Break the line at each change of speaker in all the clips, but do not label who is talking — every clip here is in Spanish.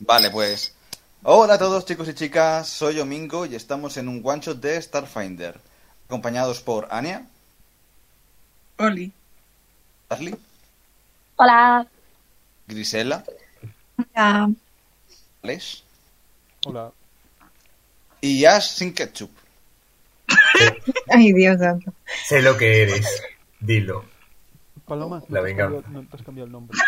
Vale, pues. Hola a todos, chicos y chicas. Soy Domingo y estamos en un one shot de Starfinder. Acompañados por Ania,
Oli.
Ashley,
Hola.
Grisela,
Hola.
Alex
Hola.
y Ash sin ketchup.
Ay, Dios santo.
Sé lo que eres. Dilo.
Paloma, no te
La
has
venganza.
cambiado- no te has cambiado el nombre.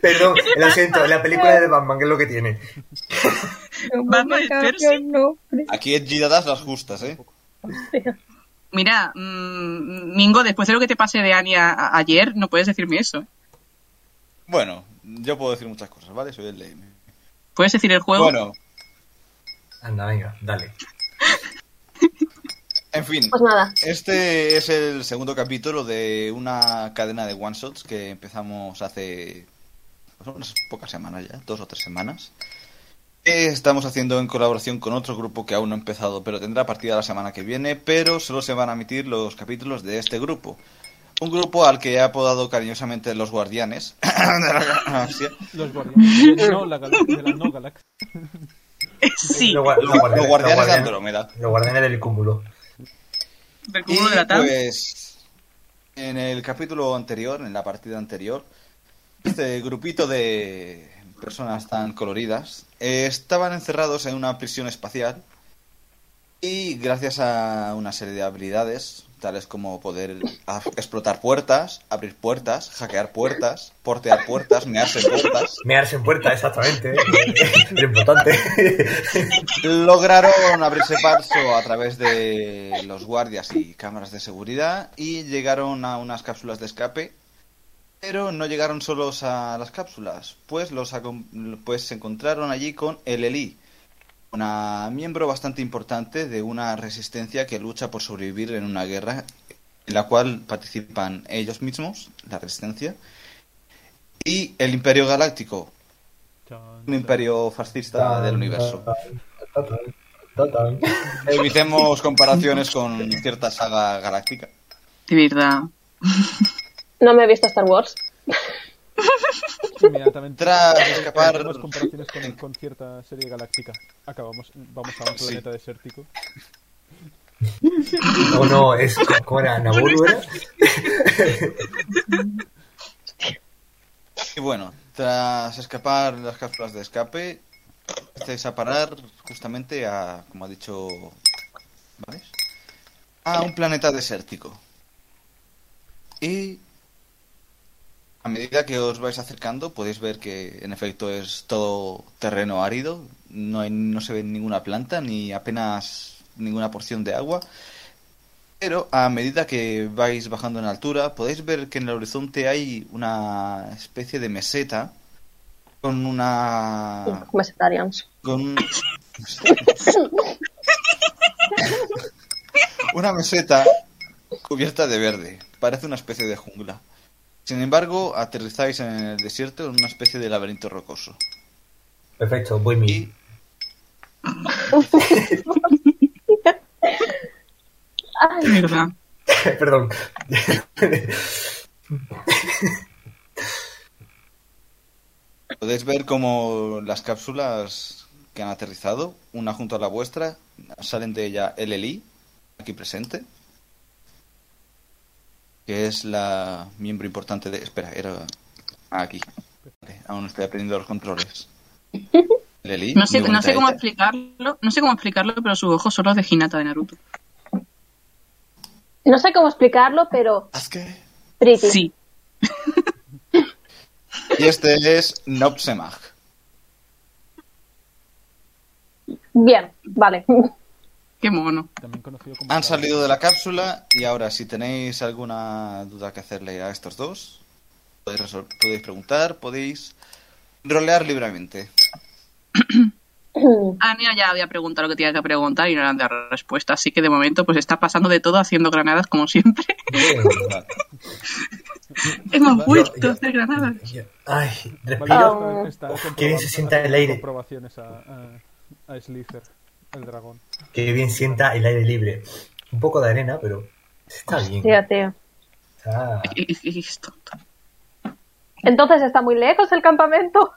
Perdón, lo siento. La película de Batman, que es lo que tiene.
Batman
es
cambio
Percy.
el nombre.
Aquí es gidadas las justas, ¿eh?
Mira, mm, Mingo, después de lo que te pasé de Ania a- ayer, no puedes decirme eso.
Bueno, yo puedo decir muchas cosas, ¿vale? Soy el DM.
Puedes decir el juego.
Bueno,
Anda, venga, dale.
en fin.
Pues nada.
Este es el segundo capítulo de una cadena de one shots que empezamos hace pues, unas pocas semanas ya, dos o tres semanas. Eh, Estamos haciendo en colaboración con otro grupo que aún no ha empezado, pero tendrá partida la semana que viene, pero solo se van a emitir los capítulos de este grupo. Un grupo al que he apodado cariñosamente los guardianes de la galaxia.
Los guardianes de, no, la galaxia, de la no galaxia.
sí,
Lo gua- lo
Los
guardaré- lo
guardianes de
guardaré-
Andrómeda.
Lo guardaré del cúmulo.
del
Y
cúmulo de la tabla.
pues en el capítulo anterior, en la partida anterior, este grupito de personas tan coloridas eh, estaban encerrados en una prisión espacial y gracias a una serie de habilidades, tales como poder a- explotar puertas, abrir puertas, hackear puertas, portear puertas, mearse puertas,
Mearse en puerta, exactamente. ¿eh? Lo importante.
lograron abrirse paso a través de los guardias y cámaras de seguridad y llegaron a unas cápsulas de escape, pero no llegaron solos a las cápsulas, pues los acom- pues se encontraron allí con el Eli, una miembro bastante importante de una resistencia que lucha por sobrevivir en una guerra en la cual participan ellos mismos, la resistencia, y el Imperio Galáctico,
Chan,
un imperio fascista del universo.
Total.
Evitemos comparaciones con cierta saga galáctica.
De verdad.
No me he visto Star Wars.
chan. Inmediatamente.
Tras escapar-
Hacemos comparaciones con, con cierta serie galáctica. Acabamos, vamos a un
Sí.
planeta desértico.
O no, es. ¿Cómo era? ¿Nabulu era?
Y bueno, tras escapar las cápsulas de escape, estáis este, a parar justamente a, como ha dicho, ¿vale? A un planeta desértico. Y a medida que os vais acercando, podéis ver que en efecto es todo terreno árido, no, hay- no se ve ninguna planta ni apenas ninguna porción de agua. Pero a medida que vais bajando en altura, podéis ver que en el horizonte hay una especie de meseta con
Ah.
Oh.
una
Mesitarians.
con un- una meseta cubierta de verde. Parece una especie de jungla. Sin embargo, aterrizáis en el desierto en una especie de laberinto rocoso.
Perfecto, voy mi.
Y
Ay,
De verdad.
Perdón.
podéis ver como las cápsulas que han aterrizado, una junto a la vuestra, salen de ella el Eli, aquí presente, que es la miembro importante de... Espera, era aquí. Vale, aún estoy aprendiendo los controles. El Eli,
No sé,
muy
no sé
bonita
cómo
ella.
explicarlo, no sé cómo explicarlo, pero sus ojos son los de Hinata de Naruto.
no sé cómo explicarlo, pero
Haz que-
pretty.
Sí.
Y este es Nobsemag.
Bien, vale.
Qué mono.
También conocido como.
Han salido de la cápsula y ahora si tenéis alguna duda que hacerle a estos dos, podéis, resol- podéis preguntar, podéis rolear libremente.
Ania ya había preguntado lo que tenía que preguntar y no le han dado respuesta, así que de momento pues está pasando de todo haciendo granadas como siempre.
Bien.
Ah, Hemos vuelto
Yo-
a hacer granadas.
yo- Ay,
Vale,
respiro.
Ah.
ya está- está comprobando-
Qué bien se sienta el aire.
comprobaciones a, a, a Slicer, el dragón.
Que bien sienta el aire libre. Un poco de arena, pero. Está bien.
Tío, tío.
Está-
Y- y- y es tonto.
Entonces está muy lejos el campamento.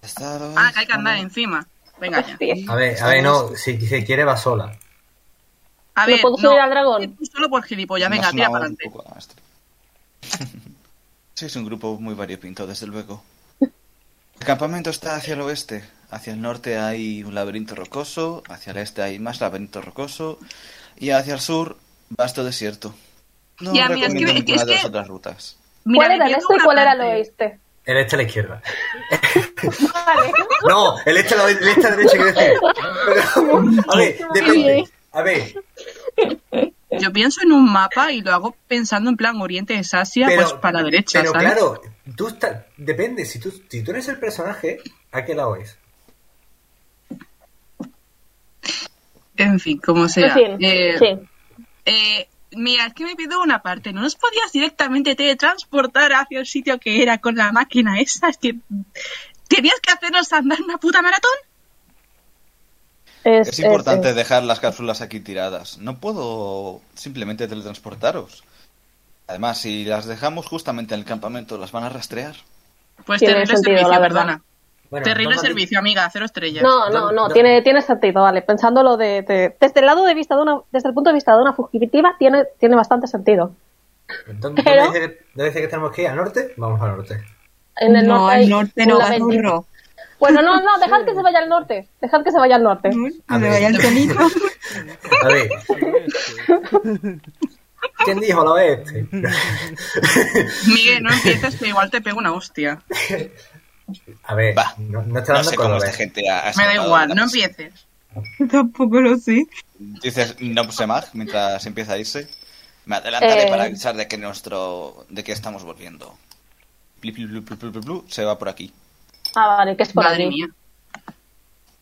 Está-
Ah, que hay que andar encima. Venga ya.
Hostia.
A ver, a ver, no, si se quiere va sola.
A
¿Me
ver, eh,
puedo subir al dragón?
tú solo por gilipollas,
Me ha
venga, tira
sonado
para
un
adelante.
poco a Astrid. Sois un grupo muy variopinto, desde luego. El campamento está hacia el oeste. Hacia el norte hay un laberinto rocoso, hacia el este hay más laberinto rocoso y hacia el sur, vasto desierto. No
Ya, mira,
recomiendo
es que- es
ninguna de
que-
las otras rutas.
Mira,
¿Cuál era el
viendo
este y
una
cuál era el
parte.
oeste?
El este a la izquierda.
Vale.
No, el este a la, el este a la derecha, quiero decir. Pero, a ver, depende. A ver,
Yo pienso en un mapa y lo hago pensando en plan Oriente es Asia, pues para la derecha,
pero
¿sabes?
claro, tú estás, depende, si tú, si tú eres el personaje, ¿a qué lado es?
En fin, como sea.
En fin,
Eh,
sí.
eh, mira, es que me pido una parte. ¿No nos podías directamente teletransportar hacia el sitio que era con la máquina esa? Es que tenías que hacernos andar una puta maratón.
Es,
este.
importante dejar las cápsulas aquí tiradas. No puedo simplemente teletransportaros. Además, si las dejamos justamente en el campamento, las van a rastrear.
Pues
Tiene
terrible
sentido,
servicio,
la verdad.
perdona.
Bueno,
terrible
no me han dicho-
servicio, amiga, cero estrellas.
No, no, no, tiene, tiene sentido, vale. Pensándolo de, de- desde el lado de vista de una, desde el punto de vista de una fugitiva, tiene, tiene bastante sentido.
¿Dónde,
Pero-
dónde dice que, dónde dice que tenemos que ir? ¿Al norte? Vamos al norte.
En el
no,
norte hay
al norte
un
no,
laberinto.
burro.
Bueno, no, no, dejad que se vaya al norte. Dejad que se vaya al norte.
A
No, me
ver.
vaya el pelito.
A ver,
Este.
¿quién dijo la este? oeste?
Miguel, no empieces que igual te pego una hostia.
A ver,
Va.
no, no está
No
dando
sé
con
cómo
la
esta
oeste.
gente ha, ha
Me da
escapado
igual,
de la
no
prisión.
empieces.
Tampoco lo sé.
Dices no se mag mientras empieza a irse. Me adelantaré
Eh.
para avisar de que nuestro de que estamos volviendo. Pli, pli, pli, pli, pli, pli, pli, se va por aquí.
Ah, vale, que es por
Madre
allí.
mía.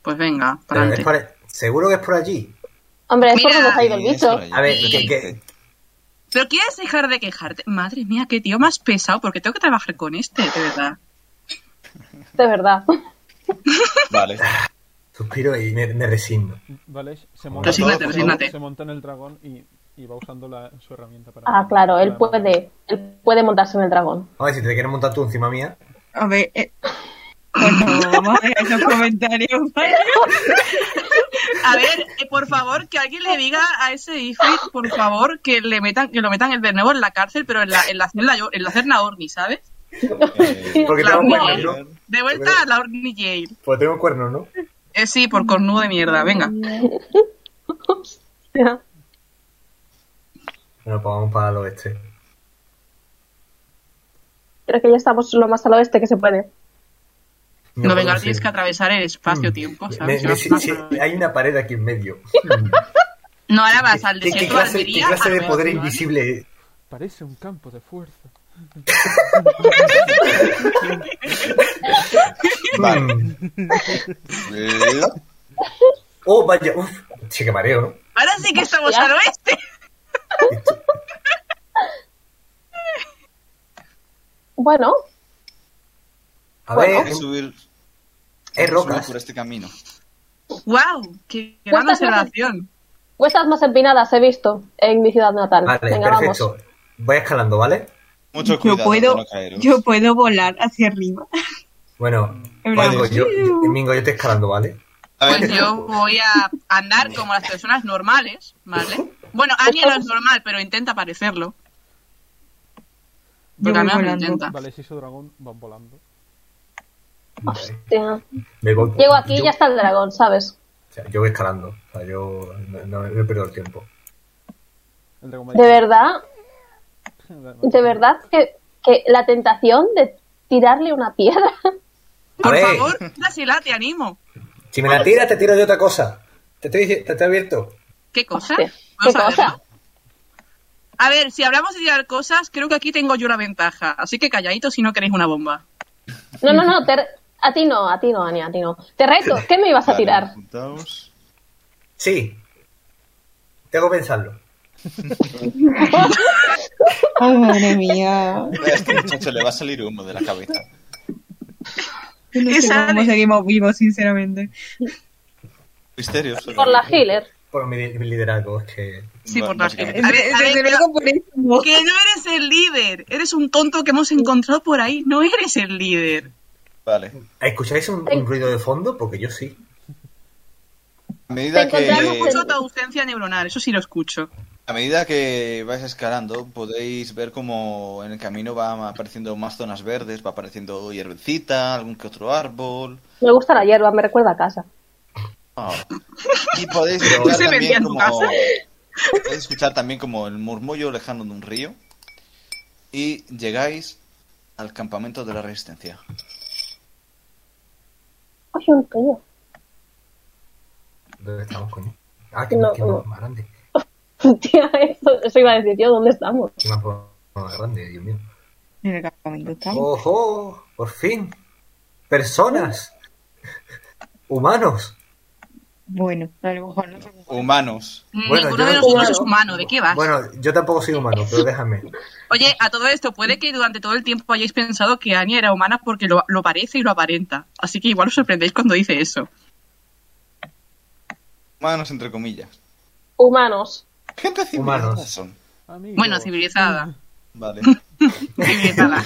Pues venga, para
Pero es
adelante.
por- Seguro que es por allí.
Hombre, es por
Mira.
donde se ha ido el
Sí, es
bicho.
por allí.
A ver,
Sí.
que, que-
Pero quieres dejar de quejarte. Madre mía, qué tío más pesado, porque tengo que trabajar con este, de verdad.
De verdad.
Vale.
suspiro y me, me resigno.
Vale, se monta,
Resígnate,
se
resígnate.
monta- se monta en el dragón y, y va usando la, su herramienta para.
Ah, claro, él
para-
puede, él puede montarse en el dragón.
A ver, si te quieres montar tú encima mía.
A ver. eh, Bueno, vamos a ver esos comentarios. ¿vale?
A ver, eh, por favor, que alguien le diga a ese hijo, por favor, que le metan, que lo metan de nuevo en la cárcel, pero en la, en la celda, yo- en la celda Orni, ¿sabes?
Eh,
Porque
Claro,
tengo
no.
cuernos, ¿no?
De vuelta a la Orni Jail.
Porque Pues tengo cuernos, ¿no?
Eh, sí, por cornudo de mierda, venga.
Ya.
Bueno, pues vamos para el oeste.
Creo que ya estamos lo más al oeste que se puede.
No, venga,
puedo
tienes
decir.
que atravesar el espacio-tiempo,
Me-
¿sabes?
me- sí, sí, hay una pared aquí en medio.
No, ahora vas al
¿Qué, qué
desierto de
clase, qué
Almería.
clase
a
de
lo
poder
mejor, ¿vale?
invisible es?
Parece un campo de fuerza.
Vale.
Mm.
Lo-
Oh, vaya, uff. Sí, que mareo, ¿no?
Ahora sí que estamos
Hostia.
al oeste.
Bueno,
A
Bueno.
Hay
ver,
que subir,
es
subir
rocas.
por este camino.
¡Wow! ¡Qué gran
¿Cuántas horas?
observación!
cuestas más empinadas he visto en mi ciudad natal.
Vale,
Venga,
perfecto.
vamos.
Voy escalando, ¿vale?
Mucho
Yo
cuidado
puedo,
de no caeros.
yo puedo volar hacia arriba.
Bueno,
En plan,
Mingo, yo, yo- Mingo, yo te escalando, ¿vale?
A ver,
Pues yo voy a andar como las personas normales, ¿vale? Bueno, Anya no es normal, pero intenta parecerlo.
Yo
Porque
voy
al menos lo
volando.
Ah.
intenta.
Vale, si su dragón van volando.
Vale.
Hostia.
Me voy-
Llego aquí y
yo-
ya está el dragón, ¿sabes?
o sea, yo voy escalando. O sea, yo no, no- no he perdido el tiempo.
El dragón va
De verdad,
diciendo-
de verdad que, que la tentación de tirarle una piedra.
A
Por
ver,
favor, Brasila, te animo.
si me la tiras, te tiro de otra cosa. Te estoy, dic- te estoy abierto.
¿Qué cosa?
Hostia, ¿Qué
¿Puedo
cosa?
saberlo? A ver, si hablamos de tirar cosas, creo que aquí tengo yo una ventaja. Así que calladito si no queréis una bomba.
No, no, no, te- a ti no, a ti no, Ania, a ti no. Te reto, ¿qué me ibas a
vale,
tirar?
apuntaos.
Sí. Tengo que pensarlo.
Ay, madre mía.
A este muchacho le va a salir humo de la cabeza.
Yo No
¿Qué
sé cómo
sale?
seguimos vivos, sinceramente.
Misterioso.
Por la healer.
Por mi mi liderazgo, es que.
Sí,
Bueno,
por la
básicamente.
A ver, a ver,
Desde luego por eso.
Que no eres el líder. Eres un tonto que hemos encontrado por ahí. No eres el líder.
Vale.
¿Ah, ¿Escucháis un, un ruido de fondo? Porque yo sí.
A medida
Te
Yo
encontramos
que,
escucho tu ausencia neuronal, eso sí lo escucho.
a medida que vais escalando, podéis ver como en el camino van apareciendo más zonas verdes, va apareciendo hierbecita, algún que otro árbol.
Me gusta la hierba, me recuerda a casa.
Ah. Y podéis
Pero-
escuchar
¿Se vendía
también
en tu
como
casa?
podéis escuchar también como el murmullo lejano de un río y llegáis al campamento de la resistencia.
Ay, un río.
¿Dónde estamos, coño? Ah, que
No,
no, que
no.
más grande.
Tía, eso, eso iba a decir yo, ¿dónde estamos?
Que mapa más grande, Dios mío.
En el campamento
Oh.
estamos.
¡Ojo! Por fin. Personas. Humanos.
Bueno, a lo mejor no somos-
Humanos.
Bueno,
Mm, Ninguno
yo-
de nosotros
Claro.
es humano, ¿de qué vas?
Bueno, yo tampoco soy humano, pero déjame.
Oye, a todo esto, puede que durante todo el tiempo hayáis pensado que Anya era humana porque lo, lo parece y lo aparenta. Así que igual os sorprendéis cuando dice eso.
Humanos entre comillas.
Humanos.
Gente civilizada
Humanos.
son.
Amigo.
Bueno, civilizada.
Vale.
Civilizada.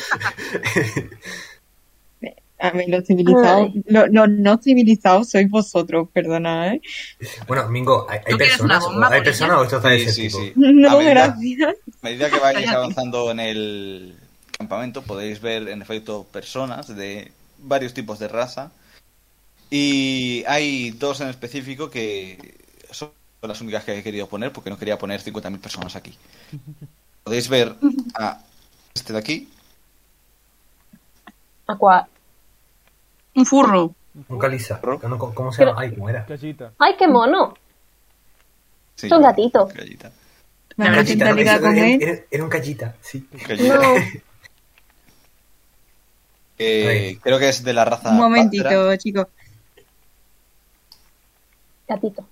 A ver, los civilizados, lo- los no civilizados sois vosotros, perdona, ¿eh?
Bueno, Mingo, ¿hay, hay
¿Tú quieres una
personas?
bomba,
¿Hay
por
personas o esto está
Sí, sí,
desértico?
sí. A
No,
medida,
gracias.
a medida que vais
Cállate.
avanzando en el campamento podéis ver en efecto personas de varios tipos de raza y hay dos en específico que son las únicas que he querido poner porque no quería poner 50.000 personas aquí. Podéis ver a este de aquí,
Aqua.
Un furro.
Un caliza.
Ro-
No, ¿Cómo cómo se llama?
Pero-
Ay, ¿cómo era?
Callita.
¡Ay, qué mono!
Sí,
Es un gatito.
Gallita.
La
Me
verdad
encanta
que
Callita,
intentar
¿no?
ir a
Era-
comer.
era- era un callita, sí.
Gallita.
No.
Eh,
Ahí.
creo que es de la raza.
Un
Pantera.
momentito, chicos.
Gatito.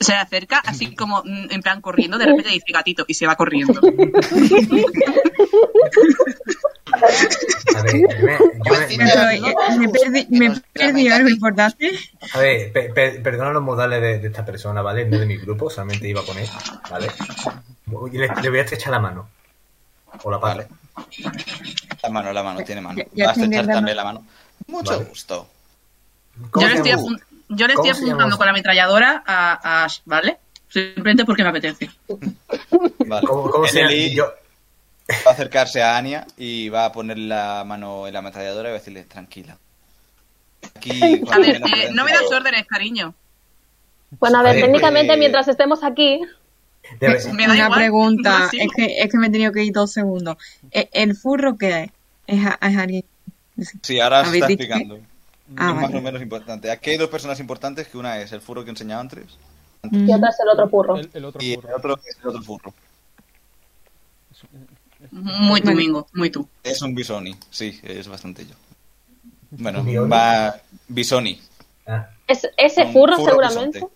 Se le acerca así como mm, en plan corriendo, de repente dice gatito y se va corriendo.
A ver, yo me- yo
Pues
me- me-
Pero, eh, me perdí, me he perdido algo importante.
a ver, pe- pe- perdona los modales de, de esta persona, ¿vale? No de mi grupo, solamente iba con él, ¿vale? Y le, le voy a estrechar la mano. O la pata.
Vale. La mano, la mano, tiene mano.
Ya- ya
Va a estrechar
tiene la
también la mano. Mucho
Vale.
gusto.
¿Cómo
Yo le
se
estoy,
llama?
apun- yo le
¿Cómo
estoy
se llama?
apuntando con la ametralladora a, a Ash, ¿vale? Simplemente porque me apetece.
Vale.
¿Cómo, cómo se llama?
Eleli
Yo-
va a acercarse a Anya y va a poner la mano en la ametralladora y va a decirle, tranquila. Aquí,
A
cualquier
ver, eh, no me
ocurrencia-
das órdenes, cariño.
Bueno, a ver,
Ay,
técnicamente
eh.
mientras estemos aquí,
de ver-
Me da
Una
igual,
pregunta,
no sigo.
es que, es que me he tenido que ir dos segundos. ¿E- ¿El furro qué es? ¿Es, a- es alguien?
Sí, ahora se
Habéis
está
dicho
explicando.
Ah,
es más
vale.
o menos importante. Aquí hay dos personas importantes, que una es el furro que enseñaba antes
y
Mm.
otra es el otro burro.
El, el otro
y el
furro.
otro es el otro furro.
Muy tú, Mingo, muy tú.
Es un bisoni, sí, es bastante yo. Bueno,
¿Bioni?
va bisoni.
Ah,
Es- ese
Un
furro,
furro
seguramente.
bisonte.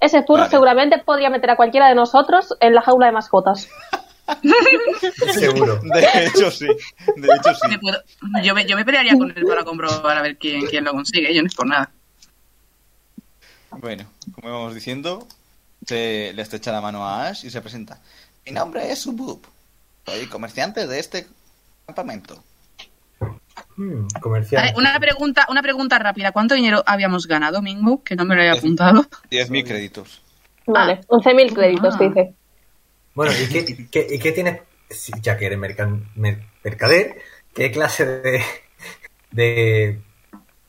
Ese furro
Vale.
seguramente podría meter a cualquiera de nosotros en la jaula de mascotas.
seguro.
De hecho, sí. De hecho, sí.
Me puedo- yo, me, yo me pelearía con él para comprobar a ver quién, quién lo consigue. Yo no es por nada.
Bueno, como íbamos diciendo, se le estrecha la mano a Ash y se presenta. Mi nombre es Subub. Soy comerciante de este campamento.
Hmm,
A ver,
comercial.
una pregunta, una pregunta rápida. ¿Cuánto dinero habíamos ganado, Mingo? Que no me lo he apuntado.
10.000 créditos.
Vale, 11.000 créditos,
Ah.
dice.
Bueno, ¿y qué, qué- y qué tienes? si- ya que eres mercan- mer- mercader, ¿qué clase de, de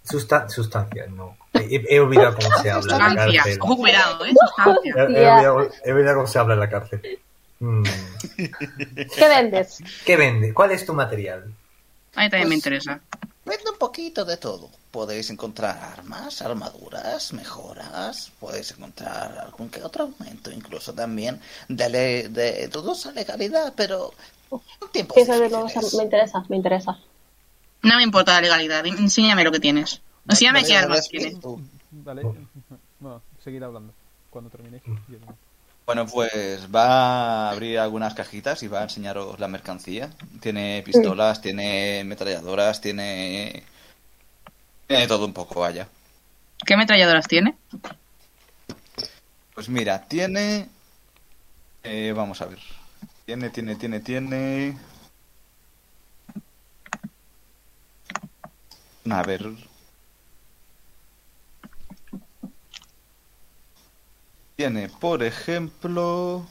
sustan- sustancia? No. He, he olvidado cómo se habla en la
Sustancias.
cárcel.
Ojo, cuidado, ¿eh? Sustancias.
He, he olvidado, he olvidado cómo se habla en la cárcel. Hmm,
¿Qué vendes?
¿Qué vende? ¿Cuál es tu material?
A mí también me interesa.
Vendo un poquito de todo. Podéis encontrar armas, armaduras, mejoras. Podéis encontrar algún que otro aumento, incluso también de, le- de dudosa legalidad, pero son tiempos
Sí, eso es lo que
difíciles.
me interesa, me interesa.
No me importa la legalidad. Enséñame lo que tienes. Enséñame qué armas tienes.
Vale.
Oh.
Bueno, seguir hablando. Cuando terminéis. yo también.
Bueno, pues va a abrir algunas cajitas y va a enseñaros la mercancía. Tiene pistolas, tiene metralladoras, tiene... Tiene todo un poco, vaya.
¿Qué ametralladoras tiene?
Pues mira, tiene... eh, vamos a ver. Tiene, tiene, tiene, tiene...
A ver. Tiene, por ejemplo,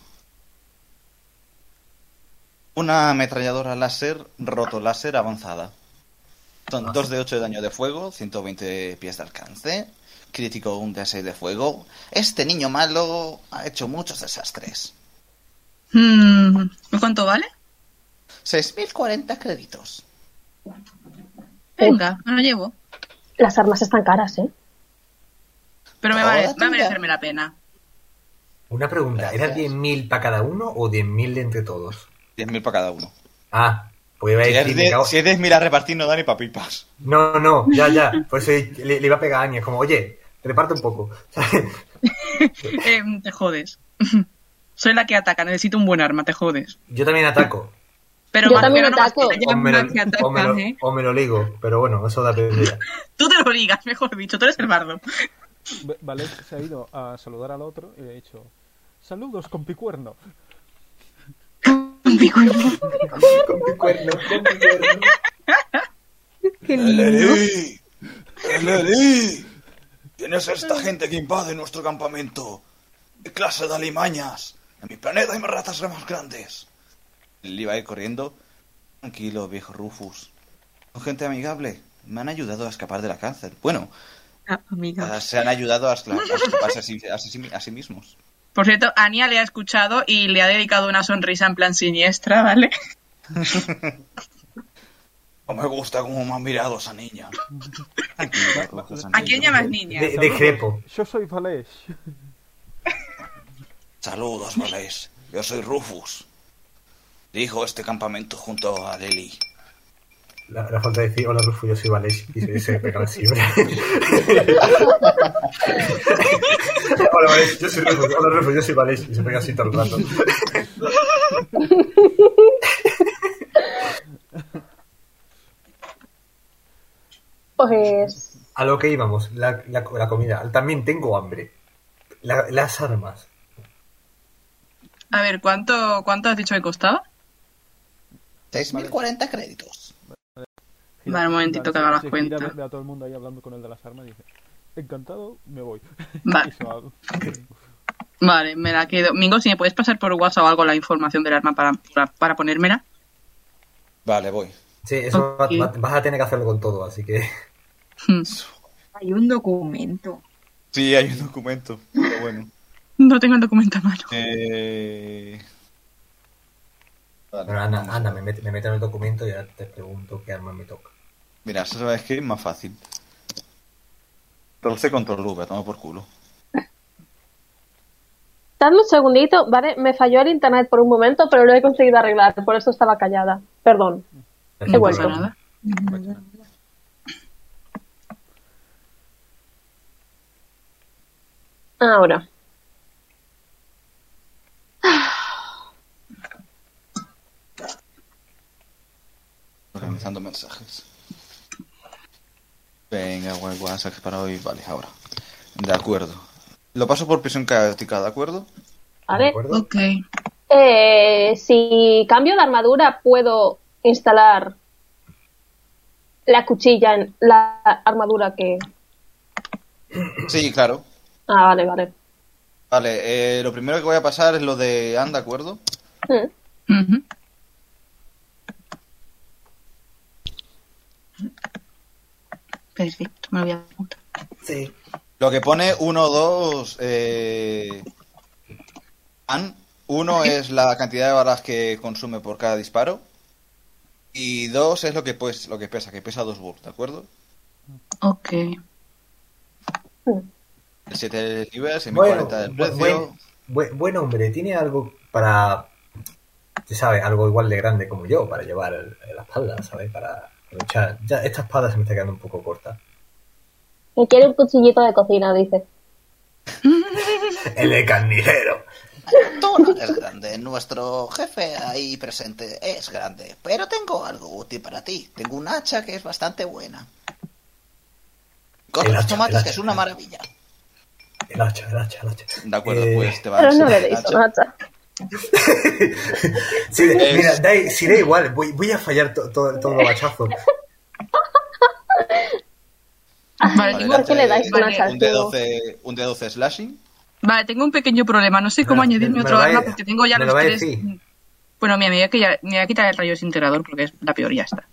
una ametralladora láser, roto láser avanzada. Son 2 de 8 de daño de fuego, 120 pies de alcance, crítico un de 6 de fuego. Este niño malo ha hecho muchos desastres.
Mm, ¿y ¿Cuánto vale?
6.040 créditos.
Venga, me lo llevo.
Las armas están caras, ¿eh?
Pero me
Toda
vale, va
tuya.
a merecerme la pena.
Una pregunta, ¿era
Gracias.
10.000 para cada uno o 10.000 entre todos?
10.000 para cada uno.
Ah, pues iba a
Si es
decir, me
de-
cago-
si es 10.000 a repartir, no da ni papipas.
No, no, ya, ya. Por eso le, le iba a pegar a Anya, como, oye, reparte un poco.
Em, te jodes. Soy la que ataca, necesito un buen arma, te jodes.
Yo también ataco.
Pero
Yo
más
también
que no,
ataco.
más que
O
ya
me, lo,
más que atacas,
o me lo-
¿eh?
o me lo ligo, pero bueno, eso da pérdida.
Tú te lo digas, mejor dicho, tú eres el bardo.
Ve- Valet se ha ido a saludar al otro y le ha dicho: Saludos con picuerno.
Con mi cuerno, con mi cuerno.
Mm, Qué lindo.
¡Lerí! ¿Quién es esta gente que invade nuestro campamento? ¿Qué clase de alimañas? En mi planeta hay más ratas más grandes. Le iba a ir corriendo. Tranquilo, viejo Rufus. Son gente amigable. Me han ayudado a escapar de la cáncer. Bueno,
Ah, amiga.
ah, se han ayudado a escla- a escaparse a sí, a sí- a sí mismos.
Por cierto, Ania le ha escuchado y le ha dedicado una sonrisa en plan siniestra, ¿vale?
No me gusta cómo me han mirado esa niña. Tranquilo, Rufus,
¿A quién llamas
tranquilo.
niña?
De- Decrepo.
Yo soy Valet.
Saludos, Valéis. Yo soy Rufus. Dijo este campamento junto a Lily.
La, la falta de decir, hola Rufo, yo soy Valés y se, se pega la silla. hola Valés, yo soy Rufo, hola Rufo, yo soy Valés y se pega así todo el rato.
Pues.
A lo que íbamos, la, la, la comida. También tengo hambre. La- las armas.
A ver, ¿cuánto, cuánto has dicho que costaba?
6.040 créditos.
Gira-
Vale, un momentito
se-
que haga las
se gira,
cuentas.
ve- Ve a todo el mundo ahí hablando con el de las armas y dice: Encantado, me voy. Y
Vale,
se va.
vale, me la quedo. Mingo, si me puedes pasar por WhatsApp o algo la información del arma para, para, para ponérmela.
Vale, voy.
Sí, eso va-
Ok.
va- vas a tener que hacerlo con todo, así que.
Hmm,
Hay un documento.
Sí, hay un documento. Pero bueno.
No tengo el documento a mano.
Eh... Vale,
Bueno, Ana,
vamos.
Ana, me mete, me mete en el documento y ahora te pregunto qué arma me toca.
Mira, eso es que es más fácil. Control C, control V, toma por culo.
Dadme un segundito, ¿vale? Me falló el internet por un momento, pero lo he conseguido arreglar, por eso estaba callada. Perdón.
No
vuelto.
pasa nada.
Ahora.
Organizando mensajes. Venga, guay, guay, saques para hoy. Vale, ahora. De acuerdo. Lo paso por prisión caótica, ¿de acuerdo?
¿De
¿Vale?
acuerdo?
Ok.
Eh, si cambio de armadura, puedo instalar la cuchilla en la armadura que.
Sí, claro.
Ah, vale, vale.
Vale, eh, lo primero que voy a pasar es lo de Anne, ¿de acuerdo?
Mm.
Ujú. Perfecto, me lo voy a apuntar.
Sí.
Lo que pone 1, 2, eh... Anne. 1 es la cantidad de balas que consume por cada disparo. Y 2 es lo que, pues, lo que pesa, que pesa 2 burst, ¿de acuerdo?
Ok.
El 7 del nivel, 1040
Bueno,
del
buen,
precio.
buen- buen hombre, tiene algo para. Se sabe, algo igual de grande como yo para llevar el- la espalda, ¿sabes? Para luchar. Ya, esta espada se me está quedando un poco corta.
Me quiere un cuchillito de cocina, dice.
El de carnicero.
Tona es grande, nuestro jefe ahí presente es grande, pero tengo algo útil para ti. Tengo un hacha que es bastante buena. Corre
El
los
hacha, el
tomates, que
hacha.
es una maravilla.
El hacha, el hacha, el hacha.
De acuerdo,
Eh,
pues te va
Pero no
a
le deis
enseñar.
una hacha.
Sí, mira, da, si da igual, voy, voy a fallar to- to- todo el hachazo. Ah,
Vale, tengo,
¿por qué le dais
lanza
una
un de
salto?
12, un de 12 slashing.
vale, tengo un pequeño problema. No sé
Me lo-
cómo añadirme
me
otro
lo va a-
arma porque tengo ya
me
los
lo va a
tres.
decir.
Bueno, mira, me voy, a, quilla- me voy a quitar el rayo desintegrador porque es la peor y ya está.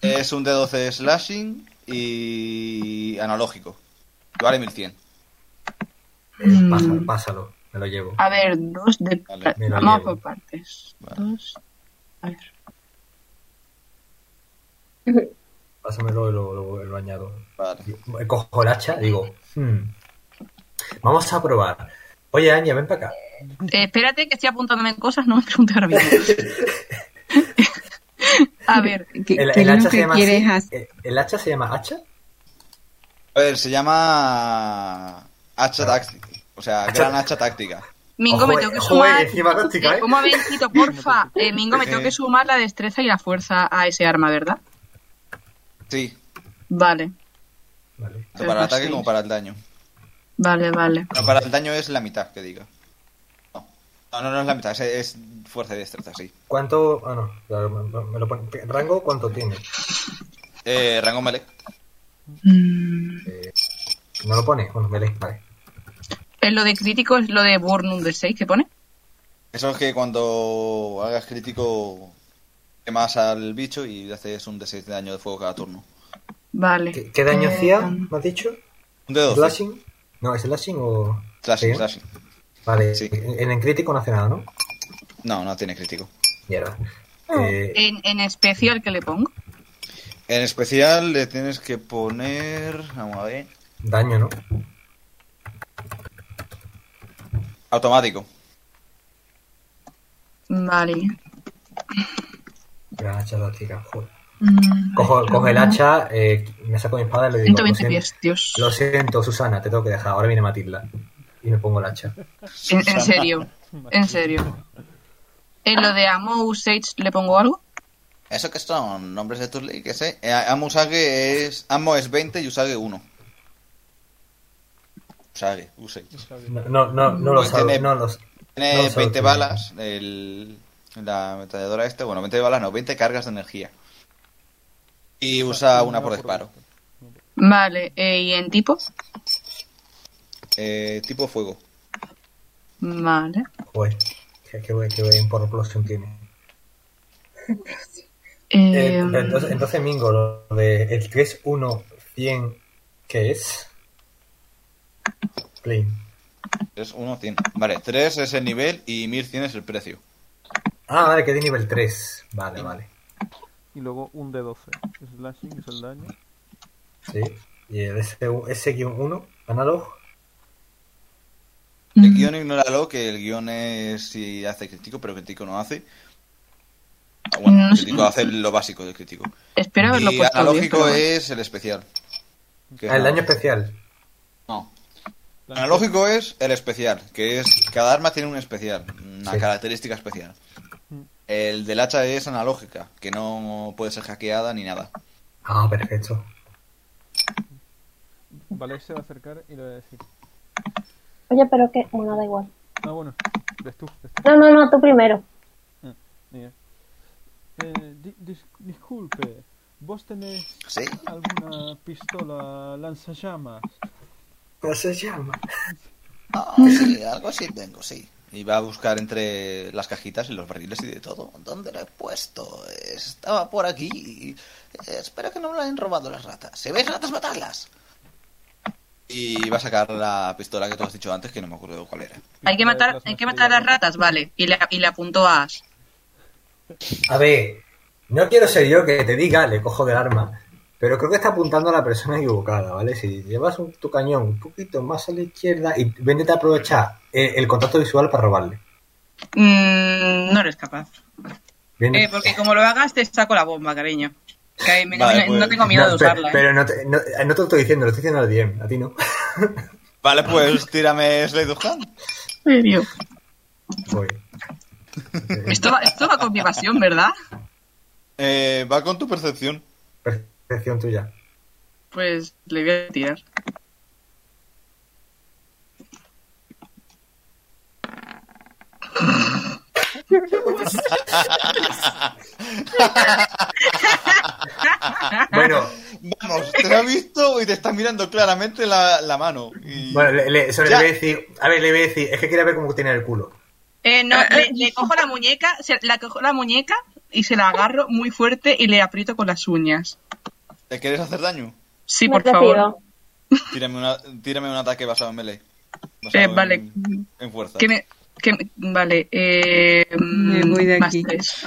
Es un de 12 slashing y analógico. Que Vale 1100.
Eh,
Mm.
pasa- pásalo, me lo llevo.
A ver, dos de.
Vale,
me lo
Vamos
llevo.
por partes.
Vale.
Dos. A ver.
Pásamelo y lo, lo- lo añado.
Vale.
Cojo el hacha, digo, "Hmm, vamos a probar. Oye, Aña, ven para acá.
Eh, espérate, que estoy apuntándome cosas, no me preguntes ahora mismo. a ver,
¿Qué,
El,
qué es
el hacha
lo
se
que
llama
quieres
así?
hacer?
¿El, el hacha se llama hacha?
A ver, se llama hacha táctica. O sea, gran hacha táctica.
Mingo, me
Ojo,
tengo que
eh,
sumar.
joder, encima táctica,
Eh,
¿eh?
un momentito, porfa. Eh, Mingo, me tengo
Eh.
que sumar la destreza y la fuerza a ese arma, ¿verdad?
Sí,
Vale,
Vale.
tanto para el ataque como para el daño.
vale, vale.
No, para el daño es la mitad, que diga. No, no, no, no es la mitad, es, es fuerza y destreza, sí.
¿Cuánto? Ah, no, claro, me, me- me lo pone- ¿qué- ¿Rango cuánto tiene?
Eh, rango melee.
¿No lo pone? Bueno, melee, vale.
Es lo de crítico, es lo de Burnum de 6 que pone.
Eso es que cuando hagas crítico quemas al bicho y le haces un D6 de daño de fuego cada turno.
Vale.
¿Qué, qué daño
Eh,
hacía? ¿Me has dicho?
Un de 12.
¿Slashing? No, ¿es slashing o...?
Slashing,
Sí.
slashing.
Vale,
Sí.
en, en crítico no hace nada, ¿no?
No, no tiene crítico.
Mierda. Eh,
En, en especial que le pongo.
En especial le tienes que poner... Vamos a ver.
daño, ¿no?
Automático.
Vale.
Gran hacha táctica, joder.
Mm,
Cojo, cojo el hacha, eh, me saco mi espada y le digo... lo
120
siento-
pies, Dios.
pues, Lo siento, Susana, te tengo que dejar. Ahora viene Matilda. Y me pongo el hacha.
En, en serio, en serio. En lo de Amo Usage le pongo algo.
Eso que son nombres de tus que sé. Eh, Amo Usage es... Amo es 20 y Usage 1. Usage, Usage.
No, no, no, no lo
Pues
sabe,
tiene-
no los... No,
Tiene
solo
20
tiene.
balas el, la metralladora este, bueno, 20 balas no, 20 cargas de energía. Y usa una por disparo.
Vale, eh, y en tipo.
Eh, tipo fuego.
Vale.
Joder, qué, qué, buen- qué buen por explosión tiene. Eh,
Eh,
pero entonces, entonces, Mingo, lo de el 3, 1, 100, ¿qué es? Plain.
Es 1, 100. Vale, 3 es el nivel y 1100 es el precio.
Ah, vale, que de nivel 3. Vale, vale.
Y luego un de 12. Slashing es el daño.
Sí. Y el S-1, analog.
El
mm,
guión ignóralo, que el guión es si hace crítico, pero crítico no hace. Ah, Bueno,
No sé.
crítico hace lo básico del crítico.
espero haberlo
y
puesto bien.
analógico
pero bueno.
es el especial. Que es
Ah, el
nada.
daño especial.
No. Analógico es el especial, que es cada arma tiene un especial, una
Sí.
característica especial.
Mm.
El del hacha es analógica, que no puede ser hackeada ni nada.
Ah, perfecto.
Vale, se va a acercar y le va a decir.
Oye, pero que. Bueno, da igual.
Ah, bueno, ves tú. Ves tú.
No, no, no, tú primero.
Mira. Eh, di- dis- disculpe, ¿vos tenés
Sí.
alguna pistola lanzallamas?
¿Cómo se llama?
Ah, sí, algo así tengo, sí.
Y va a buscar entre las cajitas y los barriles y de todo.
Todo, ¿dónde lo he puesto? Estaba por aquí. Eh, espero que no me lo hayan robado las ratas. Si veis ratas, matadlas.
Y va a sacar la pistola que tú has dicho antes, que no me acuerdo cuál era.
Hay que matar, hay que matar a las ratas, vale. Y le, y le apunto a As.
A ver, no quiero ser yo que te diga, le cojo del arma, pero creo que está apuntando a la persona equivocada, ¿vale? Si llevas un- tu cañón un poquito más a la izquierda y véndete a aprovechar eh, el, contacto visual para robarle.
Mm, no eres capaz.
Bien.
Eh, porque como lo hagas, te saco la bomba, cariño. Que ahí me-
Vale,
no-
pues.
No tengo miedo
No,
de
pe-
usarla. eh.
Pero no te, no, no te lo estoy diciendo, lo estoy diciendo al DM, a ti no.
Vale, pues tírame Slade of Hand.
¿En serio?
Voy.
Esto va, esto va con mi pasión, ¿verdad?
Eh, va con tu percepción.
Percepción tuya.
Pues le voy a tirar.
Bueno,
Vamos, te ha visto y te está mirando claramente la, la mano. Y...
Bueno, le, le- sobre- le
Ya.
voy a decir, a ver, le voy a decir, es que quería ver cómo tiene el culo.
Eh, no, le, le cojo la muñeca, se- la cojo la muñeca y se la agarro muy fuerte y le aprieto con las uñas.
¿Te quieres hacer daño?
Sí,
Me
por
he
favor.
crecido.
Tírame, una, tírame un ataque basado en melee.
Eh,
Basado
vale.
En, en fuerza.
Que me- que me- vale, eh,
Me voy de
más
aquí.
tres.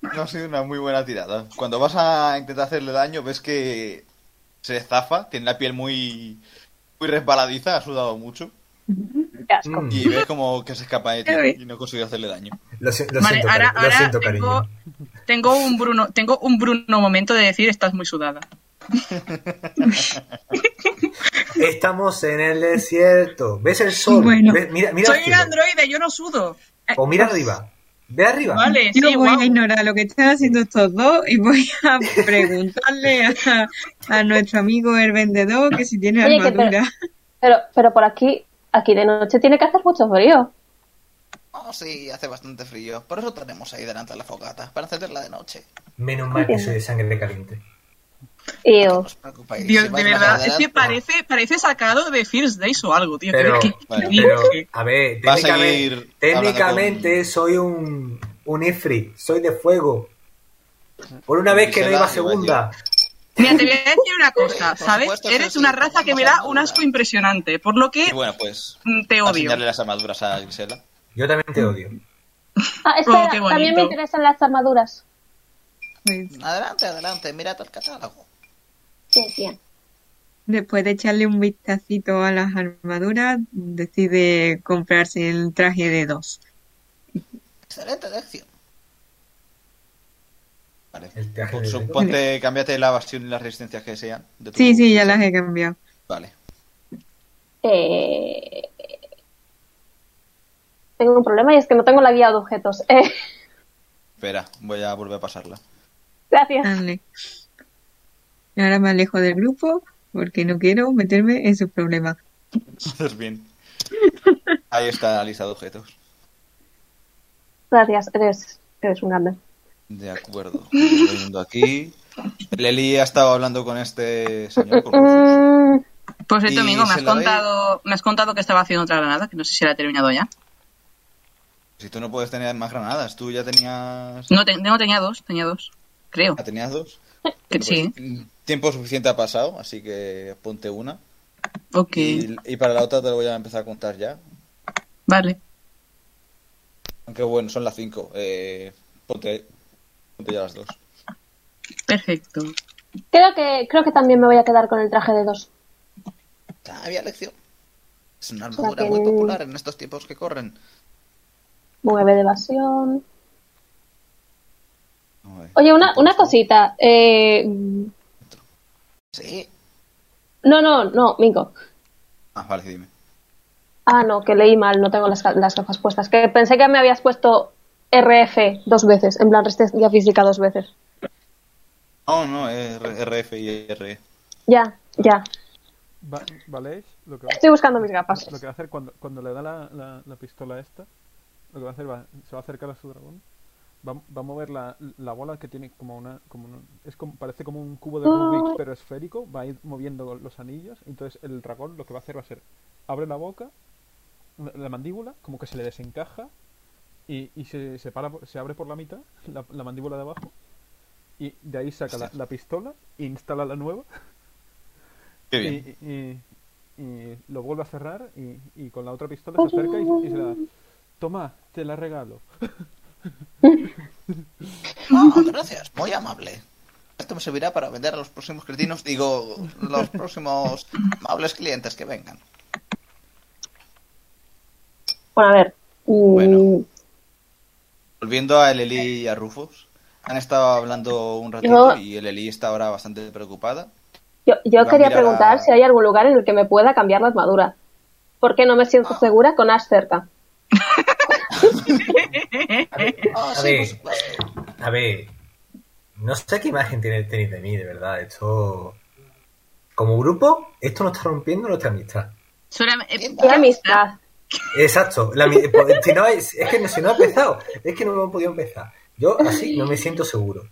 No ha sido una muy buena tirada. Cuando vas a intentar hacerle daño, ves que se zafa, tiene la piel muy, muy resbaladiza, ha sudado mucho.
Qué asco.
Mm,
Y ves como que se escapa de ti
Ay.
y no consigue hacerle daño.
Lo, si- lo
Vale,
siento,
ahora,
cari- lo
ahora
siento,
tengo,
cariño.
tengo un Bruno, tengo un Bruno momento de decir estás muy sudada.
Estamos en el desierto. ¿Ves el sol?
Bueno.
¿Ves? Mira, mira
Soy
el
un
cielo.
androide, yo no sudo.
O mira arriba. Ve arriba.
Vale,
Yo
sí,
voy
guau.
a ignorar lo que están haciendo estos dos y voy a preguntarle a, a nuestro amigo el vendedor que si tiene
Oye, que
armadura.
Pero, pero por aquí, aquí de noche tiene que hacer mucho frío.
Oh, sí, hace bastante frío. Por eso tenemos ahí delante la fogata, para encenderla de noche.
Menos mal que soy de sangre caliente.
No
Y oh, yo,
os preocupéis, si
Oh. Dios, de
vais más
verdad, es
adelante-
que parece, parece sacado de First Days o algo, tío.
Pero-
pero es que-
Vale,
que-
Pero,
que-
a ver,
Va a seguir
técnicamente,
hablando
técnicamente
con-
soy un, un Ifrit, soy de fuego. Por una vez que no iba
Gisela, iba a
segunda.
Mira, te voy a decir una cosa,
Por
¿sabes?
supuesto que
Eres
sí,
una raza que me da un
vamos a
asco impresionante, por lo que
Y bueno, pues.
mm, te
a
odio.
enseñarle las armaduras a Grisela.
Yo también te odio.
ah, espera,
Oh, qué bonito.
también me interesan las armaduras.
Pues,
Adelante, adelante, mirad el catálogo.
Bien, bien.
después de echarle un vistacito a las armaduras, decide comprarse el traje de dos.
Excelente elección.
Vale.
El traje
Pon-
de-
Suponte, cámbiate la bastión y las resistencias que sean. de tu-
Sí, sí, ya las he cambiado.
Vale.
Eh, Tengo un problema y es que no tengo la guía de objetos. Eh,
Espera, voy a volver a pasarla.
Ah.
gracias.
Dale. Ahora me alejo del grupo porque no quiero meterme en sus problemas.
Haces bien. Ahí está la lista de objetos.
Gracias, eres, eres un grande.
De acuerdo. Estoy viendo aquí. Leli ha estado hablando con este señor.
Pues
con Rufus.
Mm,
Por cierto,
Y
amigo, me
se
has,
la doy.
contado, me has contado que estaba haciendo otra granada, que no sé si la ha terminado ya.
Si tú no puedes tener más granadas, tú ya tenías.
No, te- no, tenía dos, tenía dos, creo.
Ah, tenías dos.
Que
Bueno,
sí, ¿eh?
pues, mm, tiempo suficiente ha pasado, así que ponte una.
ok,
Y, y para la otra te lo voy a empezar a contar ya.
vale.
Aunque bueno, son las cinco. Eh, ponte, ponte ya las dos.
Perfecto.
Creo que, creo que también me voy a quedar con el traje de dos.
Sabia elección. Es una
sea
armadura
que-
muy popular en estos tiempos que corren.
Mueve de evasión.
Vale.
Oye, una, una cosita. Eh, no,
Sí.
no, no, Mingo.
Ah, vale, dime.
Ah, no, que leí mal, no tengo las, ga- las gafas puestas. Que pensé que me habías puesto RF dos veces, en plan resistencia física dos veces.
No, Oh, no, es R- E. RF y RE.
Ya, ya.
Va- ¿Vale? Lo que va,
Estoy buscando mis gafas.
lo que va a hacer cuando, cuando le da la, la- la pistola esta, lo que va a hacer va, se va a acercar a su dragón, va, va a mover la, la bola que tiene como una... Como una- es como, parece como un cubo de Rubik, pero esférico, va a ir moviendo los anillos, entonces el dragón lo que va a hacer va a ser, abre la boca, la, la mandíbula, como que se le desencaja, y, y se, separa, por- se abre por la mitad, la, la mandíbula de abajo, y de ahí saca la, la pistola, e instala la nueva,
Qué
y,
bien.
y- y- y lo vuelve a cerrar y, y con la otra pistola se acerca y, y se la da. Toma, te la regalo.
Oh, gracias, muy amable. Esto me servirá para vender a los próximos cretinos, digo, los próximos amables clientes que vengan.
Bueno, a ver. mm,
Bueno. Volviendo a Eleli y a Rufus. Han estado hablando un ratito
Yo-
y Eleli está ahora bastante preocupada.
Yo, yo
Va a
quería
mirar
preguntar
a-
si hay algún lugar en el que me pueda cambiar la armadura. Porque no me
Ah.
siento segura con Ash cerca.
Oh,
A
sí,
ver.
por supuesto.
A ver, no sé qué imagen tiene el tenis de mí, de verdad. Esto. Como grupo, esto nos está rompiendo nuestra amistad.
Solamente,
Qué amistad.
Exacto. La mi- po- si no es, es que no, si no ha empezado, es que no hemos podido empezar. Yo así no me siento seguro.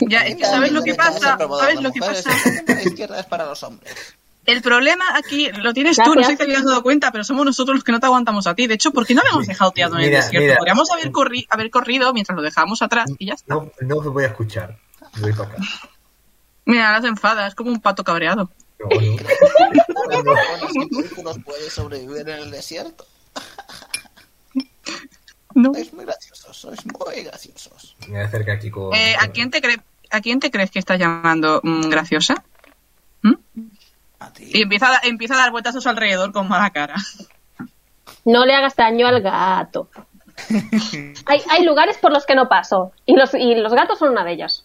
Ya, es que sabes lo que pasa, sabes lo que pasa.
La izquierda es para los hombres.
El problema aquí lo tienes tú, no
Gracias.
sé si te habías dado cuenta, pero somos nosotros los que no te aguantamos a ti. De hecho, ¿por qué no le hemos
Mi-
dejado tirado en el
mira,
desierto?
mira.
Podríamos haber, corri- haber corrido mientras lo dejábamos atrás y ya está.
No, no os voy a escuchar. Me Voy para acá.
Mira, las enfadas, como un pato cabreado.
No, no.
Pero no, los vínculos pueden sobrevivir en el desierto.
No.
Sois muy graciosos, sois muy graciosos.
Me voy a acercar aquí con.
Eh, ¿a, quién te cre- ¿A quién te crees que estás llamando mm, graciosa?
A ti.
Y empieza a, da- empieza a dar vueltas a su alrededor con mala cara.
No le hagas daño al gato. hay, hay lugares por los que no paso. Y los, y los gatos son una de ellas.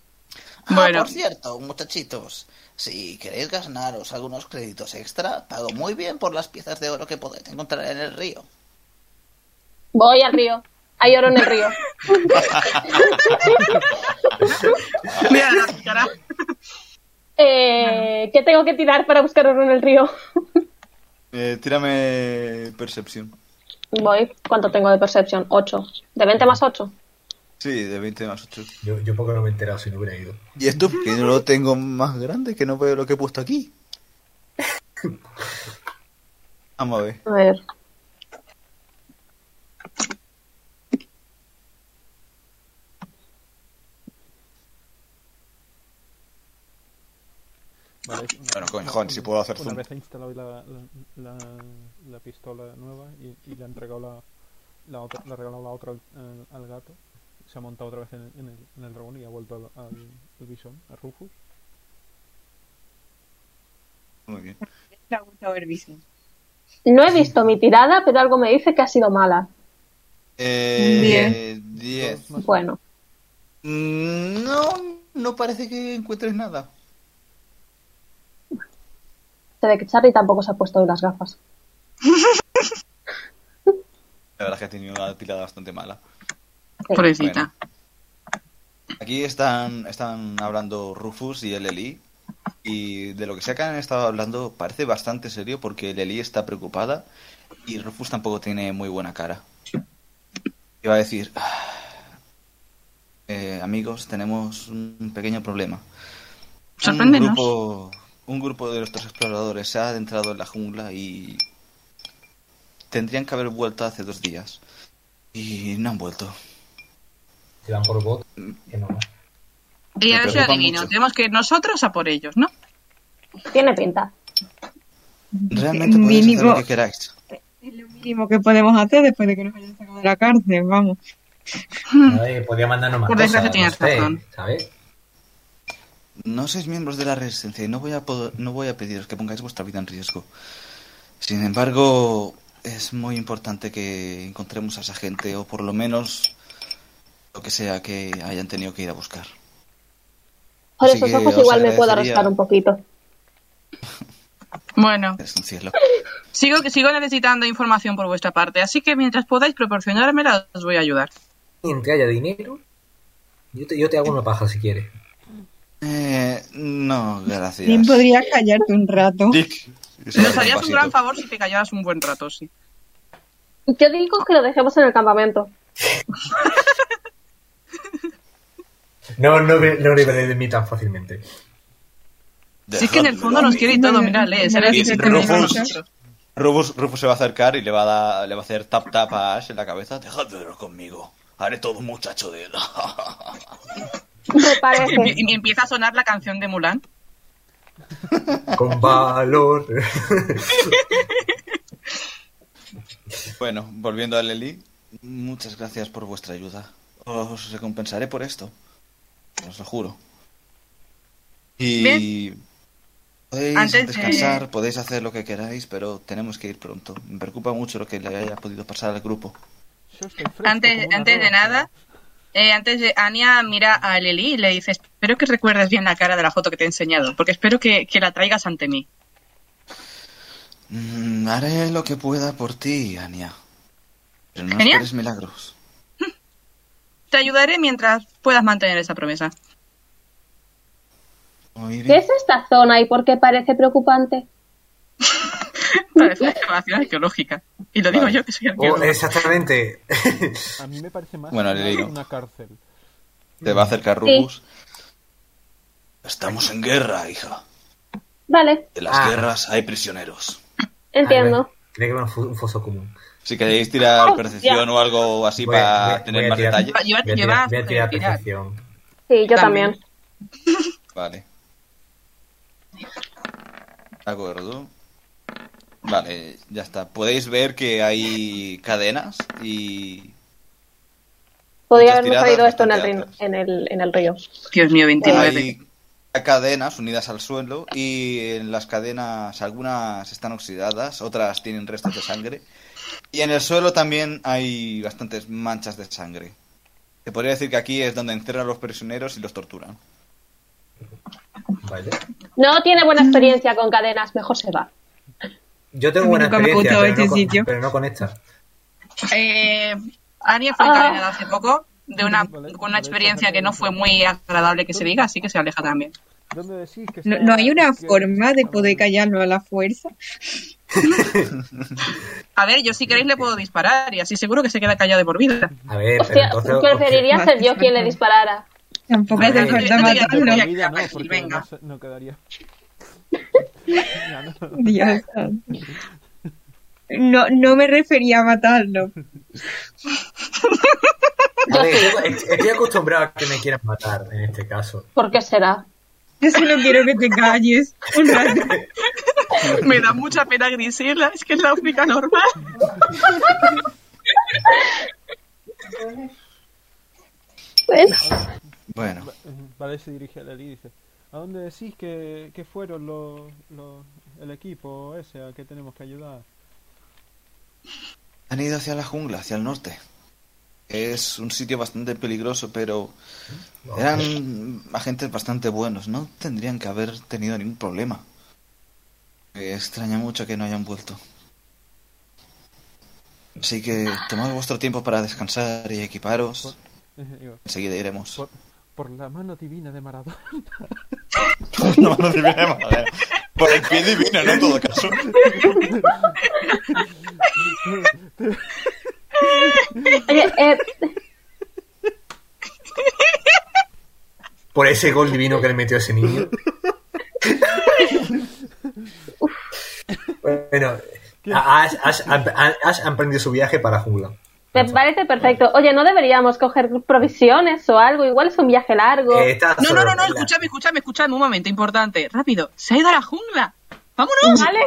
Ah,
Bueno.
por cierto, muchachitos, si queréis ganaros algunos créditos extra, pago muy bien por las piezas de oro que podéis encontrar en el río.
Voy al río. Hay oro en el río.
Mira la cara.
Eh, ¿Qué tengo que tirar para buscar oro en el río?
Eh, tírame percepción.
Voy. ¿Cuánto tengo de percepción? 8. ¿De 20 más 8?
Sí, de 20 más 8.
Yo, yo poco no me he enterado si no hubiera ido.
Y esto que no lo tengo más grande, que no veo lo que he puesto aquí. Vamos a ver.
A ver.
Vale, es una-
Bueno, coño,
una-
Juan, si puedo hacer
Una
zoom.
vez ha instalado la, la, la, la pistola nueva y, y le han entregado la, la otra, le ha regalado la otra al, al- al gato, se ha montado otra vez en el, en el, en el dragón y ha vuelto al, al, al bisón, a Rufus.
Muy bien.
Le ha gustado el bici.
No he visto mi tirada, pero algo me dice que ha sido mala.
Eh, 10.
Más o
Bueno.
Mm, No, no parece que encuentres nada.
Se ve que Charlie tampoco se ha puesto hoy las gafas.
La verdad es que ha tenido una tirada bastante mala.
Sí.
Pobrecita.
Aquí están, están hablando Rufus y el Eli. Y de lo que sea que han estado hablando parece bastante serio porque el Eli está preocupada y Rufus tampoco tiene muy buena cara. Y va a decir, "Ah, eh, amigos, tenemos un pequeño problema.
Sorpréndenos.
Un grupo, un grupo de nuestros exploradores se ha adentrado en la jungla y tendrían que haber vuelto hace dos días. Y no han vuelto.
Te dan por bot. Que no.
Y
Me
a ver si
preocupa
adivino.
mucho.
Tenemos que ir nosotros a por ellos, ¿no?
Tiene pinta.
Realmente podéis hacer lo
Mínimo.
que queráis.
Es lo mínimo que podemos hacer después de que nos hayan sacado de la cárcel, vamos.
Ay, podía mandarnos más
Hmm. Por desgracia
cosas, no
tienes
sé,
razón.
¿Sabes?
No sois miembros de la resistencia y no voy a poder- no voy a pediros que pongáis vuestra vida en riesgo. Sin embargo, es muy importante que encontremos a esa gente o por lo menos lo que sea que hayan tenido que ir a buscar.
Por
Así
esos
que
ojos
os
igual me puedo
agradecería-
arrastrar un poquito.
Bueno,
Es un cielo.
sigo, sigo necesitando información por vuestra parte, así que mientras podáis proporcionármela, os voy a ayudar.
Mientras haya dinero, yo te, yo te hago una paja si quieres.
Eh, no, gracias.
Bien, pues, podrías callarte un rato.
Dick.
Nos harías un gran favor si te callaras un buen rato, sí.
Yo digo que lo dejemos en el campamento.
No, no, me- no le de mí tan fácilmente.
Sí que en el fondo nos quiere y todo, miradle, será el
Sí,
que se
sí,
termine con
Rufus.
nosotros.
Rufus, Rufus se va a acercar y le va a, dar- le va a hacer tap tap a Ash en la cabeza. Dejadlo conmigo. Haré todo un muchacho de él.
Me
Y empie-
parece.
Y empieza a sonar la canción de Mulan.
Con valor.
Bueno, volviendo a Leli, muchas gracias por vuestra ayuda. Os recompensaré por esto. Os lo juro. Y podéis
Antes de-
descansar, podéis hacer lo que queráis, pero tenemos que ir pronto. Me preocupa mucho lo que le haya podido pasar al grupo.
Yo estoy fresco
Antes,
como una
antes de
rueda.
nada, eh, antes de Ania mira a Lili y le dice, espero que recuerdes bien la cara de la foto que te he enseñado, porque espero que, que la traigas ante mí.
Mm, haré lo que pueda por ti, Ania. Pero no
Genial.
esperes milagros.
Te ayudaré mientras puedas mantener esa promesa.
Oiré.
¿Qué es esta zona y por qué parece preocupante?
Vale, es una excavación arqueológica. Y lo digo
Vale.
yo que soy
Oh,
arqueólogo.
exactamente.
A mí me parece más
Bueno,
una-
le digo.
una cárcel.
Te va a acercar Rubus. Estamos en guerra, hija.
Vale,
En las
Ah.
guerras hay prisioneros.
entiendo.
Creo que era un fu- un foso común.
Si queréis tirar percepción o algo así
Voy a- voy
para
a-
tener
voy a
más
tirar-
detalle.
Va, llevar-
Voy a tirar,
llevar-
voy a tirar
tirar.
percepción.
Sí, yo
También.
también.
Vale. De acuerdo. Vale, ya está. Podéis ver que hay cadenas y...
Podría
Muchas
haberme
tiradas,
salido esto en el,
bastante
rin- en, el, en el río.
Dios mío, 29.
Hay cadenas unidas al suelo y en las cadenas algunas están oxidadas, otras tienen restos de sangre. Y en el suelo también hay bastantes manchas de sangre. Se podría decir que aquí es donde encerran a los prisioneros y los torturan.
Vale.
No tiene buena experiencia con cadenas, mejor se va.
Yo tengo
A mí
buena
nunca me ha gustado
experiencia, pero, no
este
con,
sitio.
pero no con esta.
Eh, Ania fue
Ah.
encadenada hace poco de una,
Vale,
con
vale,
una experiencia que no fue
vale.
muy agradable que se diga, así que se aleja también.
¿Dónde decís que
No,
está-
no hay una
que-
forma de poder callarlo a la fuerza.
A ver, yo si queréis le puedo disparar y así seguro que se queda callado de por vida.
A ver, pero
Hostia,
entonces...
preferiría ser yo quien le disparara.
Tampoco hace
Hombre,
falta
yo te digo,
matarlo.
yo-
La vida no,
Venga,
porque
venga.
no se- No quedaría. Ya, no.
Dios santo. No, no me refería a matarlo.
A ver, yo estoy acostumbrado a que me quieran matar en este caso.
¿Por qué será?
Yo solo quiero que te calles un rato.
Me da mucha pena Grisela, es que es la única normal.
Bueno,
Vale, se dirige a Lali y dice: ¿A dónde decís que, que fueron los, los- el equipo ese a que tenemos que ayudar?
han ido hacia la jungla, hacia el norte. Es un sitio bastante peligroso, pero eran agentes bastante buenos. No tendrían que haber tenido ningún problema. Me extraña mucho que no hayan vuelto. Así que tomad vuestro tiempo para descansar y equiparos.
Digo,
Enseguida iremos.
Por, por la mano divina de Maradona.
No, no iremos, a ver. Por el pie divino, ¿no? En todo caso.
Oye, eh,
Por ese gol divino que le metió ese niño. bueno, a- Ash, Ash- Ash- Ash ha emprendido su viaje para jungla.
me parece perfecto. Oye, ¿no deberíamos coger provisiones o algo? Igual es un viaje largo.
Eh, está
No,
solo
no, no, no,
en la-
escúchame, escúchame, escúchame, un momento importante. Rápido, se ha ido a la jungla. ¡Vámonos!
¿Vale?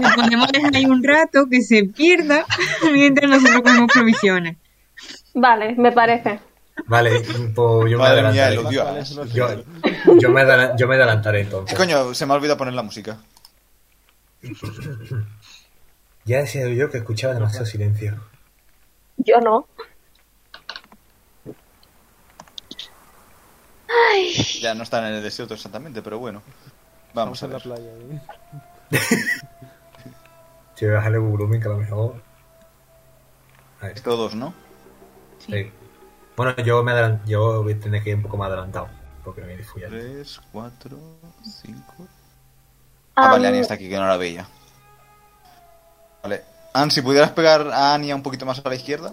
Lo podemos dejar ahí un rato, que se pierda, mientras nosotros comemos provisiones.
Vale, me parece.
Vale, pues yo me
Madre mía,
adelantaré.
el odio a Ash.
Yo, yo me adela- yo me adelantaré
Eh,
entonces.
Coño, se me ha olvidado poner la música.
Ya decía yo que escuchaba demasiado silencio.
Yo no.
Ya no están en el desierto exactamente, pero bueno. Vamos a
en la
ver.
playa. ¿eh?
Si voy a bajarle el volumen, que a lo mejor. A ver,
Todos, ¿no?
sí. Bueno, yo, me adelan- yo voy a tener que ir un poco más adelantado. Porque me viene follando.
3, 4, 5. Ah, vale, Ania está aquí, que no la veía. Vale. An, si pudieras pegar a Ania un poquito más a la izquierda.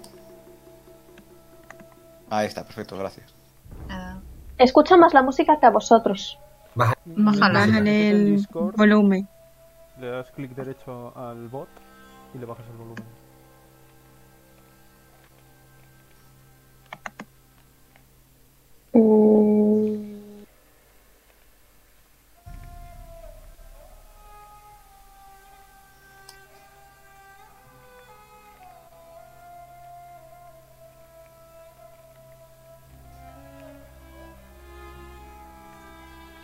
Ahí está, perfecto, gracias.
Ah.
Escucha más la música que a vosotros.
Baja-
Ah,
Bájala.
Bájale
En
el
Discord
volumen.
Le das clic derecho al bot y le bajas el volumen.
Mm,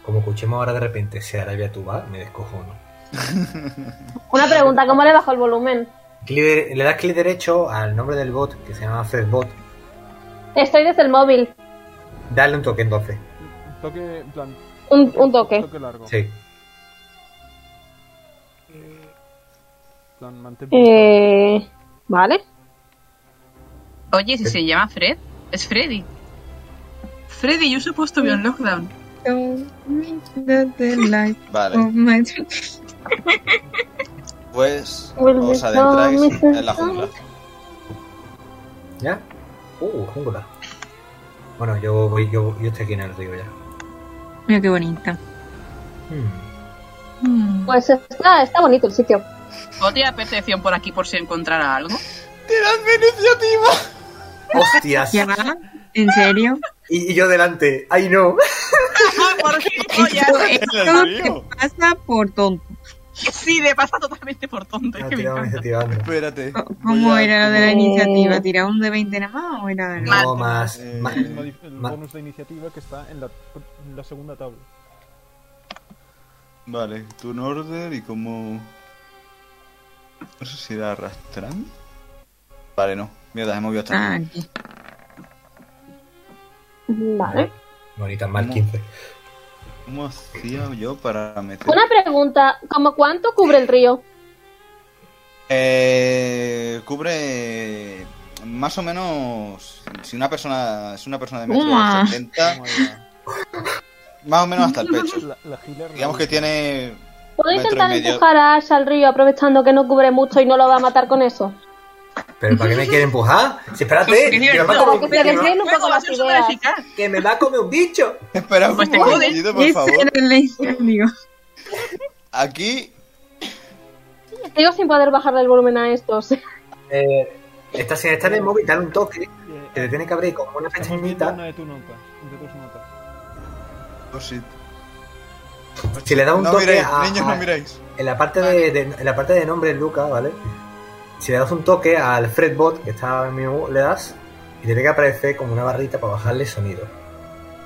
Como escuchemos ahora de repente, se Arabia Tuba, me descojono.
Una pregunta, ¿cómo le bajo el volumen?
Clic de- le das clic derecho al nombre del bot, que se llama Fredbot.
Estoy desde el móvil.
Dale un toque entonces.
Toque, en plan.
Un, un toque.
Toque largo.
Sí.
En plan, mantén pulsado.
Eh, vale.
Oye, si se llama Fred, es Freddy. Mm. Freddy, yo supuesto vio en lockdown.
Don't make the light
Vale.
of my-
Pues
Will
os
be
adentráis
gone, Mr.
en la jungla.
¿Ya? Uh, jungla. Bueno, yo voy, yo, yo estoy aquí en el río ya.
Mira qué bonita.
Hmm.
Hmm.
Pues está, está bonito el sitio.
¿Puedo tirar percepción por aquí por si encontrara algo?
¡Tiradme iniciativa!
¡Hostias!
¿Ya va? ¿En serio?
Y, y yo delante. ¡Ay, no!
Ah, por
Esto,
gilipollas.
esto
¿En
te
serio?
pasa por tonto.
Sí, le pasa totalmente por tonto. Es
Me
que me
tirado, me
encanta.
tirando.
Espérate.
Co- Oh, ¿Cómo
Voy a-
era lo de la
Eh.
iniciativa? ¿Tira un de 20 nada más o era de verdad?
No, más.
Eh,
más-
El, modi- el
ma-
bonus de iniciativa que está en la, en la segunda tabla.
Vale, tu order y como... No sé si era arrastran. Vale, no. Mierda, he movido hasta
Ah,
aquí.
aquí.
Vale.
Bonita, mal
No.
15.
Ah.
¿Cómo hacía yo para meter?
Una pregunta, ¿cómo cuánto cubre el río?
Eh, cubre más o menos si una persona es una persona de
Toma.
metro 70 más o menos hasta el pecho.
La, la healer.
Digamos que tiene
¿Puedo
Metro y
intentar
medio.
empujar a Ash al río aprovechando que no cubre mucho y no lo va a matar con eso?
¿Pero para qué me quiere empujar? Sí, espérate, que me, va a
Para
comer,
que
un-
se
que me va-
desvíen un poco
Luego va a
las
ser súper
ideas.
eficaz.
que me va a comer un bicho.
espera un
Pues te jodes.
momentito, por
Ese
favor.
era el incendio.
Aquí
Sigo sin poder bajarle el volumen a estos.
Eh, está, si está en el móvil, dale un toque.
Eh,
Que le tiene que abrir como una
estamos viendo una
pestañita.
de tus notas. De tus notas.
oh, shit.
Si le das un
No
toque
miréis,
a-
niños,
a-
no miréis.
en la parte de, de- en la parte de nombre Luca, ¿vale? Si le das un toque al Fredbot que está ahora mismo, le das y tiene que aparecer como una barrita para bajarle sonido.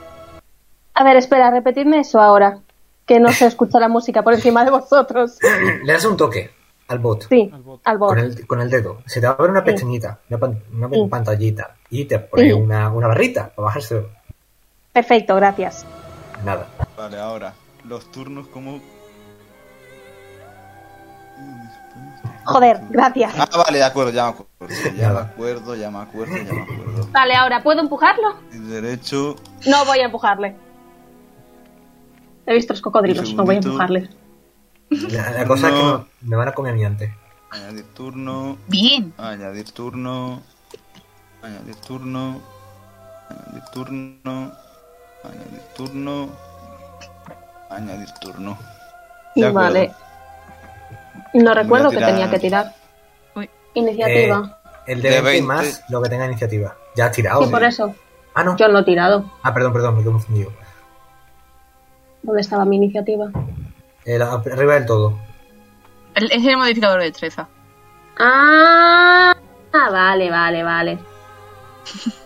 A ver, espera, repetidme eso ahora. Que no se escucha la música por encima de vosotros.
Le das un toque al bot
Sí,
Al bot.
al bot.
con el, con el dedo. Se te va a abrir una
Sí.
pestañita, una, pan- una
Sí.
pantallita y te pone
Sí.
una, una barrita para bajárselo.
Perfecto, gracias.
Nada.
Vale, ahora los turnos como
Joder, gracias.
Ah, vale, de acuerdo, ya me acuerdo. Ya me
Nada.
acuerdo, ya me acuerdo, ya me acuerdo.
Vale, ahora, ¿puedo empujarlo?
Derecho,
No voy a empujarle. He visto los cocodrilos,
Un
no voy a
segundito.
empujarle.
La, la cosa es que
No.
me, me van a comer a mí antes.
añadir turno.
Bien.
Añadir turno. Añadir turno. Añadir turno. Añadir turno. Añadir turno. De acuerdo.
Vale. No recuerdo que
tirar- Eh,
tenía que tirar.
Uy.
Iniciativa.
El de,
De
20,
20.
más lo que tenga iniciativa. Ya has tirado.
sí,
¿sí?
por eso.
Ah, no.
Yo no he tirado.
Ah, perdón, perdón, me he confundido.
¿Dónde estaba mi iniciativa?
El- Eh, arriba del todo.
El- Es el modificador de destreza.
Ah, ah, vale, vale, vale.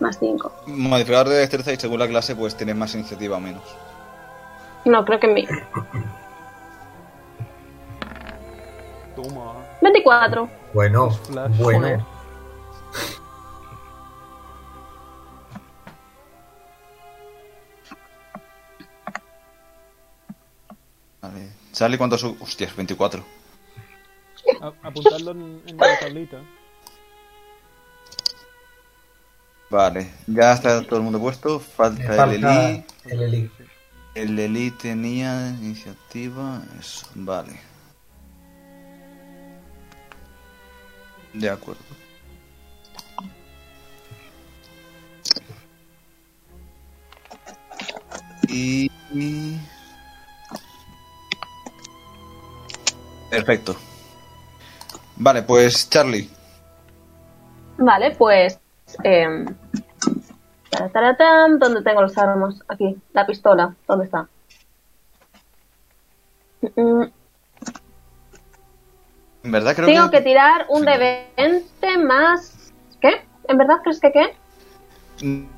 Más 5.
Modificador de destreza y según la clase, pues tienes más iniciativa o menos.
No, creo que mi.
Toma.
24.
Bueno,
Flash.
bueno. Eh,
Vale. Charlie, ¿cuánto su.? Hostias, 24.
A- apuntadlo en, en la tablita.
Vale. Ya está todo el mundo puesto.
Me
Falta el
falta
Eli.
el Eli.
El Eli tenía iniciativa. Eso. Vale. De acuerdo. Y. y- Perfecto. Vale, pues Charlie.
Vale, pues. Eh, tarataratán, ¿Dónde tengo los armas? Aquí, la pistola. ¿Dónde está? Mm,
En verdad creo
Tengo
que.
que tirar un
Sí.
de 20 más. ¿Qué? ¿En verdad crees que qué?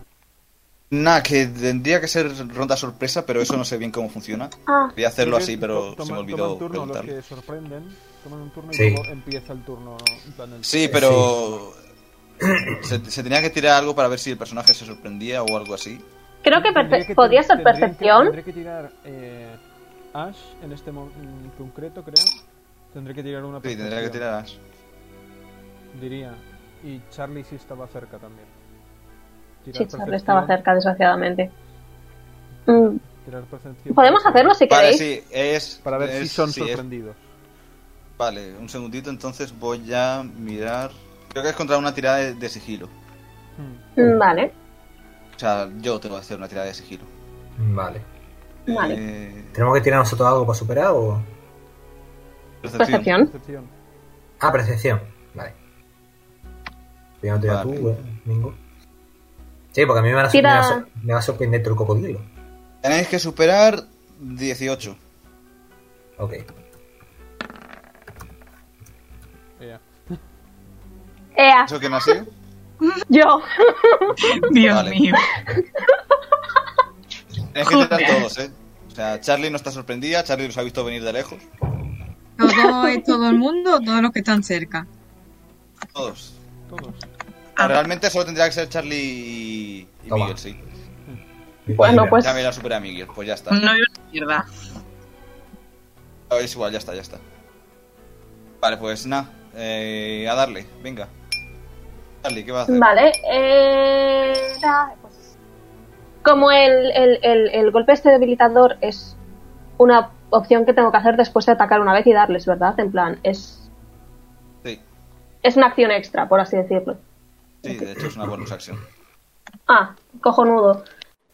Nada, que tendría que ser ronda sorpresa, pero eso no sé bien cómo funciona.
Ah,
Voy a hacerlo
Creo que
así, pero
to- toman-
se me
toman
olvidó
turno
preguntarle.
los que sorprenden. Toman un turno
Sí.
y luego empieza el turno. en plan, el-
Sí, pero. Se, se tenía que tirar algo para ver si el personaje se sorprendía o algo así.
creo que, perce-
Tendría
podría
ten-
ser
tendrían que-
percepción.
Tendré que tirar eh, Ash en este mo- en concreto, creo. Tendré que tirar una
Sí, tendría que
percepción,
tirar as.
Diría. Y Charlie sí estaba cerca también. Tirar
Sí, Charlie estaba
percepción.
cerca, desgraciadamente. Mm,
Tirar percepción.
Podemos
para-
hacerlo si
Vale,
queréis.
sí, es.
Para ver si
es-
son
sí, es-
sorprendidos.
Vale, un segundito, entonces voy a mirar. Creo que es contra una tirada de, de sigilo.
Hmm.
Mm, Vale,
O sea, yo tengo que hacer una tirada de sigilo.
Mm, Vale.
vale.
Eh,
¿Tenemos que tirar nosotros algo para superar o...?
Pues Percepción.
Percepción.
Ah, percepción. Vale. Primero tira
Vale.
tú, eh, Mingo. Sí, porque a mí me va a, sor-
Tira-
me va a sor- me va a sorprender el truco cocodrilo.
Tenéis que superar 18.
Ok.
Ah,
Ea.
Ea,
¿Eso quién ha sido?
Eh, yo.
Dios
Vale.
mío.
Tenéis que tirar
Joder.
todos, ¿eh? O sea, Charlie no está sorprendida, Charlie los ha visto venir de lejos.
¿Todo es todo el mundo o todos los que están cerca?
Todos.
Todos.
Ah.
Realmente solo tendría que ser Charlie y, y
Toma.
Miguel, sí.
Bueno,
Mira,
pues- Mm.
Ya me la supera Miguel, pues ya está.
No veo una mierda.
Ah, Es igual, ya está, ya está. Vale, pues nada, eh, a darle, venga. Charlie, ¿qué va a hacer?
Vale, eh, era, pues, como el, el- el- el golpe este debilitador es una opción que tengo que hacer después de atacar una vez y darles, ¿verdad? En plan, es,
Sí,
es una acción extra, por así decirlo.
sí, de hecho es una bonus acción.
Ah, cojonudo.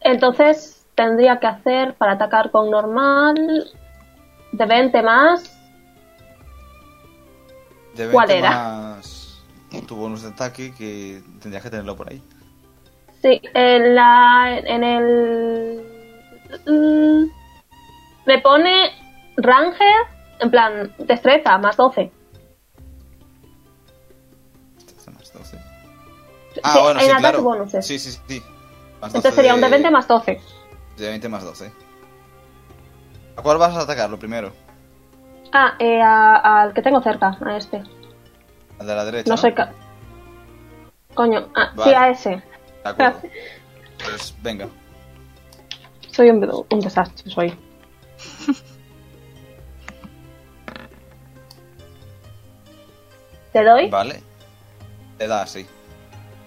Entonces tendría que hacer para atacar con normal de 20 más.
De 20
¿Cuál era?
más tu bonus de ataque que tendrías que tenerlo por ahí.
Sí, en, la, en el... mm, me pone Ranger, en plan, destreza, más 12.
Este Más 12. Ah,
en
bueno, sí,
ataque
claro.
bonuses.
Sí, sí, sí. Más 12
Entonces sería un de 20 más 12.
De 20 más 12. ¿A cuál vas a atacar lo primero?
Ah, eh, a- al que tengo cerca, a este.
Al de la derecha.
No sé qué. Coño, ah,
Vale.
sí, a ese.
De acuerdo. Pues venga.
Soy un, un desastre, soy. ¿Te doy?
Vale. Te da, sí.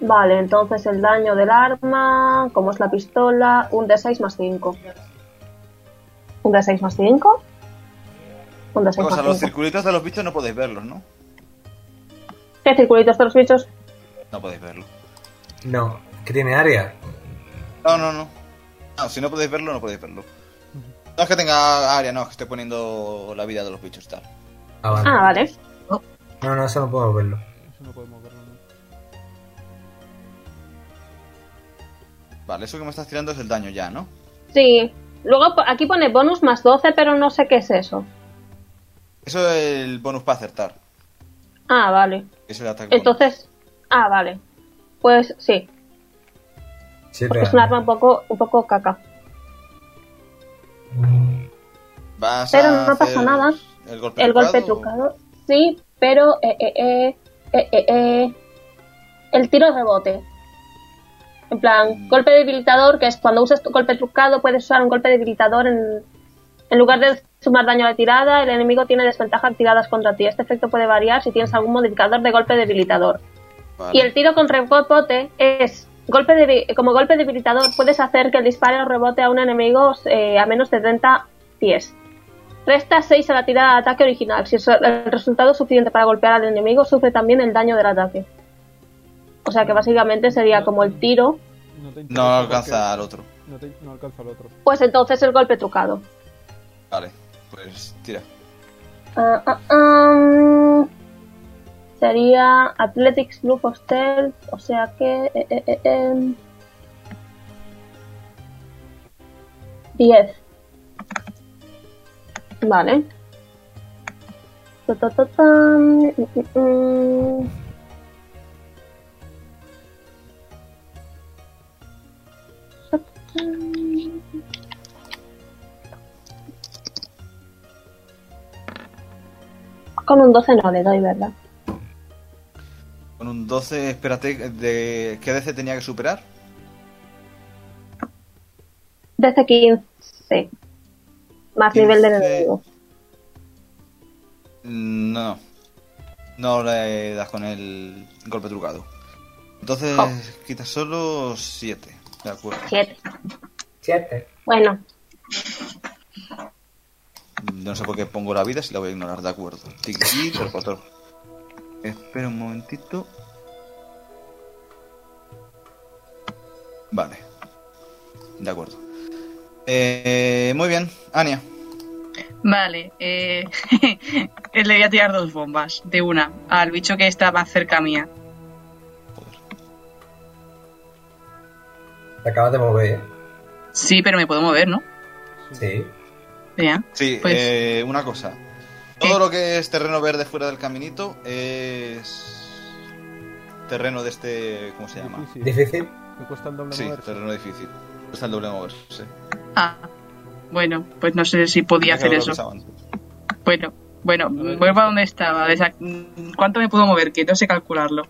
Vale, entonces el daño del arma, como es la pistola, un de 6 más 5. ¿Un de 6 más 5? Un de 6
Cosa, los
más 5.
circulitos de los bichos no podéis verlos, ¿no?
¿Qué circulitos de los bichos?
No podéis verlo.
No, que tiene área.
No, no, no. No, si no podéis verlo, no podéis verlo. No es que tenga área, no, es que estoy poniendo la vida de los bichos y tal.
Ah, vale.
Ah, vale.
No, no, eso no puedo verlo.
Eso no podemos verlo. ¿no?
Vale, eso que me estás tirando es el daño ya, ¿no?
Sí. Luego po- aquí pone bonus más 12, pero no sé qué es eso.
Eso es el bonus para acertar.
Ah, vale.
Es el ataque. bonus.
Entonces. Ah, vale. Pues sí.
Sí,
Porque es un
pero-
arma un poco, un poco caca.
Vas
pero
a
no pasa
hacer
nada.
El golpe,
El golpe
trucado?
trucado. Sí, pero. Eh, eh, eh, eh, eh, eh. El tiro rebote. En plan,
Mm.
golpe debilitador, que es cuando usas tu golpe trucado, puedes usar un golpe debilitador en. En lugar de sumar daño a la tirada, el enemigo tiene desventaja en tiradas contra ti. Este efecto puede variar si tienes algún modificador de golpe debilitador.
Vale.
Y el tiro con rebote es golpe de, como golpe debilitador. Puedes hacer que el disparo rebote a un enemigo eh, a menos de 30 pies. Resta 6 a la tirada de ataque original. Si es el resultado es suficiente para golpear al enemigo, sufre también el daño del ataque. O sea que básicamente sería como el tiro,
No, te
No
interesa
alcanza al otro.
porque No, te- no alcanza al otro.
pues entonces el golpe trucado.
Vale, pues tira.
Ah, ah, ah. sería Athletics Blue Hostel, o sea que... eh, eh, eh, em. 10. Vale. Ta, ta, ta, tan. Mm, mm, mm. Ta, ta, tan. Con un 12 no le doy, ¿verdad?
Con un 12, espérate, ¿de qué DC tenía que superar?
Desde 15. Más
15.
nivel de enemigo.
Mm, No, no. No le das con el golpe trucado. Entonces,
Oh.
quitas solo 7. De acuerdo.
7.
Siete.
Bueno,
No sé por qué pongo la vida si la voy a ignorar, de acuerdo. Tiki, cuatro. Espera un momentito. Vale. De acuerdo. Eh, muy bien, Ania.
Vale, eh, le voy a tirar dos bombas de una al bicho que está más cerca mía.
Te acabas de mover, ¿eh?
Sí, pero me puedo mover, ¿no?
Sí.
Ya.
Sí,
Pues-
eh, una cosa. Todo lo que es terreno verde fuera del caminito es terreno de este... ¿Cómo se llama?
Difícil.
Difícil.
Me cuesta el doble
Sí,
moverse.
terreno difícil. Está el doble moverse.
Ah, bueno, pues no sé si podía
Ya
hacer
lo
eso.
pensaba antes.
Bueno, bueno,
ver.
vuelvo a donde estaba. Desa- ¿Cuánto me puedo mover? Que no sé calcularlo.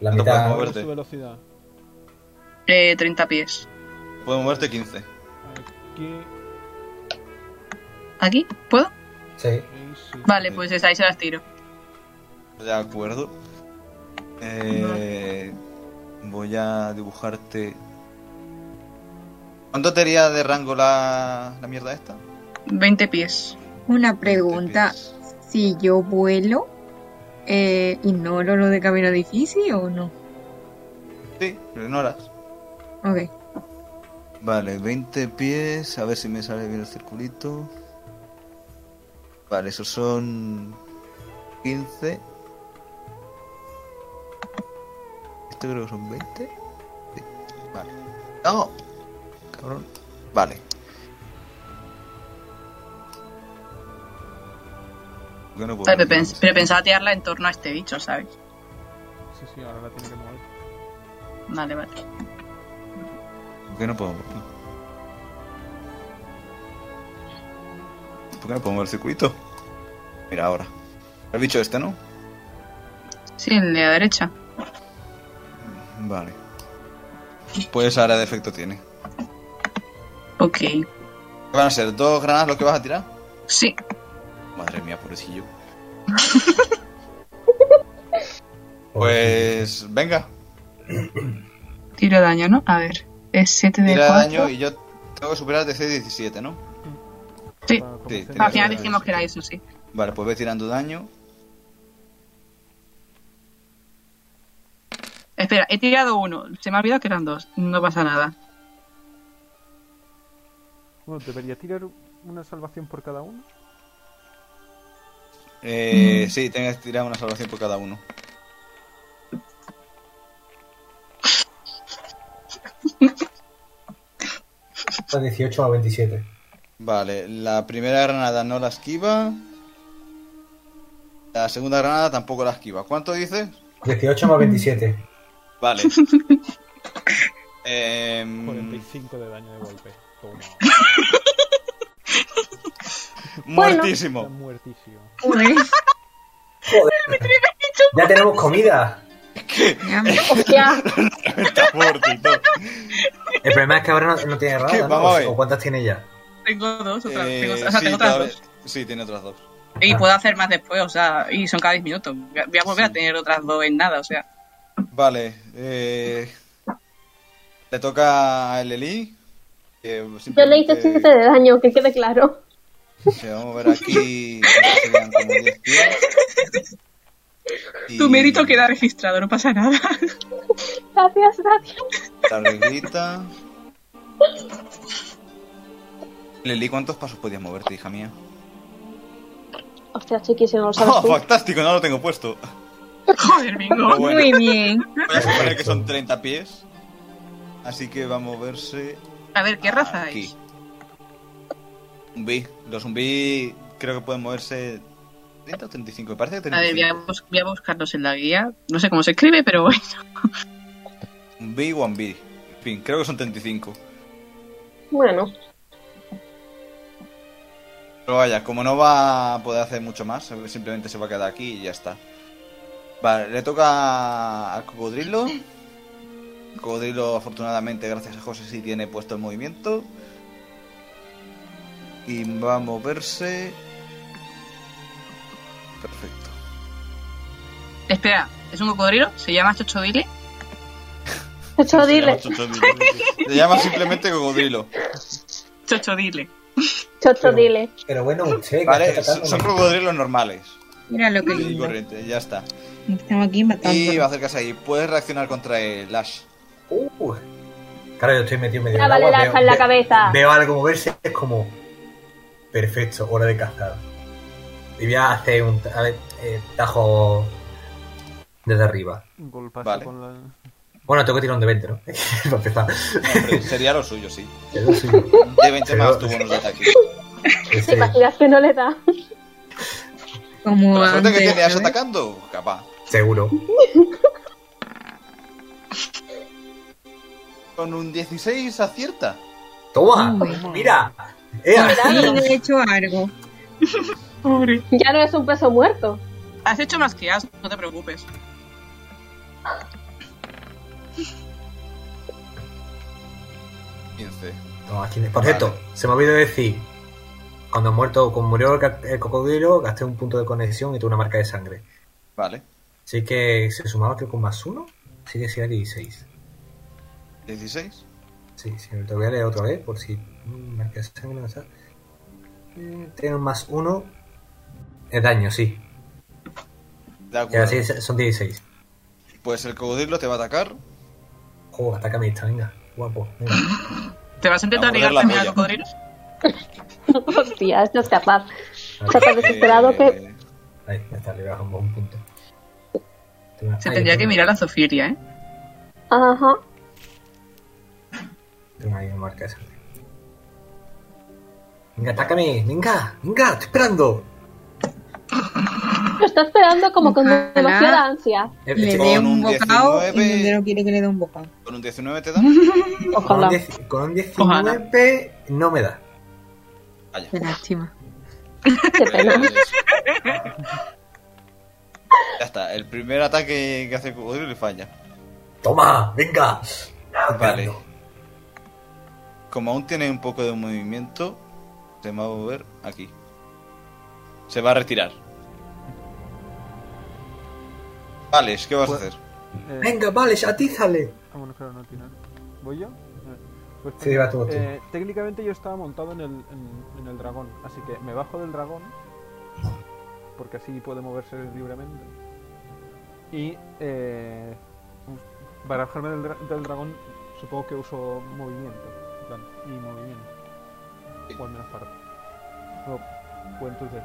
La
No
mitad.
puedes
¿Cuál es
moverte.
su velocidad?
Eh, 30 pies.
Puedo moverte 15.
Aquí,
¿Aquí? ¿Puedo?
Sí.
ahí, sí.
Vale,
Sí.
pues esa, ahí se las tiro.
De acuerdo. Eh, voy a dibujarte... ¿Cuánto te haría de rango la, la mierda esta?
20 pies.
Pues
Una pregunta,
Te pides.
si yo vuelo, eh, ¿ignoro lo de camino difícil o no?
Sí, lo ignoras.
Ok.
Vale, 20 pies, a ver si me sale bien el circulito. Vale, esos son 15. Esto creo que son 20. Sí, Vale. No. Cabrón. Vale. ¿Por qué no puedo
Ay, pero,
ver?
pens- pero pensaba Ah, tirarla en torno a este bicho, ¿sabes?
Sí, sí, ahora la tiene que mover.
Vale, vale.
¿Por qué no puedo mover? ¿Por qué no puedo mover el circulito? Mira ahora. El bicho este, ¿no?
Sí, en la derecha.
Vale. Pues ahora de efecto tiene.
Ok.
¿Qué van a ser? ¿Dos granadas lo que vas a tirar?
Sí.
Madre mía, pobrecillo.
Pobrecillo.
Pues venga,
Tiro daño, ¿no? A ver. Es 7 de
tira
4.
daño y yo tengo que superar el DC 17, ¿no?
Sí. Ah,
Para como
Sí,
sea.
tiene
Al final
que ser
dijimos
eso.
que era eso, sí.
Vale, pues ve tirando daño.
Espera, he tirado uno. Se me ha olvidado que eran dos. No pasa nada.
Bueno, debería tirar una salvación por cada uno.
Eh, Sí, tienes que tirar una salvación por cada uno.
Está 18 a 27.
Vale, la primera granada no la esquiva. La segunda granada tampoco la esquiva. ¿Cuánto dices?
18 más 27.
Vale. Em,
45 de daño de golpe. Toma. Está
muertísimo.
muertísimo.
Joder,
Ya tenemos comida.
ya me-
Hostia,
Está muerto y todo.
El problema es que ahora no, no tiene
¿Qué?
rada, ¿no?
Vamos a ver.
¿O cuántas tiene ya?
Tengo dos, otra,
Eh,
tengo, o sea,
sí,
tengo otras
todavía-
dos.
sí, tiene otras dos.
Y
Ah.
puedo hacer más después, o sea, y son cada 10 minutos. Voy a voy a volver
Sí.
a tener otras dos en nada, o sea.
Vale. Eh, le toca a Eleli. que
yo le hice
simplemente
7 de daño, que quede claro.
Se va a mover aquí. que serían como 10 pies. Y
Tu mérito queda registrado, no pasa nada.
Gracias, gracias.
La reglita. Leli, ¿cuántos pasos podías moverte, hija mía?
Hostia, chiqui, si no lo sabes
¡Oh,
tú.
fantástico! No lo tengo puesto.
Joder, bingo.
Pero bueno.
Muy bien.
Voy a suponer que son 30 pies. Así que va a moverse.
A ver, ¿qué raza
aquí.
es?
Zumbi. Los zumbi creo que pueden moverse 30 o 35. Me parece que
A ver, voy a,
35.
bus- voy a buscarlos en la guía. No sé cómo se escribe, pero bueno.
Zumbi, one B. En fin, creo que son 35.
Bueno,
Pero vaya, como no va a poder hacer mucho más, simplemente se va a quedar aquí y ya está. Vale, le toca al cocodrilo. El cocodrilo, afortunadamente, gracias a José, sí tiene puesto el movimiento. Y va a moverse. Perfecto.
Espera, ¿es un cocodrilo? ¿Se llama Chochodile?
hecho,
Se llama
dile.
chochodilo. Se llama simplemente cocodrilo.
Chochodile.
Chocho, dile.
Pero bueno, usted. que
Vale,
está
son
tratando-
son cocodrilos normales.
Mira lo que
Y
lindo.
corriente, ya está.
Estamos aquí matando.
Y va a acercarse ahí. Puedes reaccionar contra el Ash.
Uh, claro, yo estoy metido medio en el
Lávale
agua,
Ah, la
veo-
en la
ve-
cabeza.
Veo algo moverse, es como. Perfecto, hora de cazar. Y voy a hacer un a ver, eh, tajo desde arriba.
Golpazo
Vale.
con la. eh,
Bueno, tengo que tirar un de 20, ¿no? Para empezar.
No, hombre, sería lo suyo, sí.
Eso sí.
De 20 más
Pero-
tu bonus de ataque.
¿Te
Ese-
imaginas que no le da?
Como
La suerte que
antes,
tiene Ash
¿sabes?
atacando, capaz.
seguro.
Con un 16 acierta.
¡Toma!
Uy.
¡Mira! ¡Ea!
Sí, le he hecho algo.
Pobre.
Ya no es un peso muerto.
Has hecho más que as, no te preocupes.
No, aquí- por cierto, se me olvidó decir. Cuando muerto, cuando murió el, ca- el cocodrilo, gasté un punto de conexión y tuve una marca de sangre.
Vale.
Así que se sumaba creo con más uno. Así que sería 16.
16.
Sí, sí, te voy a leer otra vez por si mm, marca de sangre no está. Mm, Tengo más uno. Es daño, sí.
De
Y
acuerdo.
ahora sí, son 16.
Pues el cocodrilo te va a atacar.
Oh, ataca mi esta, venga. Guapo. venga.
¿Te vas a intentar
A morder
ligar
la
también a
polla.
cocodrilos?
Hostia, esto es capaz. Está
Vale,
tan desesperado que.
Eh,
Ahí, ya está, le bajamos un punto. Toma,
Se
ahí,
tendría que
toma.
mirar a Zofiria, ¿eh?
Ajá.
Tengo ahí una marca de sangre. Venga, atácame, venga, venga, estoy esperando.
Lo está esperando como con
Ojalá.
demasiada ansia.
Eh,
Le
eh,
con
dé un,
un
bocado
19.
y no quiere que le dé un bocado.
Con un 19 te da.
con,
Ojalá.
un dieci- con un
Ojalá.
19 no me da.
Vaya.
Qué lástima.
Qué pena.
Pues- Ya está, el primer ataque que hace el cocodrilo le falla.
Toma, venga.
Vale. Como aún tiene un poco de movimiento, se va a mover aquí. Se va a retirar. Vale, ¿qué
Pues
vas a hacer?
Eh,
Venga, vale, atízale.
Ah, bueno, claro, no tiene. ¿Voy yo? Vale. Pues,
Sí, va tú, tú.
eh, técnicamente yo estaba montado en el, en, en el dragón, así que me bajo del dragón, porque así puede moverse libremente. Y eh, para bajarme del, dra- del dragón supongo que uso movimiento. en plan, Y movimiento. O al menos parte. No, pues entonces,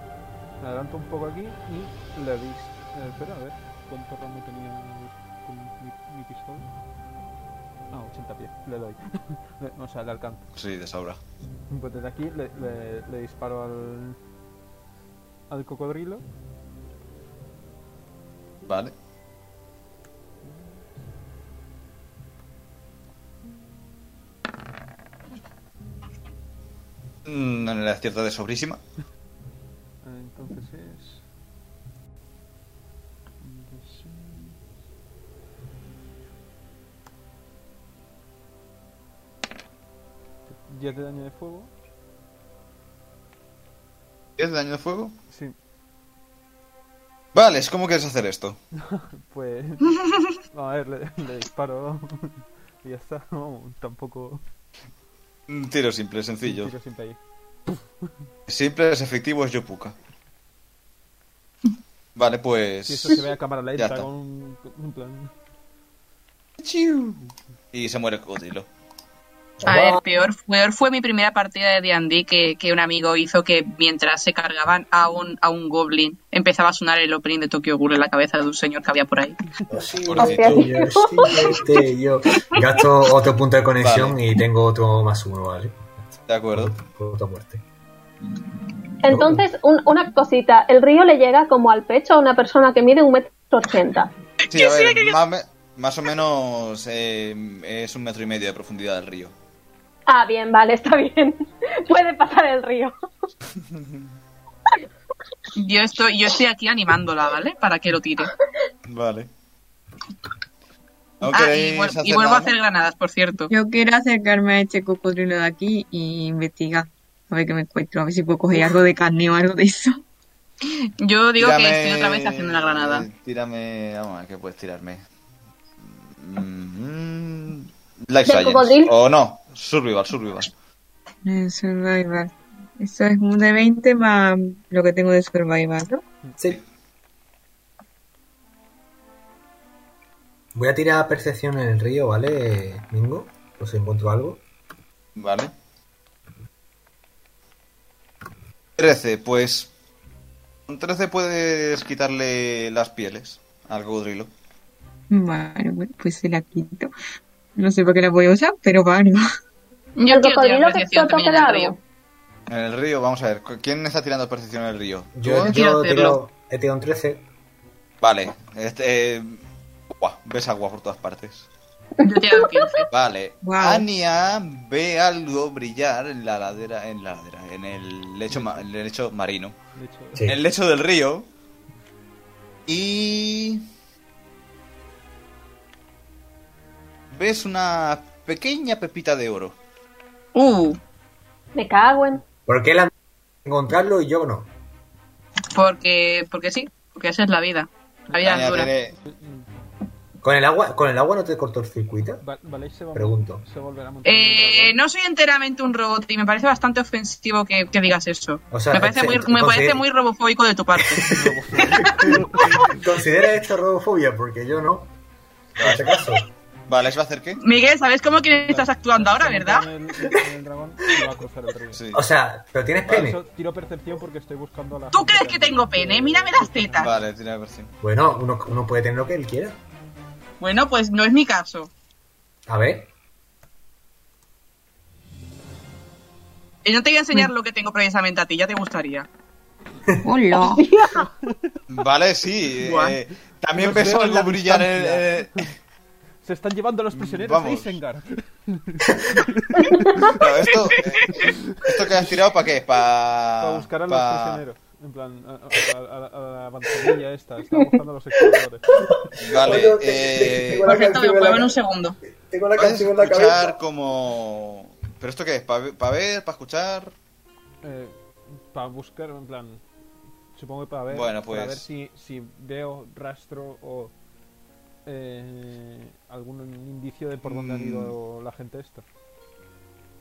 me adelanto un poco aquí y le dis... eh, espera, a ver, ¿cuánto rango tenía con mi, mi pistola? Ah, 80 pies, le doy. Le- o sea, le alcanzo.
Sí, de sobra.
Pues desde aquí le, le- le disparo al, al cocodrilo.
Vale. Mm, No le acierta de sobrísima.
Eh, Entonces es... Ya de daño de fuego.
10 de daño de fuego.
Sí,
Vale, ¿cómo quieres hacer esto?
pues... A ver, le, le disparo. y ya está. No, tampoco...
Un tiro simple, sencillo.
Tiro siempre ahí.
Simples, efectivos, Yopuka. Vale,
Si
pues.
esto se ve a cámara lenta
Ya está.
con un, con un plan...
Chiu. Y se muere el cocodrilo.
A ver, peor, peor fue mi primera partida de D&D que, que un amigo hizo que mientras se cargaban a un, a un goblin empezaba a sonar el opening de Tokyo Ghoul en la cabeza de un señor que había por ahí.
Sí,
Pobrecito.
sí, yo, sí, yo. Gasto otro punto de conexión y tengo otro más uno, ¿vale?
De acuerdo.
Por otra muerte.
Entonces, un- una cosita. El río le llega como al pecho a una persona que mide un metro ochenta.
Sí, a ver, más, me- más o menos eh, es un metro y medio de profundidad del río.
Ah, bien, vale, está bien. Puede pasar el río.
Yo estoy, yo estoy aquí animándola, ¿vale? Para que lo tire.
Vale. ¿No
Ah,
queréis
y, vuel- y
hacer
vuelvo a
nada,
hacer granadas, por cierto.
Yo quiero acercarme a este cocodrilo de aquí y investigar. A ver qué me encuentro, a ver si puedo coger algo de carne o algo de eso.
Yo digo
Tírame- eh,
que estoy otra vez haciendo una granada.
Tírame. Vamos a ver qué puedes tirarme. Mm, mm, Life
¿Del
Science.
cocodrilo?
O no, Survival, Survival.
Eh, Survival. Eso es un de 20 más lo que tengo de survival, ¿no?
Sí. Voy a tirar percepción en el río, ¿vale, Mingo? Pues si encuentro algo.
Vale. 13, pues. Con 13 puedes quitarle las pieles al cocodrilo.
Vale, bueno, pues se la quito. No sé por qué la voy a usar, pero vale.
Yo
el
quiero
cocodrilo
tirar
que
percepción
toca
también
el
en el
árbol.
río.
En el río, vamos a ver. ¿cu- ¿Quién está tirando percepción en el río?
Yo,
¿Tú?
yo tiro-
quiero hacerlo.
he tirado un 13.
Vale. Este. eh, buah, ves agua por todas partes.
Yo te hago 15.
Vale.
Guau.
Ania ve algo brillar en la ladera. En la ladera. En el lecho, ma- en el lecho marino.
De hecho,
Sí.
En el lecho del río. Y. Ves una pequeña pepita de oro.
Uh,
Me cago en.
¿Por qué la encontrarlo y yo no?
porque, porque sí, porque esa es la vida. La vida
Ania
es dura.
tiene-
¿Con el agua, con el agua no te cortó el circuito?
Va- Valeix se, va
Pregunto.
se volverá a montar. en el
Eh,
dragón.
no soy enteramente un robot y me parece bastante ofensivo que, que digas eso.
O sea,
me parece, muy,
excepto-
me parece
consider-
muy robofóbico de tu parte.
¿Considera esto robofobia? Porque yo no. En este caso.
Vale, ¿se va a hacer qué?
Miguel, ¿sabes cómo que estás actuando ahora,
Se
verdad?
monta En el, en el dragón y va a cruzar el río.
Sí.
O sea, pero tienes
Por
pene.
eso tiro percepción porque estoy buscando a la.
¿Tú
gente
crees que tengo pene? Mírame las tetas.
Vale, tiene la versión.
Bueno, uno, uno puede tener lo que él quiera.
Bueno, pues no es mi caso.
A ver.
Y no Eh, te voy a
Mm.
enseñar lo que tengo precisamente a ti, ya te gustaría.
Hola.
Vale, sí.
Guau.
eh, también
Los
ves
veo en la
algo brillar en eh,
distancia.
en- en-
Se están llevando a los prisioneros de
Mm, Vamos.
Isengard.
No, esto, eh, esto que has tirado para qué? Para
Para buscar a los prisioneros. En plan, a, a- a- a- a la bandolilla esta. Están buscando a los exploradores.
Vale,
Oye,
eh,
tengo la
Por cierto,
canción
me
en
puedo
la-
en un segundo.
Tengo la
puedes
canción en la
escuchar
cabeza.
como... ¿Pero esto qué es? ¿Para ver? ¿Para escuchar?
Eh, para buscar, en plan. Supongo que para ver.
Bueno,
Para
pues.
ver si, si veo rastro o. eh, algún indicio de por dónde han
Mm.
ido la gente esta.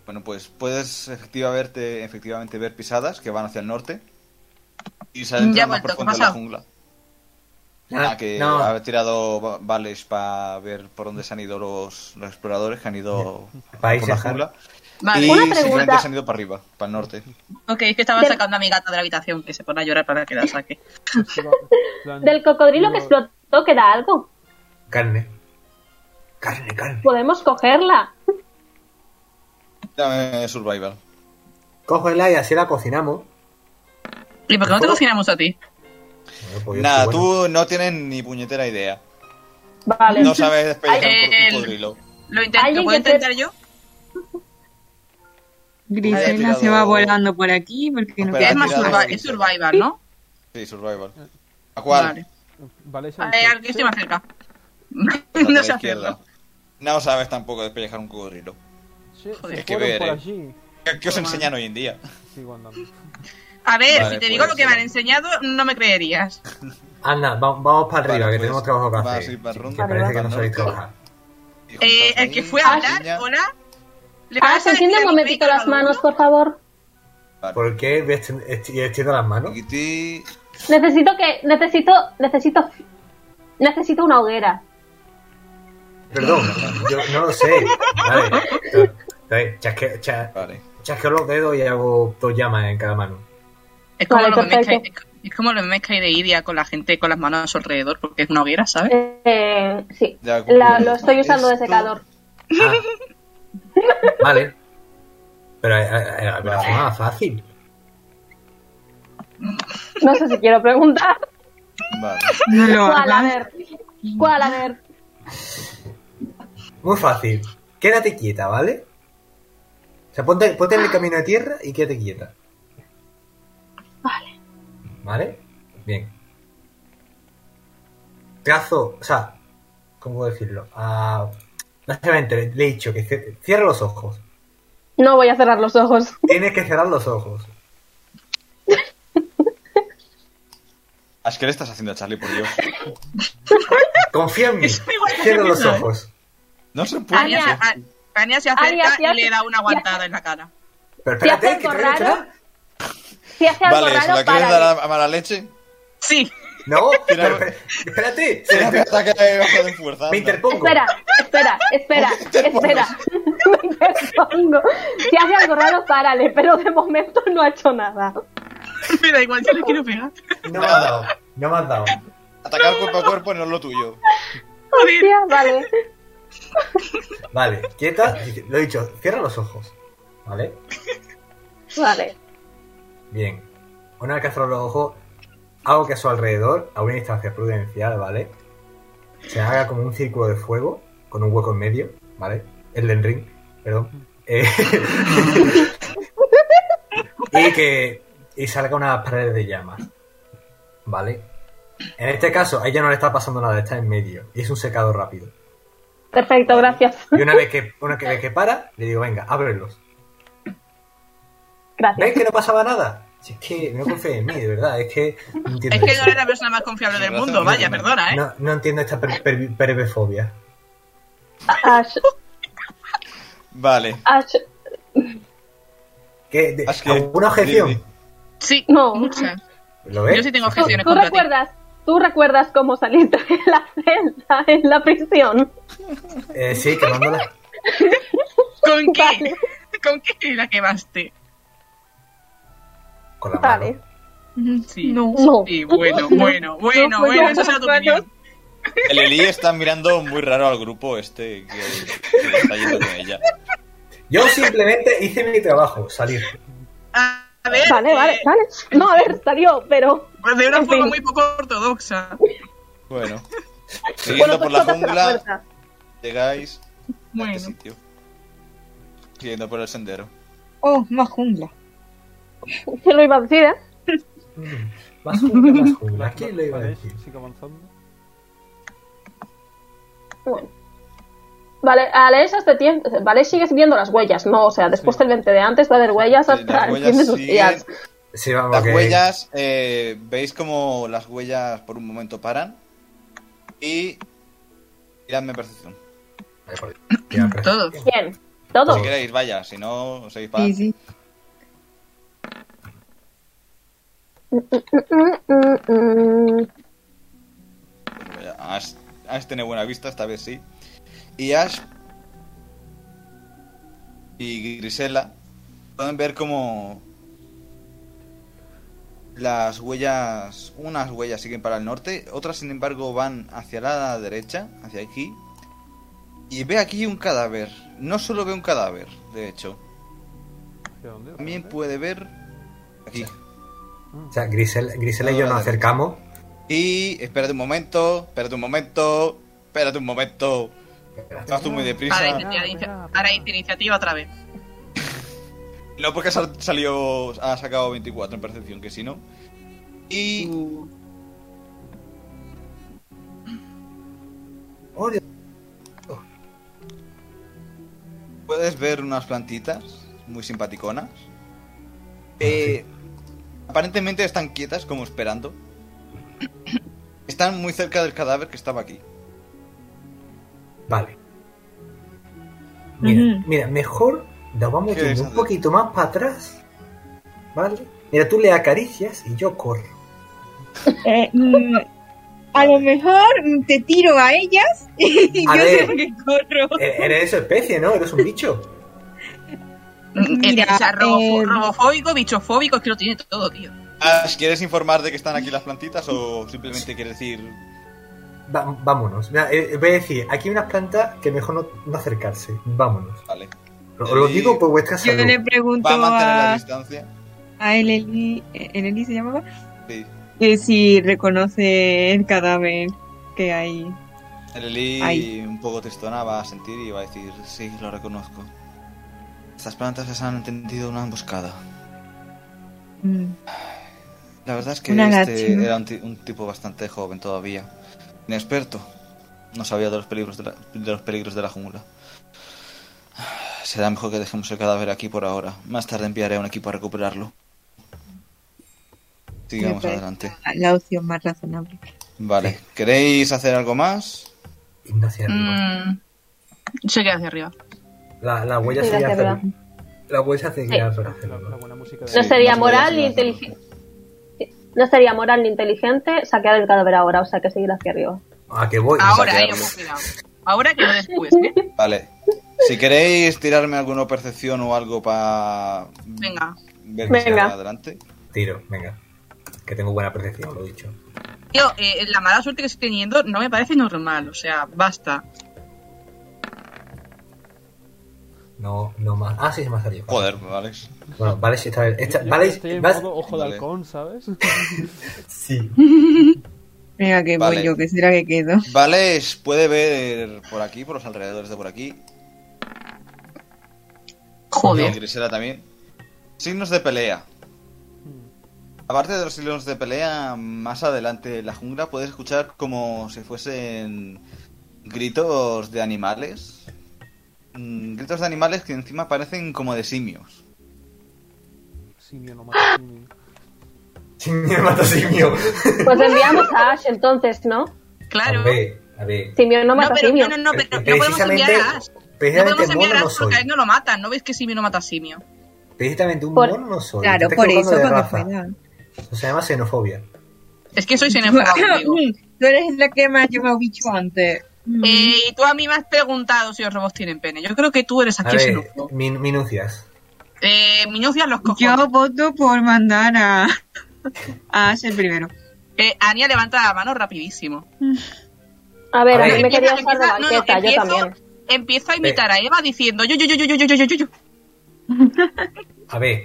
Bueno, pues puedes efectivamente, efectivamente ver pisadas que van hacia el norte y se
Ya
adentran
he
más
vuelto, ¿qué
profundo en
pasa?
la jungla. Ah, que
no,
ha tirado va- vales para ver por dónde se han ido los, los exploradores que han ido
País
por la
Sahara.
jungla.
Vale,
Y
Una
simplemente
pregunta.
se han ido para arriba, para el norte.
ok, es que estaba
Del-
sacando a mi gata de la habitación que se pone a llorar para que la saque.
Se va- en plan,
Del cocodrilo que
digo,
explotó queda algo.
Carne. Carne, carne.
Podemos cogerla.
Dame survival.
Cógela y así la cocinamos.
¿Y por qué no te
¿Cómo?
cocinamos a ti?
Bueno, pues yo
Nada,
estoy bueno.
tú no tienes ni puñetera idea.
Vale.
No sabes despellejar un cor-
El-
un cocodrilo.
¿Lo, intento,
Alguien
¿lo puedo
que te-
intentar yo?
Grisela se va volando por aquí porque no
es
Pero ha
queda.
más
tirado-
survival, es survival, ¿no?
Sí, survival. ¿A cuál?
Vale.
Vale, se ha
A
dicho,
ver, al que estoy más cerca.
Pues a
no
la
sé
izquierda.
hacerlo.
No sabes tampoco despellejar un cocodrilo.
"Che, se
Joder.
Hay que
fueron
ver,
por
eh.
allí.
¿Qué, qué os enseñan hoy en día?
Eh,
Sigo andando.
A ver,
Vale,
si te digo
pues,
lo que me han
sí.
enseñado, no me creerías.
Anda, va- vamos para arriba,
Vale,
que
pues,
tenemos trabajo que
vas
hacer.
a ir para
Sí,
ronda,
que parece
para
que no
norte.
sabéis trabajar.
Y
Eh,
juntaos
el
ahí,
que fue a hablar,
niña.
hola. ¿Le
Ah,
vas a
se enciende
decir
un
a mi
momentito
peca
las
algo?
manos, por favor.
¿Por qué voy a extend- est- y extiendo las manos?
Chiquití.
Necesito que. Necesito. Necesito. Necesito una hoguera.
Perdón, yo no lo sé. Vale, Vale, chasque- cha-
Vale.
chasqueo los dedos y hago dos llamas en cada mano.
Es como,
Vale,
lo mezcla,
perfecto.
es como lo mezcla de Idia con la gente con las manos a su alrededor, porque es una hoguera, ¿sabes?
Eh, sí.
Ya,
La- lo estoy usando de
esto-
secador.
Ah. Vale. Pero eh, eh, eh, la forma más fácil.
No sé si quiero preguntar.
Vale.
No lo
¿Cuál? A
hagas.
ver. ¿Cuál? A ver.
Muy fácil. Quédate quieta, ¿vale? O sea, ponte, ponte en el camino de tierra y quédate quieta. Vale. ¿Vale? Bien. Trazo, o sea, ¿cómo puedo decirlo? Ah, básicamente le- le he dicho que cier- cierre los ojos.
No voy a cerrar los ojos.
Tienes que cerrar los ojos.
Ash, ¿Qué Ah, le estás haciendo a Charlie, por Dios?
Confía en mí.
Eso igual que
Cierra
yo,
los
¿eh?
ojos.
No se puede.
Ania,
hacer.
a- Ania se acerca
Ania, si
y
hace-
le da una
si
guantada en la cara.
Pero
Si hace
espérate, que
algo
todavía no he dicho
raro-
nada.
Si hace algo
Vale, ¿se
raro,
la quieres
párale.
dar a, a mala leche?
Sí.
No,
Tira-
pero, pero- espérate. se
Será
me-
mi ataque bajo de fuerza.
me
anda.
interpongo.
Espera, espera, espera,
¿Por qué te
espera. Me interpongo. Si hace algo raro, párale, pero de momento no ha hecho nada.
Me da igual, yo le quiero pegar.
No me has dado. No me has dado.
Atacar cuerpo a cuerpo no es lo tuyo.
Joder.
Hostia, vale.
Vale, quieta. Lo he dicho, cierra los ojos. ¿Vale?
Vale.
Bien. Una vez que has cerrado los ojos, hago que a su alrededor, a una distancia prudencial, ¿vale? Se haga como un círculo de fuego, con un hueco en medio, ¿vale? El del ring, perdón. Eh, y que y salga unas paredes de llamas, ¿vale? En este caso, a ella no le está pasando nada, está en medio, y es un secado rápido.
Perfecto, gracias.
Y una vez que, una vez que para, le digo, venga, ábrelos.
Gracias.
¿Ves que no pasaba nada? Si es que no confíes en mí, de verdad, es que no entiendo
Es que
eso.
no eres la persona más confiable del mundo, vaya, perdona, ¿eh?
No, no entiendo esta per- per- pervefobia.
Ash,
Vale.
Ash,
¿Qué, de-
Haz Ah, que-
¿Alguna objeción?
Dime,
Sí,
No.
muchas.
¿Lo
Yo
ves?
sí tengo
¿tú,
objeciones
tú
contra ti.
recuerdas? ¿Tú recuerdas cómo saliste de la celda en la prisión?
Eh, sí, quemándola.
¿Con
Vale.
qué? ¿Con qué la quemaste?
Con la mano.
Vale.
Sí.
No.
No.
Sí, bueno, bueno, bueno,
No,
bueno,
bueno,
esa será tu opinión.
El Eli está mirando muy raro al grupo este que, que está yendo con ella.
Yo simplemente hice mi trabajo, salir.
A a ver,
Vale, vale,
eh, pues
vale. No, a ver, salió, pero.
de una
En
forma
fin.
muy poco ortodoxa.
Bueno.
pues
Siguiendo por la
tocas a
jungla,
puerta.
llegáis a
Bueno.
este sitio. Siguiendo por el sendero.
Oh, más jungla.
Se lo iba a decir, ¿eh?
Mm, Más jungla, más jungla.
Las-
¿Quién
las
lo iba a
paredes
decir?
Sigue avanzando.
Bueno. Vale, Alexa te tiene- Vale, sigues viendo las huellas, ¿no? O sea, después
Sí.
del 20 de antes va a haber huellas
Sí, las
hasta el
huellas
fin de sus
siguen.
días.
Sí, vamos,
Las
que-
huellas, eh, veis como las huellas por un momento paran. Y. Tiradme percepción.
Ay, por Dios, ya, pues. pero-
Todo.
Bien, todo.
Si queréis, vaya, si no, seguís para.
Sí, sí.
Mm, mm, mm.
Ash, Ash tiene buena vista, esta vez sí. Y Ash y Grisela pueden ver como las huellas, unas huellas siguen para el norte, otras sin embargo van hacia la derecha, hacia aquí. Y ve aquí un cadáver. No solo ve un cadáver, de hecho.
¿Hacia dónde? ¿Hacia
También
dónde?
puede ver aquí.
O sea, Grisel, Grisel
Ah,
y yo nos acercamos.
Y espérate un momento, espérate un momento, espérate un momento. Estás tú muy deprisa.
Ahora inicia- inicia- ahora iniciativa otra vez.
No, porque sal- salió. Ha sacado 24 en percepción, que si no. Y.
Mm.
Oh, Dios.
Puedes ver unas plantitas muy simpaticonas.
Ah,
Eh, aparentemente están quietas, como esperando. Están muy cerca del cadáver que estaba aquí.
Vale. Mira,
Ujú.
mira, mejor nos vamos
¿Qué
yendo
es
un
hacer?
poquito más para atrás. ¿Vale? Mira, tú le acaricias y yo corro.
Eh, mm, a lo mejor mm, te tiro a ellas y
A
yo
ver.
tengo que
Eh,
corro.
E- Eres su especie, ¿no? Eres un bicho.
Mira,
Mira,
o sea, robo-
eh,
robofóbico, bichofóbico, es que lo tiene todo, tío.
Ash, Ah, ¿Quieres informar de que están aquí las plantitas o simplemente quieres decir.
Va- vámonos. Mira, eh, voy a decir, aquí hay unas plantas que mejor no, no acercarse. Vámonos.
Vale.
Lo, lo
Y-
digo por vuestra
Yo
salud.
le pregunto
Va a mantener la
a,
distancia.
a Eleli, eh, Eleli se llamaba,
Sí.
que si reconoce el cadáver que hay.
Lely,
Ahí.
un poco tristona, va a sentir y va a decir, sí, lo reconozco. Estas plantas les han entendido una emboscada.
Mm,
La verdad es que
Una
este
lástima.
era un, ti- un tipo bastante joven todavía. Inexperto. No sabía de los peligros de la, de los peligros de la jungla. Será mejor que dejemos el cadáver aquí por ahora. Más tarde enviaré a un equipo a recuperarlo. Sigamos
parece.
adelante.
la opción más razonable.
Vale. ¿Queréis hacer algo más?
Ignacia, arriba.
Mm, yo quedo hacia arriba.
La, la huella
Sí,
sería
hacia
hacer-
arriba.
La puedes hacer
Sí.
ya para
La, la
hacerlo.
buena música de...
No
Sí,
sería
más o menos,
moral ni
más o menos.
inteligente. No sería moral ni inteligente saquear el cadáver ahora, o sea que seguir hacia arriba.
Ah, que voy.
Vamos
Ahora,
a
eh,
quedarlo.
ojo, cuidado. Ahora que no después, ¿eh?
Vale. Si queréis tirarme alguna percepción o algo para
Venga.
ver qué se
Venga.
haga adelante.
Tiro, venga. Que tengo buena percepción, lo he dicho.
Yo, eh, la mala suerte que estoy teniendo no me parece normal, o sea, basta.
No, no más. Ah, sí, se me ha salido.
Joder, Alex.
Bueno, vale, si está.
Yo-
Esta,
yo
vale,
estoy en
vas-
modo ojo de
Vale.
halcón, ¿sabes?
Sí.
Venga, que
Vale.
voy yo, que será que quedo.
Vale, puede ver por aquí, por los alrededores de por aquí. Y
Joder.
Grisela también. Signos de pelea. Aparte de los signos de pelea, más adelante en la jungla puedes escuchar como si fuesen gritos de animales. Mm, Gritos de animales que encima parecen como de simios.
Simio no mata simio.
Simio mata simio.
Pues enviamos a Ash entonces, ¿no?
Claro.
A ver, a ver.
Simio no
No,
mata
pero,
simio.
no, no, no, pero no podemos enviar
precisamente,
a Ash. No
precisamente
podemos enviar
mono
a
no
Ash porque a
soy.
él no lo matan. ¿No ves que simio no mata a simio?
Precisamente un
Por-
mono no soy. Te
Claro,
estás
por eso,
equivocando de
para que
raza.
pueda.
Eso se llama xenofobia.
Es que soy xenófoba contigo.
Tú eres la que me ha llevado bicho antes. Mm.
Eh, y tú a mí me has preguntado si los robots tienen pene. Yo creo que tú eres
A
aquí
ver,
xenófobo.
min- minucias.
Eh, minucias los cojones.
Yo voto por mandar a, a ser primero.
Eh, Ania levanta la mano rapidísimo.
A ver,
A
a,
ver.
mí me quería
Empieza,
usar de
empieza, no, no,
banqueta, yo
empiezo.
también.
Empieza a imitar a Eva diciendo yo, yo, yo, yo, yo, yo, yo, yo, yo.
A ver.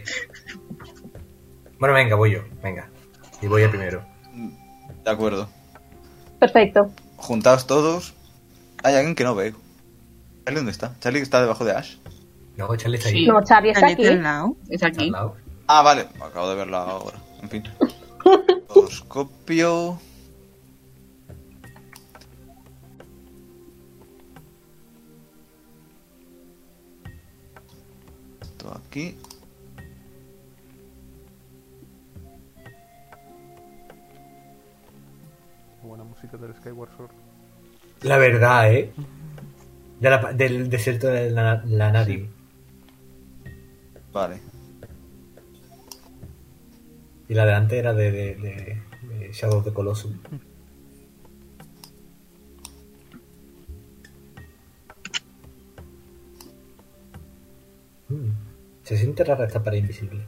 Bueno, venga, voy yo. Venga. Y voy al primero.
De acuerdo.
Perfecto.
Juntados todos. Hay alguien que no veo. Charlie, ¿dónde está? Charlie que está debajo de Ash.
No, Charlie está
Sí.
ahí.
No, Charlie está
Dale,
aquí.
del lado.
Es
Está al
aquí.
lado.
Ah, vale. Acabo de verla ahora. En fin. Os copio. Esto aquí.
Buena música del Skyward Sword.
La verdad, ¿eh? De la pa- del desierto de la, la Nadi.
Vale.
Y la delante era de, de, de, de Shadow of the Colossus. Mm. Se siente rara esta pared invisible.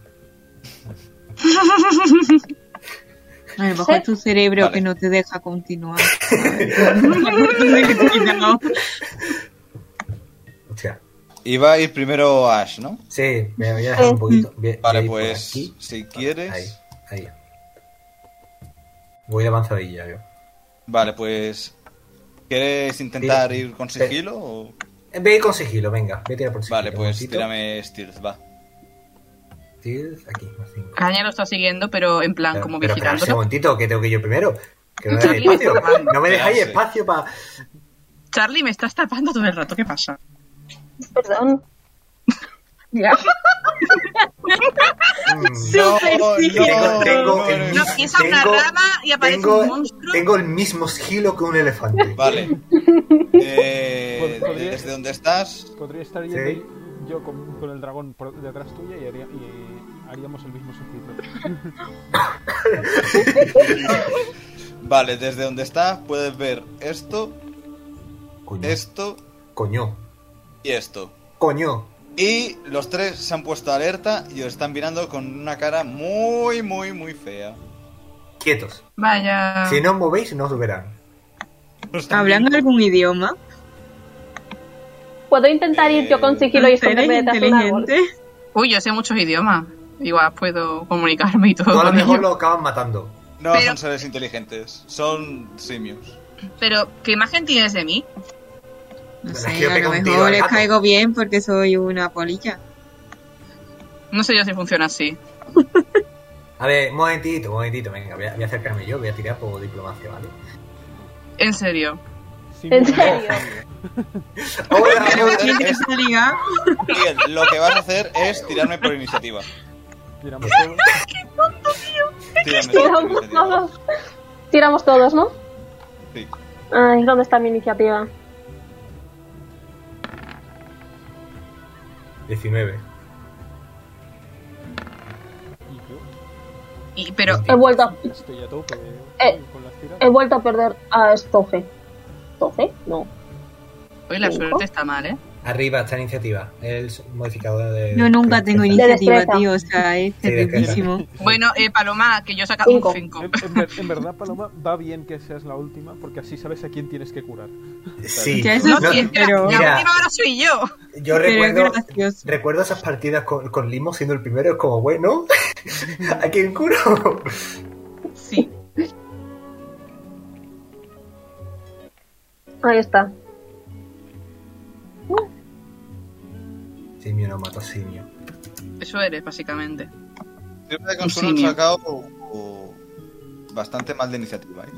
A lo mejor es tu cerebro
Vale.
que no te deja continuar. Cuidado.
O sea,
Iba a ir primero Ash, ¿no?
sí, me voy a dejar un poquito. Voy a-
Vale,
voy a ir por
pues
aquí.
si quieres.
Ahí, ahí. Voy avanzadilla yo.
Vale, pues. ¿Quieres intentar ir con
Sí.
sigilo? o-
Eh, Ve con sigilo, venga. Ve a tirar por sigilo.
Vale,
un
pues
momentito.
tírame Stealth, va.
Stealth, Aquí, más cinco.
Ania lo está siguiendo, pero en plan,
Pero-
como
pero, espera un
vigilando.
momentito, que tengo que ir yo primero. Que no me
Charlie,
dejáis espacio.
Fernando.
No me dejáis
Esperarse.
espacio para.
Charlie, me estás tapando todo el rato. ¿Qué pasa?
Perdón.
No,
mm, Tengo, tengo el
No,
mismo,
empieza una
tengo-
rama y aparece
tengo-
un monstruo.
Tengo el mismo sigilo que un elefante.
Vale. Eh,
Pod- podría-
desde donde estás,
Podría estar yendo yo con, con el dragón por detrás tuya y, haría- y haríamos el mismo sentido.
vale, desde donde estás puedes ver esto,
Coño,
esto
coño,
y esto.
coño.
Y los tres se han puesto alerta y os están mirando con una cara muy, muy, muy fea.
Quietos.
Ah.
Vaya.
Si no os movéis, no os verán.
¿Hablan algún idioma?
¿Puedo intentar ir yo con sigilo y esconderme
¿Eres
detrás de un árbol?
inteligente?
Uy, yo sé muchos idiomas. Igual puedo comunicarme y todo.
Tú a lo
con
mejor
ellos.
lo acaban matando.
No
Pero-
son seres inteligentes, son simios.
Pero, ¿qué imagen tienes de mí?
No
Pero
sé,
es que yo
a
pego
lo
un tiro
mejor
al
les
gato.
caigo bien porque soy una polilla.
No sé yo si funciona así.
A ver, un momentito, un momentito. Venga, voy a, voy a acercarme yo, voy a tirar por diplomacia, ¿vale?
En serio.
Simio
¿En
no mata
serio?
simio.
Hola, hola.
¿Te vas a ligar?
Bien, lo que vas a hacer es tirarme por iniciativa.
Tiramos todo.
Tírame por
Tiramos
iniciativa.
todos. Tiramos todos, ¿no?
Sí.
Ay, ¿dónde está mi iniciativa?
19.
Y, pero
He vuelto a
Estoy a tope
Eh,
con las tiras.
He vuelto a perder a Stofe. ¿Stofe? No.
hoy la
¿Cinco?
suerte está mal, ¿eh?
Arriba está iniciativa. El modificador de.
Yo nunca tengo iniciativa,
iniciativa.
destreza.
tío. O sea, es
Sí, destreza.
terribísimo.
Bueno, eh, Paloma, que yo he sacado un
Cinco.
5.
En, en ver- en verdad, Paloma, va bien que seas la última porque así sabes a quién tienes que curar.
Sí.
Ya eso
No,
sí,
sí, es que la-
pero-
la,
Mira.
última ahora soy yo.
Yo
Pero es
recuerdo,
gracioso.
recuerdo esas partidas con, con Limo siendo el primero. Es como, bueno, ¿a quién curo?
Sí.
Ahí está.
Simio no mata simio.
Eso eres, básicamente.
Yo creo que
Un
con Solo han
simio.
sacado o- bastante mal de iniciativa. ¿eh?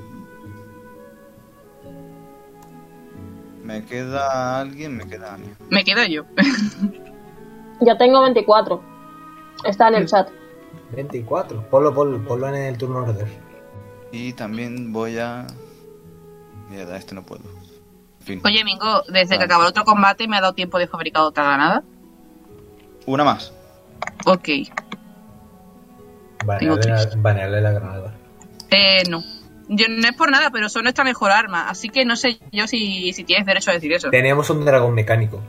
Me queda alguien, me queda Ania.
Me quedo yo.
Ya tengo 24. Está en el chat.
24. Ponlo, ponlo, ponlo en el turno order.
Y también voy a. Mierda, este no puedo. En fin,
Oye, Mingo, desde que
Vale.
acabó el otro combate me ha dado tiempo de fabricar otra granada.
una más.
Ok.
Banearle
Tengo
la,
tres.
banearle la granada.
Eh, no. Yo no es por nada, pero son nuestra mejor arma. Así que no sé yo si, si tienes derecho a decir eso.
Tenemos un dragón mecánico.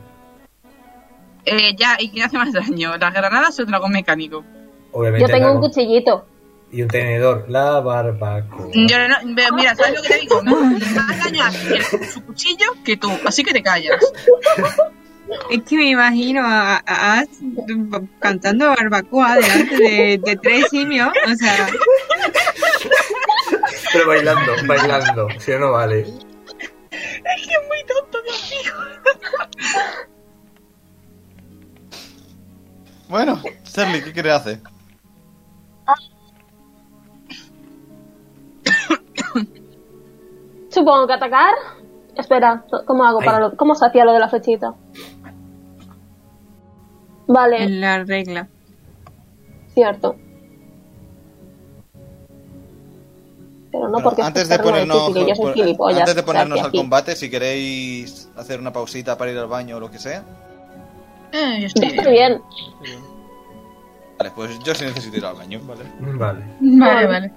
Eh, ya, ¿y quién hace más daño? ¿Las granadas o el dragón mecánico?
Obviamente,
Yo
el
tengo un
dragón-
cuchillito.
y un tenedor. La barbacoa.
Yo no, ve- mira, ¿sabes lo que te digo? Más daño hace su cuchillo que tú, así que te callas.
Es que me imagino a, a- a As cantando barbacoa delante de, de tres simios. O sea,
Pero bailando, bailando. Si no, no vale.
Bueno, Charlie, ¿qué quieres hacer?
Supongo que atacar. Espera, ¿cómo hago para
Ahí.
lo, cómo se hacía lo de la flechita? Vale,
en la regla.
cierto. Pero no
Bueno,
porque
antes,
esto
de
es terreno
ponernos,
difícil y yo soy
por-
gilipollas,
antes de
o sea,
ponernos
que
al
aquí-
combate, si queréis hacer una pausita para ir al baño o lo que sea.
Eh, yo
Yo
estoy
estoy bien.
Vale, pues yo sí necesito ir al baño.
Vale.
Vale.
bien. Vale, vale.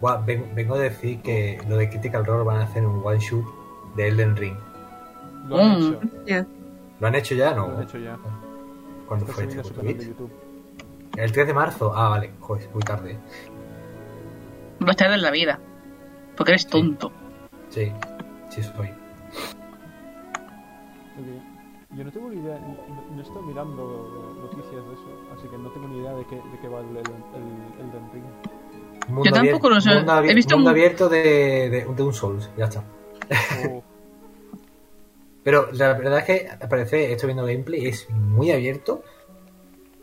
Guau, ven- vengo a decir que lo de Critical Role van a hacer un one shoot de Elden Ring.
Lo han
Mm.
hecho.
Ya.
¿Lo han hecho ya? No.
Lo han hecho ya.
¿Cuándo
Está
fue? este
subido a su canal de YouTube.
El 3 de marzo. Ah, vale. Joder, muy tarde.
Va a estar en la vida. Porque eres tonto.
Sí, sí soy.
Ok. Yo no tengo ni idea, no, no he estado mirando noticias de eso, así que no tengo ni idea de qué, de qué va el, el, el, Elden Ring.
Mundo
Yo tampoco lo sé.
Mundo,
He visto
mundo
un-
abierto de, de, de un Souls. Ya está.
Oh,
Pero la verdad es que parece, estoy viendo gameplay, es muy abierto.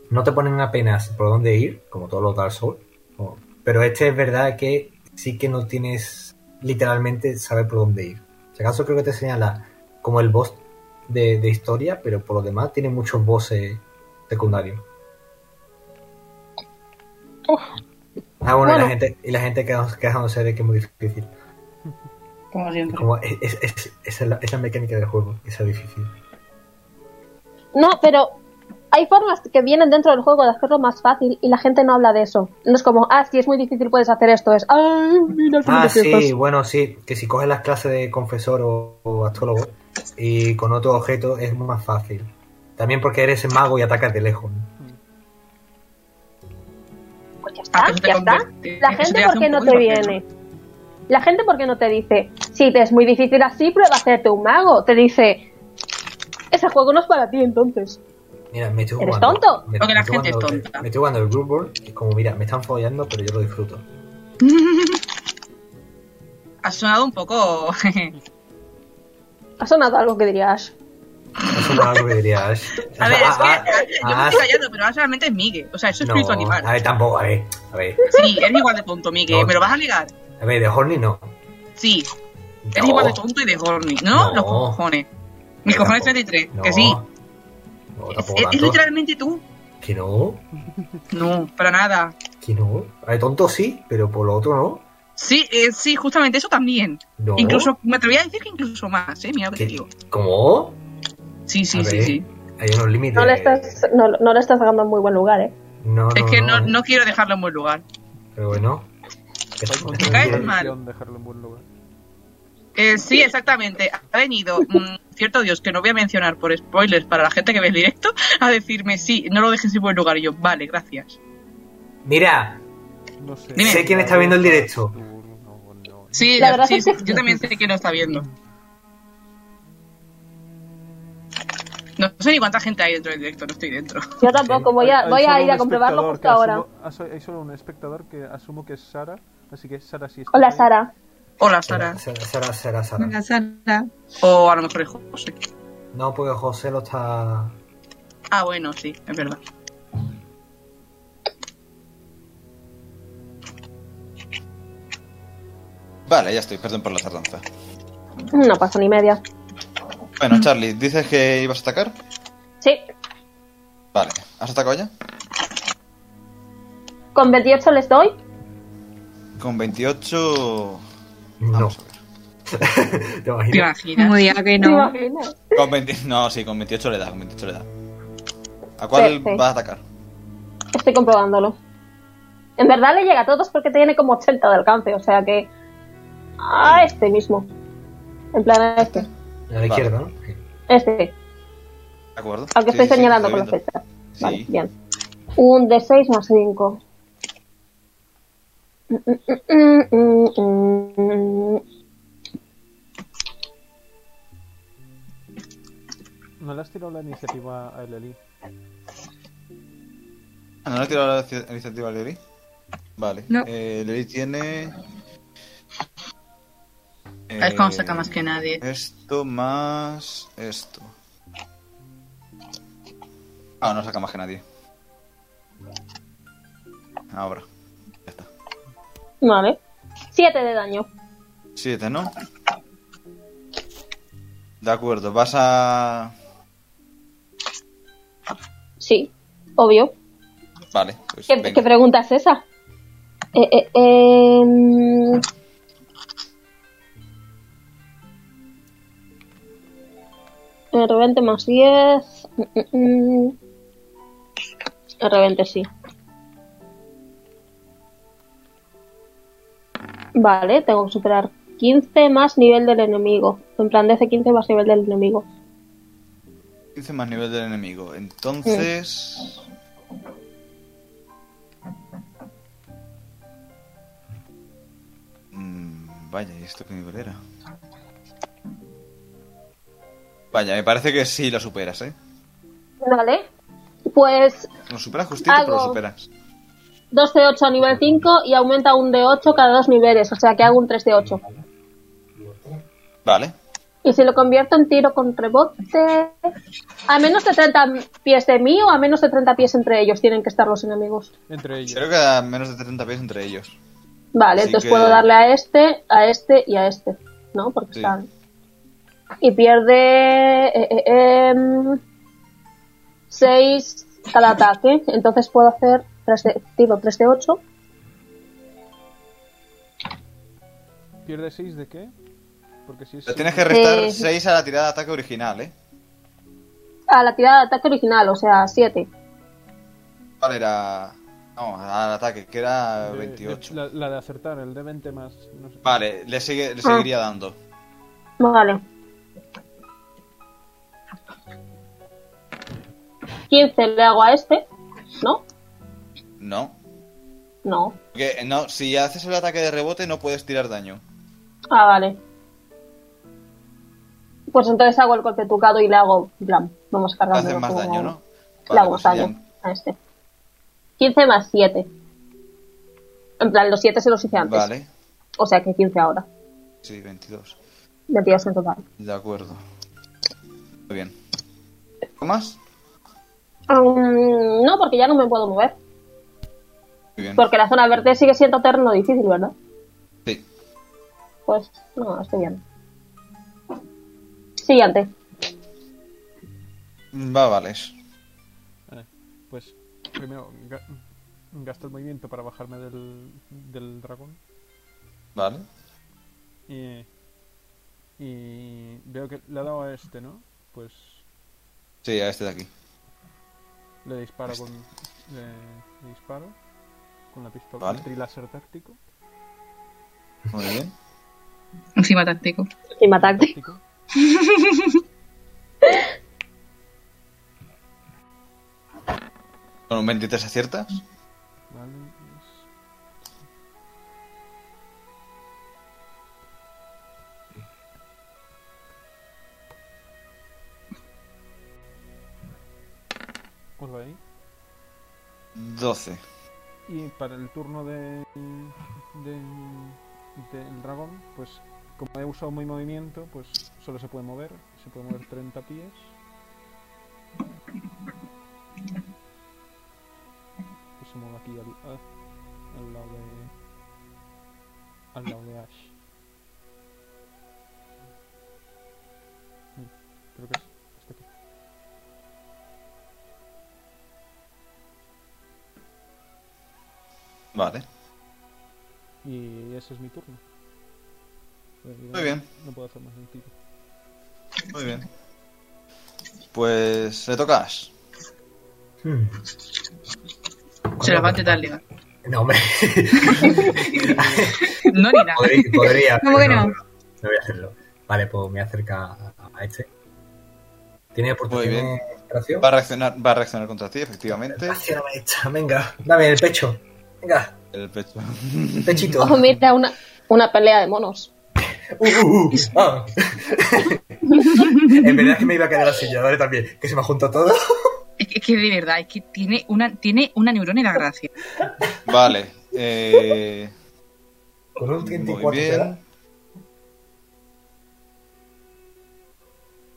No te ponen apenas por dónde ir, como todos los Dark Souls. o- Pero este es verdad que sí que no tienes literalmente saber por dónde ir. Si acaso creo que te señala como el boss de, de historia, pero por lo demás tiene muchos bosses secundarios. Ah, bueno, Y, la
Bueno.
gente, y la gente queja- quejándose de que es muy difícil.
Como
Es
siempre.
Como, es, es- es- esa es la, es la mecánica del juego, que sea difícil.
No, pero hay formas que vienen dentro del juego de hacerlo más fácil y la gente no habla de eso. No es como, ah, si es muy difícil puedes hacer esto. Es, ah, mira el
Ah,
que
sí,
estás".
bueno, sí, que si coges las clases de confesor o, o astrólogo y con otro objeto es más fácil. También porque eres mago y atacas de lejos.
Pues ya
Ah,
está, ya está. La gente porque no te viene. La gente porque no te dice, si te es muy difícil así, prueba a hacerte un mago. Te dice, ese juego no es para ti entonces.
Mira, me estoy
¿Eres
jugando.
tonto?
Me,
Porque
me
la
estoy
gente es
jugando-
tonta.
Me estoy jugando el Group Board y es como, mira, me están follando, pero yo lo disfruto.
Ha sonado un poco.
Ha sonado algo que dirías.
Eso no es algo que diría Ash.
A ver, es que
Ah, ah,
yo me
ah,
estoy callando, pero Ash realmente es Migue. O sea, eso es
no,
espíritu
A
animal.
ver, tampoco, a ver, a ver.
Sí, eres igual de tonto, Migue.
No.
¿Me lo vas a negar?
A ver, de Horny no.
Sí, eres
No.
igual de tonto y de horny, ¿no?
No.
Los cojones. Mis
Pero
cojones
tampoco.
33,
No.
que sí.
No,
Es,
tampoco
es- es
tanto.
literalmente tú.
Que no,
No, para nada.
que no. A ver, tonto sí, pero por lo otro no.
Sí, eh, sí, justamente eso también.
No.
Incluso, me atrevería a decir que incluso más, ¿eh? Mira lo que
Que-
te digo.
¿Cómo?
Sí,
A
sí, sí,
ver,
sí.
Hay unos límites.
No le estás, no, no le estás sacando en muy buen lugar, ¿eh?
No,
Es
no,
que
no,
no, no quiero dejarlo en buen lugar.
Pero bueno. que-
Va
Te
contra
caes
la
mal.
tradición dejarlo en buen lugar.
Eh, sí, exactamente. Ha venido un cierto dios que no voy a mencionar por spoilers para la gente que ve el directo a decirme sí, no lo dejes en buen lugar. Y yo, vale, gracias.
Mira,
No sé.
Dime. Sé
quién está viendo el directo.
No, no.
Sí,
La verdad
sí,
es que-
sí, yo también sé que lo está viendo. No sé ni cuánta gente hay dentro del directo, no estoy dentro.
Yo tampoco, voy a,
Hay-
voy a
hay solo
ir a
un
comprobarlo
espectador
justo
que
ahora.
asumo- aso- hay solo un espectador que asumo que es Sara, así que Sara sí está.
Hola,
ahí.
Sara.
Hola, Sara.
Sara, Sara, Sara, Sara.
Venga, Sara.
O a lo mejor es José.
No, porque José lo está.
Ah, bueno, sí, es verdad.
Vale, ya estoy, perdón por la tardanza.
No pasa ni media.
Bueno, Charlie, ¿dices que ibas a atacar?
Sí,
Vale, ¿has atacado ya?
con 28 les doy.
Con 28...
No,
Vamos a
te
ver.
¿Te
imaginas.
Como
imaginas?
diga que
¿Te
no.
imaginas?
Con 20 No, sí, con 28 le da, con 28 le da. ¿A cuál
Perfecto.
vas a atacar?
Estoy comprobándolo. En verdad le llega a todos porque tiene como 80 de alcance, o sea que. A este mismo. En plan, a este.
A la izquierda, ¿no?
Este,
¿De acuerdo?
al que
Sí,
estoy
sí, sí,
señalando
estoy
con la
viendo.
fecha.
Sí.
Vale, bien. Un de 6 más 5.
No le has tirado la iniciativa a Eleli.
Ah, ¿No le he tirado la ci- iniciativa a Lely? Vale.
No.
Eh, Lely tiene... Eh,
A ver cómo saca más que nadie.
Esto más esto. Ah, no saca más que nadie. Ahora. Ya está.
Vale. 7 de daño.
Siete, ¿no? De acuerdo, vas a...
Sí, obvio.
Vale, pues
¿Qué,
venga.
qué pregunta es esa? Eh, eh, em, El revente más 10. mm, mm, mm. El revente sí. Vale, tengo que superar 15 más nivel del enemigo. En plan, de ese 15 más nivel del enemigo.
15 más nivel del enemigo. Entonces... Mm, vaya, ¿y esto qué nivel era? Vaya, me parece que sí lo superas, ¿eh?
Vale. Pues
Lo superas justito, pero lo
Hago-
superas.
2 de 8 a nivel 5 y aumenta un de 8 cada dos niveles, o sea que hago un 3 de 8.
Vale.
Y si lo convierto en tiro con rebote, a menos de 30 pies de mí o a menos de 30 pies entre ellos tienen que estar los enemigos.
Entre ellos.
Creo que a menos de 30 pies entre ellos.
Vale,
Así
entonces
que-
puedo darle a este, a este y a este, ¿no? Porque
Sí.
están. Y pierde eh, em, 6 cada ataque, entonces puedo hacer tres de, tiro 3 de 8
¿Pierde 6 de qué? Porque si es.
Le tienes que restar
Eh,
6 a la tirada de ataque original, ¿eh?
a la tirada de ataque original, o sea, 7.
¿Cuál era...? No, al ataque, que era
eh, de- de-
28.
la, la de acertar, el de 20 más. No sé.
Vale, le, sigue, le seguiría dando.
Vale. 15 le hago a este, ¿no?
No.
No.
Porque, no, si haces el ataque de rebote no puedes tirar daño.
Ah, vale. Pues entonces hago el golpe tucado y le hago, en plan, vamos cargando.
Haces más daño, ¿no?
le
Vale,
hago
pues
daño
ya-
a este. 15 más 7. En plan, los 7 se los hice antes.
Vale,
O sea que 15 ahora.
sí, 22.
22 en total.
De acuerdo. Muy bien. ¿Algo más?
Mm, no, porque ya no me puedo mover.
Muy bien.
Porque la zona verde sigue siendo terreno difícil, ¿verdad?
Sí.
Pues no, estoy bien. Siguiente.
Va, vale.
Eh, pues primero ga- gasto el movimiento para bajarme del, del dragón.
Vale.
Y, y veo que le ha dado a este, ¿no? Pues
Sí, a este de aquí.
le disparo con. Le, le disparo. con la pistola.
Vale.
Triláser táctico.
Muy bien.
Encima táctico.
Encima táctico.
táctico.
Con un 23 aciertas.
Vale. es- Os ahí.
12.
Y para el turno de, de- del dragón, pues como he usado mi movimiento, pues solo se puede mover. Se puede mover 30 pies. Pues se mueve aquí al, a- al lado de. Al lado de Ash. Mm, Creo que es. Está aquí.
Vale.
Y ese es mi turno. Muy
bien.
No puedo hacer más sentido.
Muy bien. Pues le tocas.
Hmm.
Se la va a intentar ligar.
No, hombre.
No ni nada.
Podría, podría,
¿Cómo que
pero
no?
No voy a hacerlo. Vale, pues me acerca a, a este. ¿Tiene
Muy
oportunidad
bien.
de Ah, reacción?
Va a reaccionar, va a reaccionar contra ti, efectivamente.
Reacciona, hecha. Venga, dame el pecho. Venga,
El pecho.
el pechito.
Ojo, Oh, mira, una, una pelea de monos.
Uh, uh, uh. Ah. en verdad es que me iba a quedar así, ya, ¿vale? También, que se me ha juntado todo.
Es que- es que de verdad, es que tiene una, tiene una neurona y la gracia.
Vale. Eh,
Con un
muy
34 te da.
bien.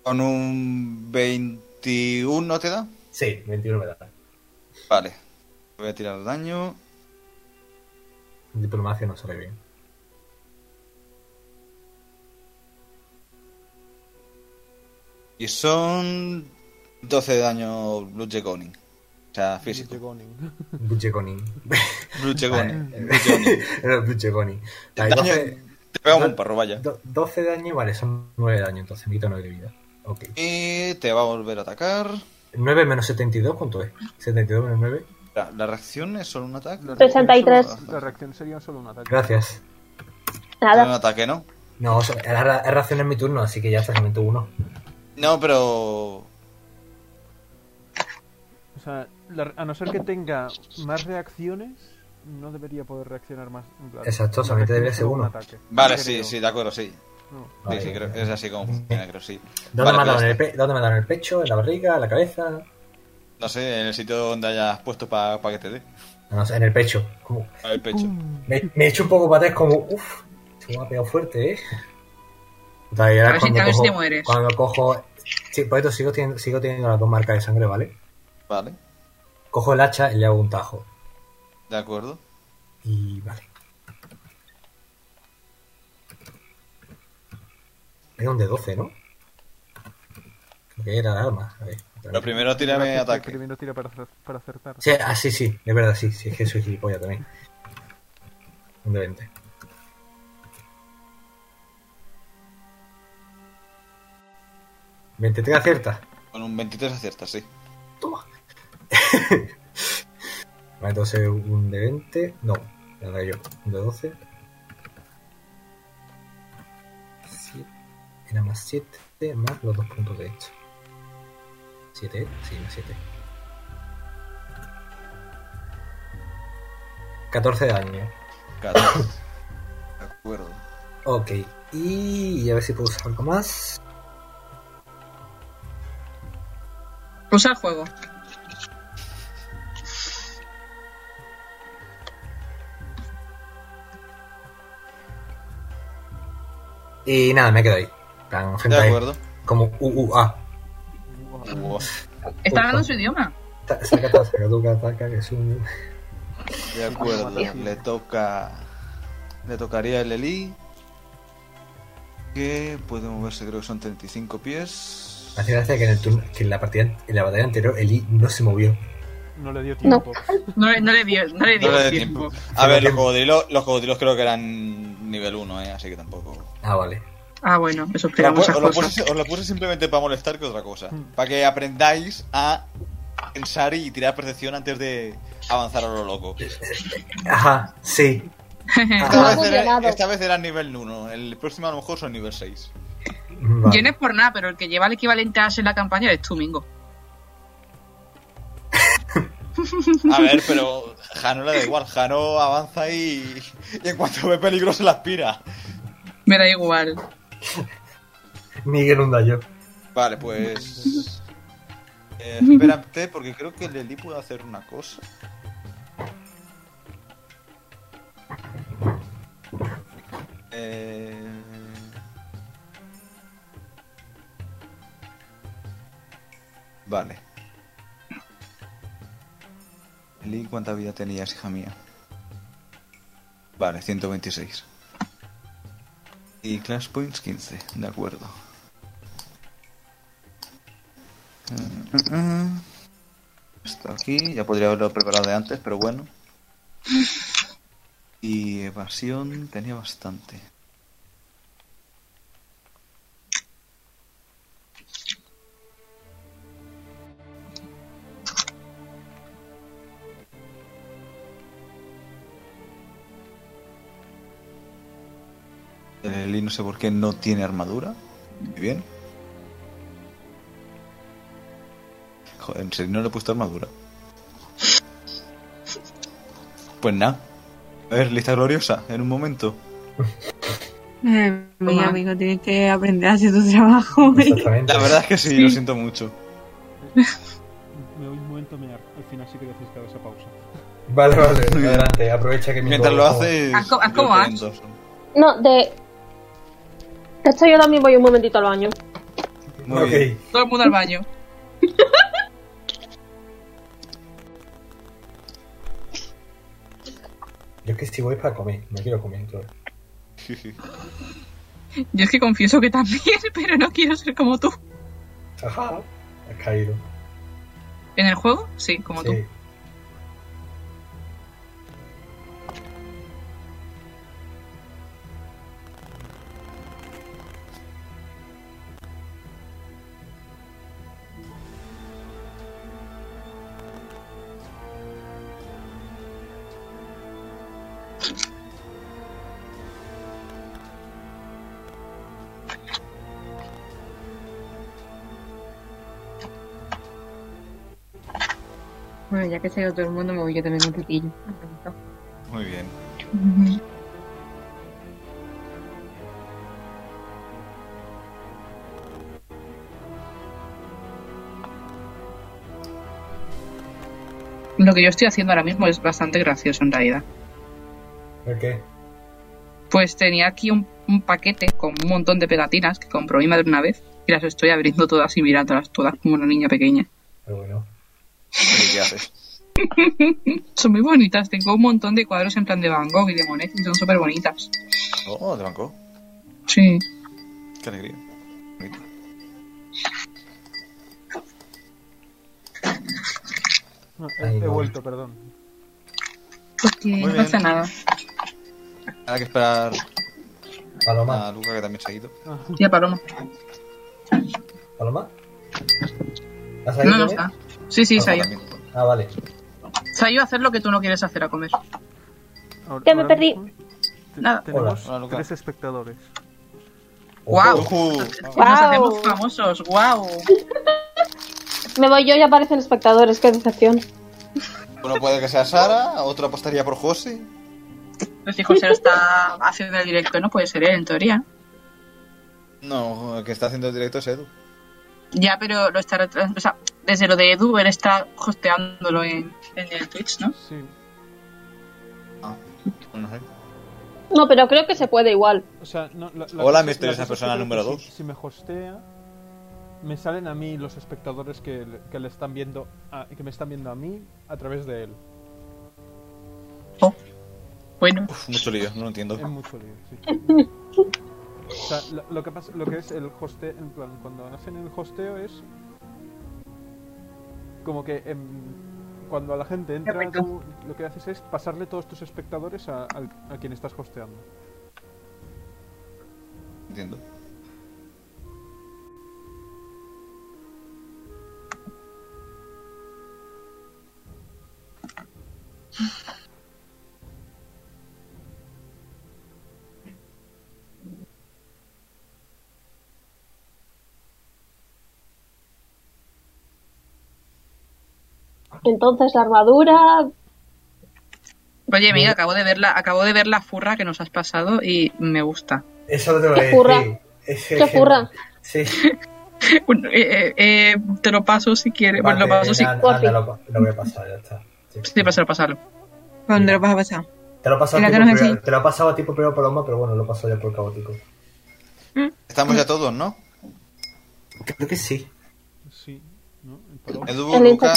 Con un 21 te da.
Sí, 21 me da.
Vale. Voy a tirar daño.
Diplomacia no sale bien.
Y son 12 de daño Blue Jegoning. O sea,
Blue
físico.
Dragoning.
Buchegonin.
Blue Jegoning.
Era Buchegonin. Vale,
Daño-
12,
Te pega como un perro, vaya.
do- 12 daño, vale, son 9 daño, entonces me quito 9 de vida. Ok.
Y te va a volver a atacar.
9 menos 72, ¿cuánto es? 72 menos 9.
La, la reacción es solo un ataque.
La
63.
reacción solo- La reacción sería solo un ataque.
Gracias.
Solo un
Nada.
ataque, ¿no?
No, o sea, ahora ahora reacciona en mi turno, así que ya está, momento 1.
No, pero.
O sea, la- a no ser que tenga más reacciones, no debería poder reaccionar más. en plan,
Exacto,
la
solamente debería
reacción
ser
es solo un ataque.
Vale,
Creo.
sí, sí, de acuerdo, sí.
No.
Sí,
Vale.
sí, creo, es así como funciona, creo, sí.
¿Dónde,
Vale,
me ha dado? ¿En
pues ya
el pe- ¿Dónde me ha dado? ¿En el pecho? ¿En la barriga? ¿En la cabeza?
No sé, en el sitio donde hayas puesto para que te dé.
No, no sé, en el pecho. Como-
Para el pecho.
Me, me he hecho un poco para atrás como, uff, se me ha pegado fuerte, ¿eh? Puta, y ahora
A ver si-
cuando
a ver si
cojo-
te mueres.
Cuando cojo... Sí, por esto sigo teniendo, sigo teniendo las dos marcas de sangre, ¿vale?
Vale,
Cojo el hacha y le hago un tajo.
de acuerdo.
Y vale. Era un de 12, ¿no? Creo que era el arma. A ver. otra
Lo
vez.
primero tírame
Primero-
ataque.
Primero tira para, acer- para acertar.
Sí, ah, sí, sí, es verdad, sí, sí, es que soy gilipollas también. Un de 20. ¿23 acierta?
Con un 23 aciertas, sí.
Vale, entonces un de 20. No, ya lo hago yo. Un de 12. Siete- Era más 7, más los dos puntos de hecho. 7, sí, más 7. 14 de daño.
14. De acuerdo.
Ok, y a ver si puedo usar algo más.
Usa el juego.
Y nada, me quedo ahí. Tan
De
gente ahí,
acuerdo.
Como uh, ah. UUA.
Wow.
Está hablando
Ufa.
en su idioma.
Ta- Saca, ta- saca, tuca, taca, que es un.
De acuerdo. Le toca. Le tocaría el Eli. Que puede moverse, creo que son 35 pies.
Hace gracia que en, el turno, que en la partida, en la batalla anterior, Eli no se movió.
No le dio tiempo.
No le, no le dio, no le dio
No le dio
tiempo.
A ver, los cocodrilos, los cocodrilos creo que eran nivel 1, ¿eh? así que tampoco.
Ah, vale.
Ah, bueno, eso
Os lo,
explica
pu-
muchas
os lo
cosas. Hmm.
puse, os lo puse simplemente para molestar que otra cosa.
Mm.
Para que aprendáis a pensar y tirar percepción antes de, avanzar a lo loco.
Ajá, sí.
Esta
Ajá,
vez, era,
funcionado.
esta vez era nivel 1, el próximo a lo mejor son nivel 6.
Yo no
vale.
es por nada, pero el que lleva el equivalente a Ash en la campaña es tú, Mingo.
A ver, pero Jano le da igual, Jano avanza y, y en cuanto ve peligro se la aspira.
Me da igual.
Miguel Undayo.
Vale, pues... eh, espérate, porque creo que Leli puede hacer una cosa. Eh... Vale. Leli, ¿cuánta vida tenías, hija mía? Vale, 126. Y Clash Points 15, de acuerdo. Mm. Está aquí, ya podría haberlo preparado de antes, pero bueno. Y evasión tenía bastante. Lili no sé por qué no tiene armadura. Muy bien. Joder, en serio no le he puesto armadura. Pues nada. A ver, lista gloriosa, en un momento.
Eh, mi
Toma.
amigo, tienes que aprender a hacer tu trabajo.
Exactamente.
La verdad es que sí, lo siento mucho.
Me voy un momento a mear. Al final sí que decís que haga esa pausa.
Vale, vale, adelante. Aprovecha que Mingo-
Mientras lo haces.
Haz co- haz
yo
como
te
Ash.
endoso.
No, de. De hecho, yo también voy un momentito al baño.
Muy
Ok.
bien.
Todo el mundo al baño.
Yo es que si voy es para comer, no quiero comer. claro.
Yo es que confieso que también, pero no quiero ser como tú.
Ajá, has caído.
¿En el juego? Sí, como tú.
Sí.
Bueno, ya que se ha ido todo el mundo, me voy yo también un poquillo.
Muy bien.
Lo que yo estoy haciendo ahora mismo es bastante gracioso en realidad.
¿Por qué?
Pues tenía aquí un, un paquete con un montón de pegatinas que compró mi madre una vez y las estoy abriendo todas y mirándolas todas como una niña pequeña.
Pero bueno.
¿Y ¿Qué haces?
Son muy bonitas, tengo un montón de cuadros en plan de Van Gogh y de Monet y son súper bonitas.
Oh, de banco.
Sí.
Qué alegría. Bonito.
No, he-
Ay,
he
no.
vuelto, perdón.
Porque
Muy
no
bien.
pasa nada.
Nada que esperar
Paloma,
a Luca que también se ha ido.
Tía Paloma.
Paloma. ¿Has
No,
salido?
no
bien?
está. Sí, sí, se ha
Paloma
ido.
también.
Ah, vale.
Se ha ido a hacer lo que tú no quieres hacer a comer.
Ahora-
Ya me
ahora
perdí.
mismo te-
Nada.
Tenemos
Hola, Luca.
tres espectadores.
¡Guau!
Uh,
Ujú.
Nos
Guau.
hacemos famosos, wow.
Me voy yo y aparecen espectadores, qué decepción.
Uno puede que sea Sara, otro apostaría por José.
Pues si José lo está haciendo el directo, no puede ser él en teoría.
No, el que está haciendo el directo es Edu.
Ya, pero lo está retras- o sea, desde lo de Edu, él está hosteándolo en, en el Twitch, ¿no?
Sí.
Ah, no sé.
No, pero creo que se puede igual.
O sea, no, la- la
Hola,
cosa-
misteriosa
la cosa es que
persona
creo que
número
si-
dos.
Si, me hostea, me salen a mí los espectadores que, le- que le están viendo, a- que me están viendo a mí a través de él.
Bueno,
Uf, mucho lío, no lo entiendo.
Em.
Es mucho lío, sí. O sea, lo, lo que pasa, lo que es el hosteo, en plan, cuando hacen el hosteo es como que em, cuando a la gente entra,
Perfecto.
tú lo que haces es pasarle todos tus espectadores a, al- a quien estás hosteando.
Entiendo.
Entonces la armadura.
Oye, amiga, acabo de ver la, acabo de ver la furra que nos has pasado y me gusta.
Eso lo tengo que
Qué furra.
decir. Es
Qué furra.
Sí.
Bueno, eh, eh, eh, te lo paso si quieres.
Vale,
bueno, Pues lo paso si.
anda,
por
anda,
fin.
lo, lo voy a pasar, ya está. Sí.
Sí, pásalo, pásalo.
¿Dónde lo vas a pasar?
Te lo he pasado
Mira,
a
que
tipo
nos
primero-
enseñe.
te lo he pasado a tipo primero paloma, pero bueno, lo paso ya por caótico.
Estamos ya todos, ¿no?
Creo que sí.
Sí, ¿no? En Paloma.
Edu,
El
Luca,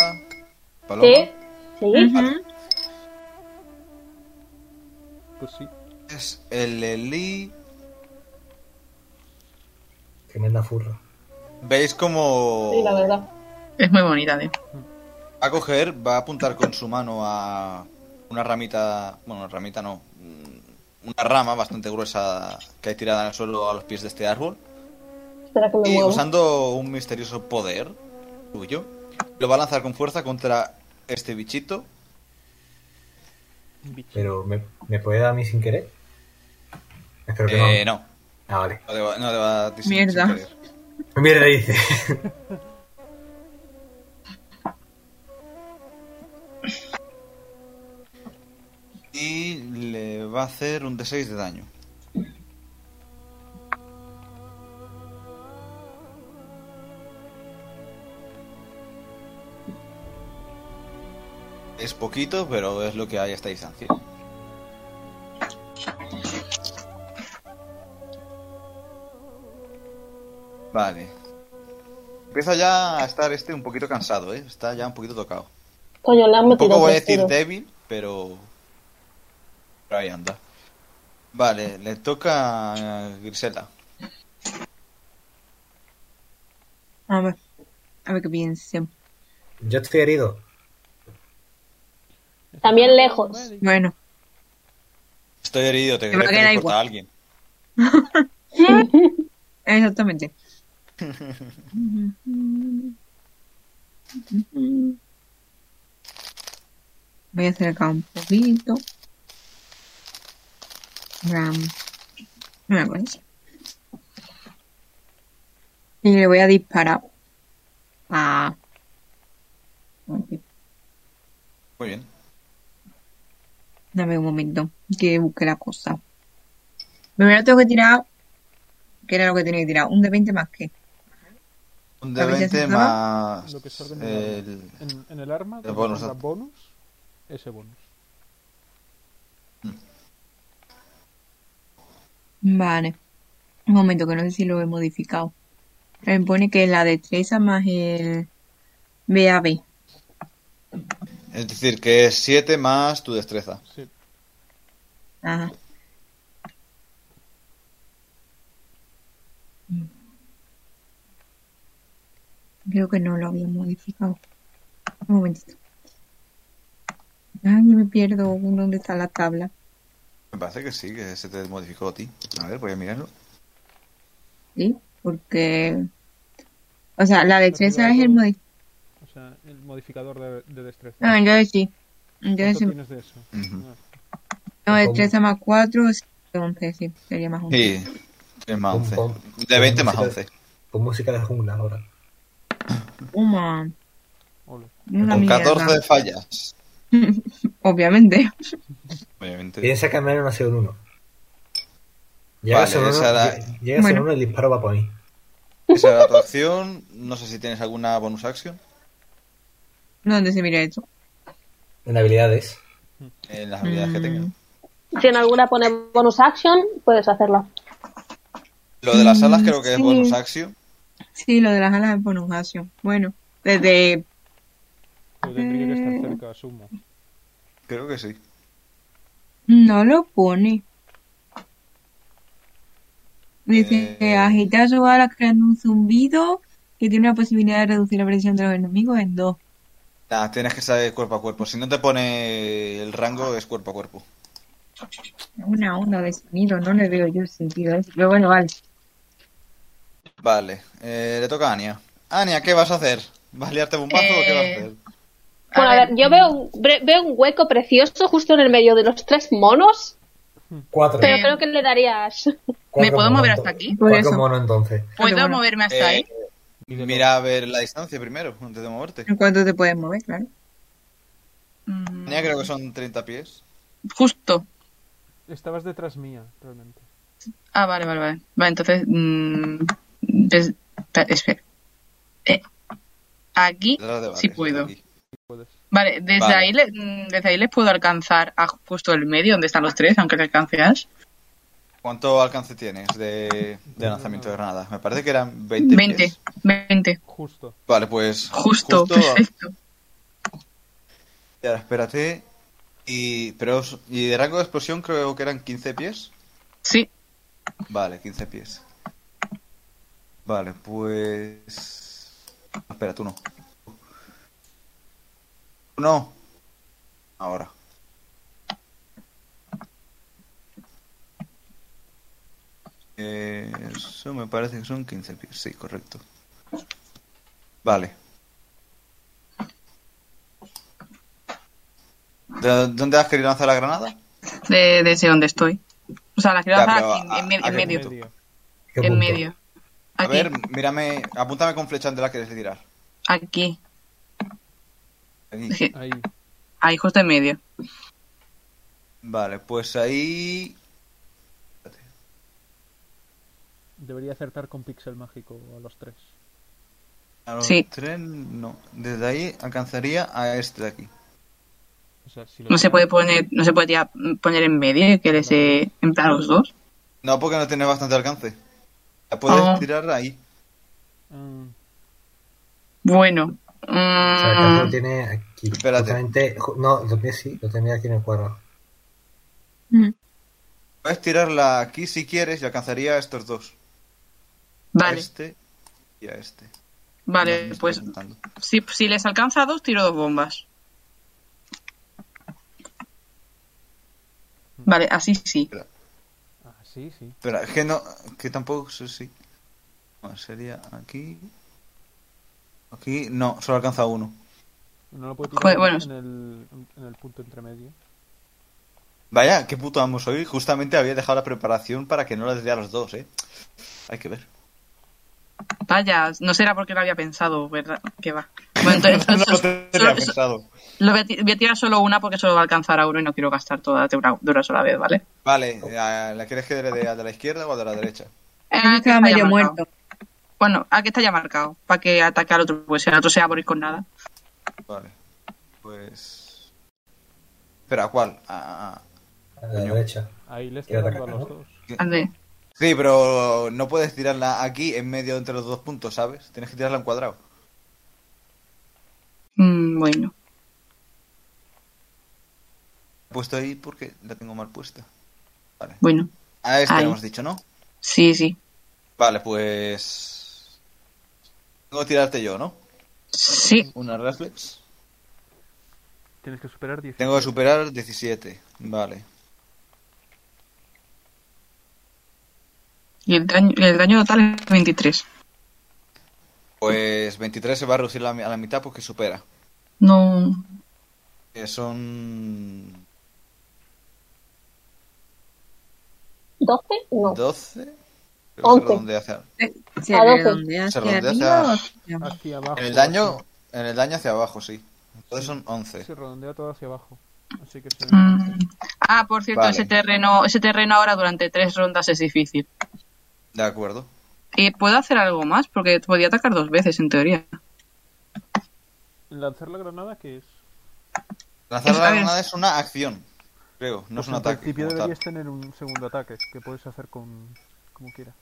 Paloma.
Sí. Sí.
Ujú.
Pues sí.
Es el Eli.
Tremenda furra.
Veis como
Sí, la verdad.
Es muy bonita, tío.
va a coger, va a apuntar con su mano a una ramita, bueno, una ramita no, mm, una rama bastante gruesa que hay tirada en el suelo a los pies de este árbol.
Espera que me
Y
muevo.
usando un misterioso poder suyo, lo va a lanzar con fuerza contra este bichito.
Pero, ¿me, me puede dar a mí sin querer? Espero que
Eh,
no.
no,
Ah, vale.
no le va, no le va a sin-
Mierda.
sin querer.
Mierda, dice.
Y le va a hacer un D6 de daño. Es poquito, pero es lo que hay a esta distancia. Vale. Empieza ya a estar este un poquito cansado, ¿eh? Está ya un poquito tocado.
Coño, le han metido.
Tampoco voy a
tres
decir
tiros.
débil, pero... pero ahí anda. Vale, le toca a Grisela.
A ver. A ver qué piense.
Yo estoy herido.
También lejos.
Bueno,
Estoy herido, te
Pero
creo que
que da
le
igual.
importa a alguien.
exactamente. Voy a hacer acá un poquito. Ram. Una cosa. Y le voy a disparar. Ah.
Muy bien.
Dame un momento que busque la cosa. Primero tengo que tirar. ¿Qué era lo que tenía que tirar? Un de 20 más que.
Un
¿La
de
habéis
20
acertado?
más...
Lo que salga en el
El...
En, en el arma, te
bonus,
bonus,
¿no?
bonus, ese bonus.
Vale. Un momento que no sé si lo he modificado. Me pone que la destreza más el BAB.
Es decir, que es 7 más tu destreza.
Sí.
Ajá. Creo que no lo había modificado. Un momentito. Ay, me pierdo. ¿Dónde está la tabla?
Me parece que sí, que se te modificó a ti. A ver, voy a mirarlo.
¿Sí? Porque... O sea, la destreza es el modificador.
O sea, el modificador de, de destreza.
Ah, entonces sí. Entonces
¿Cuánto
sí.
tienes de eso?
Ujú.
Ah,
No, destreza más 4, 11, sí, sería más 11.
Sí, 3 más
Pum,
11.
pum.
De 20 más
Pum,
11.
Con música de jungla ahora.
Uma,
ole.
una
Con
mierda.
14 fallas.
Obviamente.
Obviamente.
Piensa que al menos no ha sido un 1. Llega a
Vale,
ser uno,
esa era-
lle- llega a ser
Bueno.
uno y el disparo va por mí.
Esa era tu acción. No sé si tienes alguna bonus action
¿Dónde se mira esto?
En habilidades.
en las habilidades que
Mm.
tengas.
Si en alguna pone bonus action, puedes hacerla.
Lo de las alas
Mm,
creo que es
sí.
bonus action.
Sí, lo de las alas es bonus action. Bueno, desde...
Pues tendría que estar
Eh.
cerca, asumo.
Creo que sí.
No lo pone. Dice
Eh.
que agita su ala creando un zumbido que tiene una posibilidad de reducir la presión de los enemigos en 2.
Nah, tienes que saber cuerpo a cuerpo. Si no te pone el rango, es cuerpo a cuerpo.
Una onda de sonido, no le veo yo el sentido. a eso, Pero bueno, vale.
Eh,
Vale, eh, le toca a Ania. Ania, ¿qué vas a hacer? ¿Vas a liarte bombazo o qué vas a hacer?
Bueno, a ver, yo
mm,
veo un, bre- veo un hueco precioso justo en el medio de los tres monos,
Cuatro.
pero
Eh,
creo que le darías.
Cuatro
puedo mover
monos,
hasta aquí?
Por
Cuatro
eso.
monos entonces.
¿Puedo
Pero bueno,
moverme hasta ahí?
Eh, mira a ver la distancia primero, antes de moverte.
¿En cuánto te puedes mover, claro?
Mm,
Ya creo que son 30 pies.
Justo.
Estabas detrás mía, realmente.
Ah, vale, vale, vale. Vale, entonces. mm, des- ta- espera. Eh, aquí.
Detrás de Vargas,
Sí puedo.
aquí.
Puedes.
Vale, desde,
Vale.
Ahí le- mm, desde ahí les puedo alcanzar a justo el medio donde están los tres, aunque le alcance Ash.
¿Cuánto alcance tienes de, de lanzamiento de granada? Me parece que eran 20.
20,
pies.
20.
Justo.
Vale, pues.
Justo, perfecto.
y ahora espérate. Y, pero, os- y de rango de explosión creo que eran 15 pies.
Sí,
Vale, 15 pies. Vale, pues. Espera, tú no. Tú No. Ahora. Eh, Eso me parece que son 15 pies, sí, correcto. Vale. ¿De dónde has querido lanzar la granada?
de- desde donde estoy. O sea, la quiero
Ya,
lanzar
pero
aquí, en,
a-
me-
a
en
qué
medio.
punto?
¿Qué
En
punto?
medio.
A
Aquí,
ver, mírame, apúntame con flecha de la que quieres tirar.
aquí.
Aquí.
Es que
Ahí.
Ahí, justo en medio.
Vale, pues ahí.
Debería acertar con pixel mágico a los tres.
A los
Sí.
tres, no. Desde ahí alcanzaría a este de aquí.
O sea, si lo
No se
tiran-
puede poner, no se podía poner en medio y que les eh, en plan a los dos.
No, porque no tiene bastante alcance. La puedes
Ah.
tirar ahí.
Ah,
Bueno. mm,
O sea, que lo tiene aquí.
Espérate.
Justamente- ju- no, lo tiene sí, lo tenía aquí en el cuadro.
Puedes tirarla aquí si quieres y alcanzaría a estos dos. A
vale,
este y a este. No, me
vale,
estoy
pues
contando.
si, si les alcanza a dos, tiro dos bombas. Vale, así sí.
ah, sí, sí.
Espera, es que no. Que tampoco sé si. No, sería aquí. Aquí, no, solo alcanza uno.
No lo puede tirar
Joder, bueno.
en, el, en el punto intermedio.
Vaya, qué puto amo soy. Justamente había dejado la preparación para que no la dé a los dos, eh. Hay que ver.
Vaya, no será porque lo había pensado, ¿verdad? Que va. Bueno, entonces,
no lo
solo-
tenía
solo-
pensado.
lo voy, a, ti- voy a tirar solo una porque solo va a alcanzar a uno y no quiero gastar toda de una, de una sola vez, ¿vale?
Vale, ¿la la quieres que le dé a de la izquierda o a de la derecha?
Ese
Eh,
estaba
que está Ah, ya
medio
marcado.
muerto.
Bueno, aquí está ya marcado. Para que ataque al otro, pues el otro sea morir con nada.
Vale, pues. Espera, ¿a ¿cuál? Ah, A- a-
A la derecha.
Ahí le
Y
está dando a
ataca,
los
¿no?
dos.
Ande.
Sí, pero no puedes tirarla aquí en medio entre los dos puntos, ¿sabes? Tienes que tirarla en cuadrado.
Mm, bueno.
He puesto ahí porque la tengo mal puesta.
Bueno,
A este
Ahí.
le hemos dicho, ¿no?
sí, sí.
Vale, pues. Tengo que tirarte yo, ¿no?
Sí,
Una reflex.
Tienes que superar 10.
Tengo que superar 17. Vale.
y el daño, el daño total es 23.
Pues 23 se va a reducir la mi- a la mitad porque supera.
No.
Que son.
¿12? No.
12.
Once.
¿Dónde hacer?
Se
A doce.
redondea
Se
hacia
redondea
arriba. o hacia-
Hacia abajo.
En el daño, en el daño hacia abajo, sí. Entonces son 11.
Se redondea todo hacia abajo. Así que sí.
Mm. Ah, por cierto,
Vale.
ese terreno ese terreno ahora durante tres rondas es difícil.
De acuerdo.
¿Y puedo hacer algo más? Porque podía atacar dos veces, en teoría.
Lanzar la granada, que es?
Lanzar
Está
la
bien.
granada es una acción, creo, no es
Pues
un
en
ataque.
principio
como tal.
deberías tener un segundo ataque, que puedes hacer con... como quieras.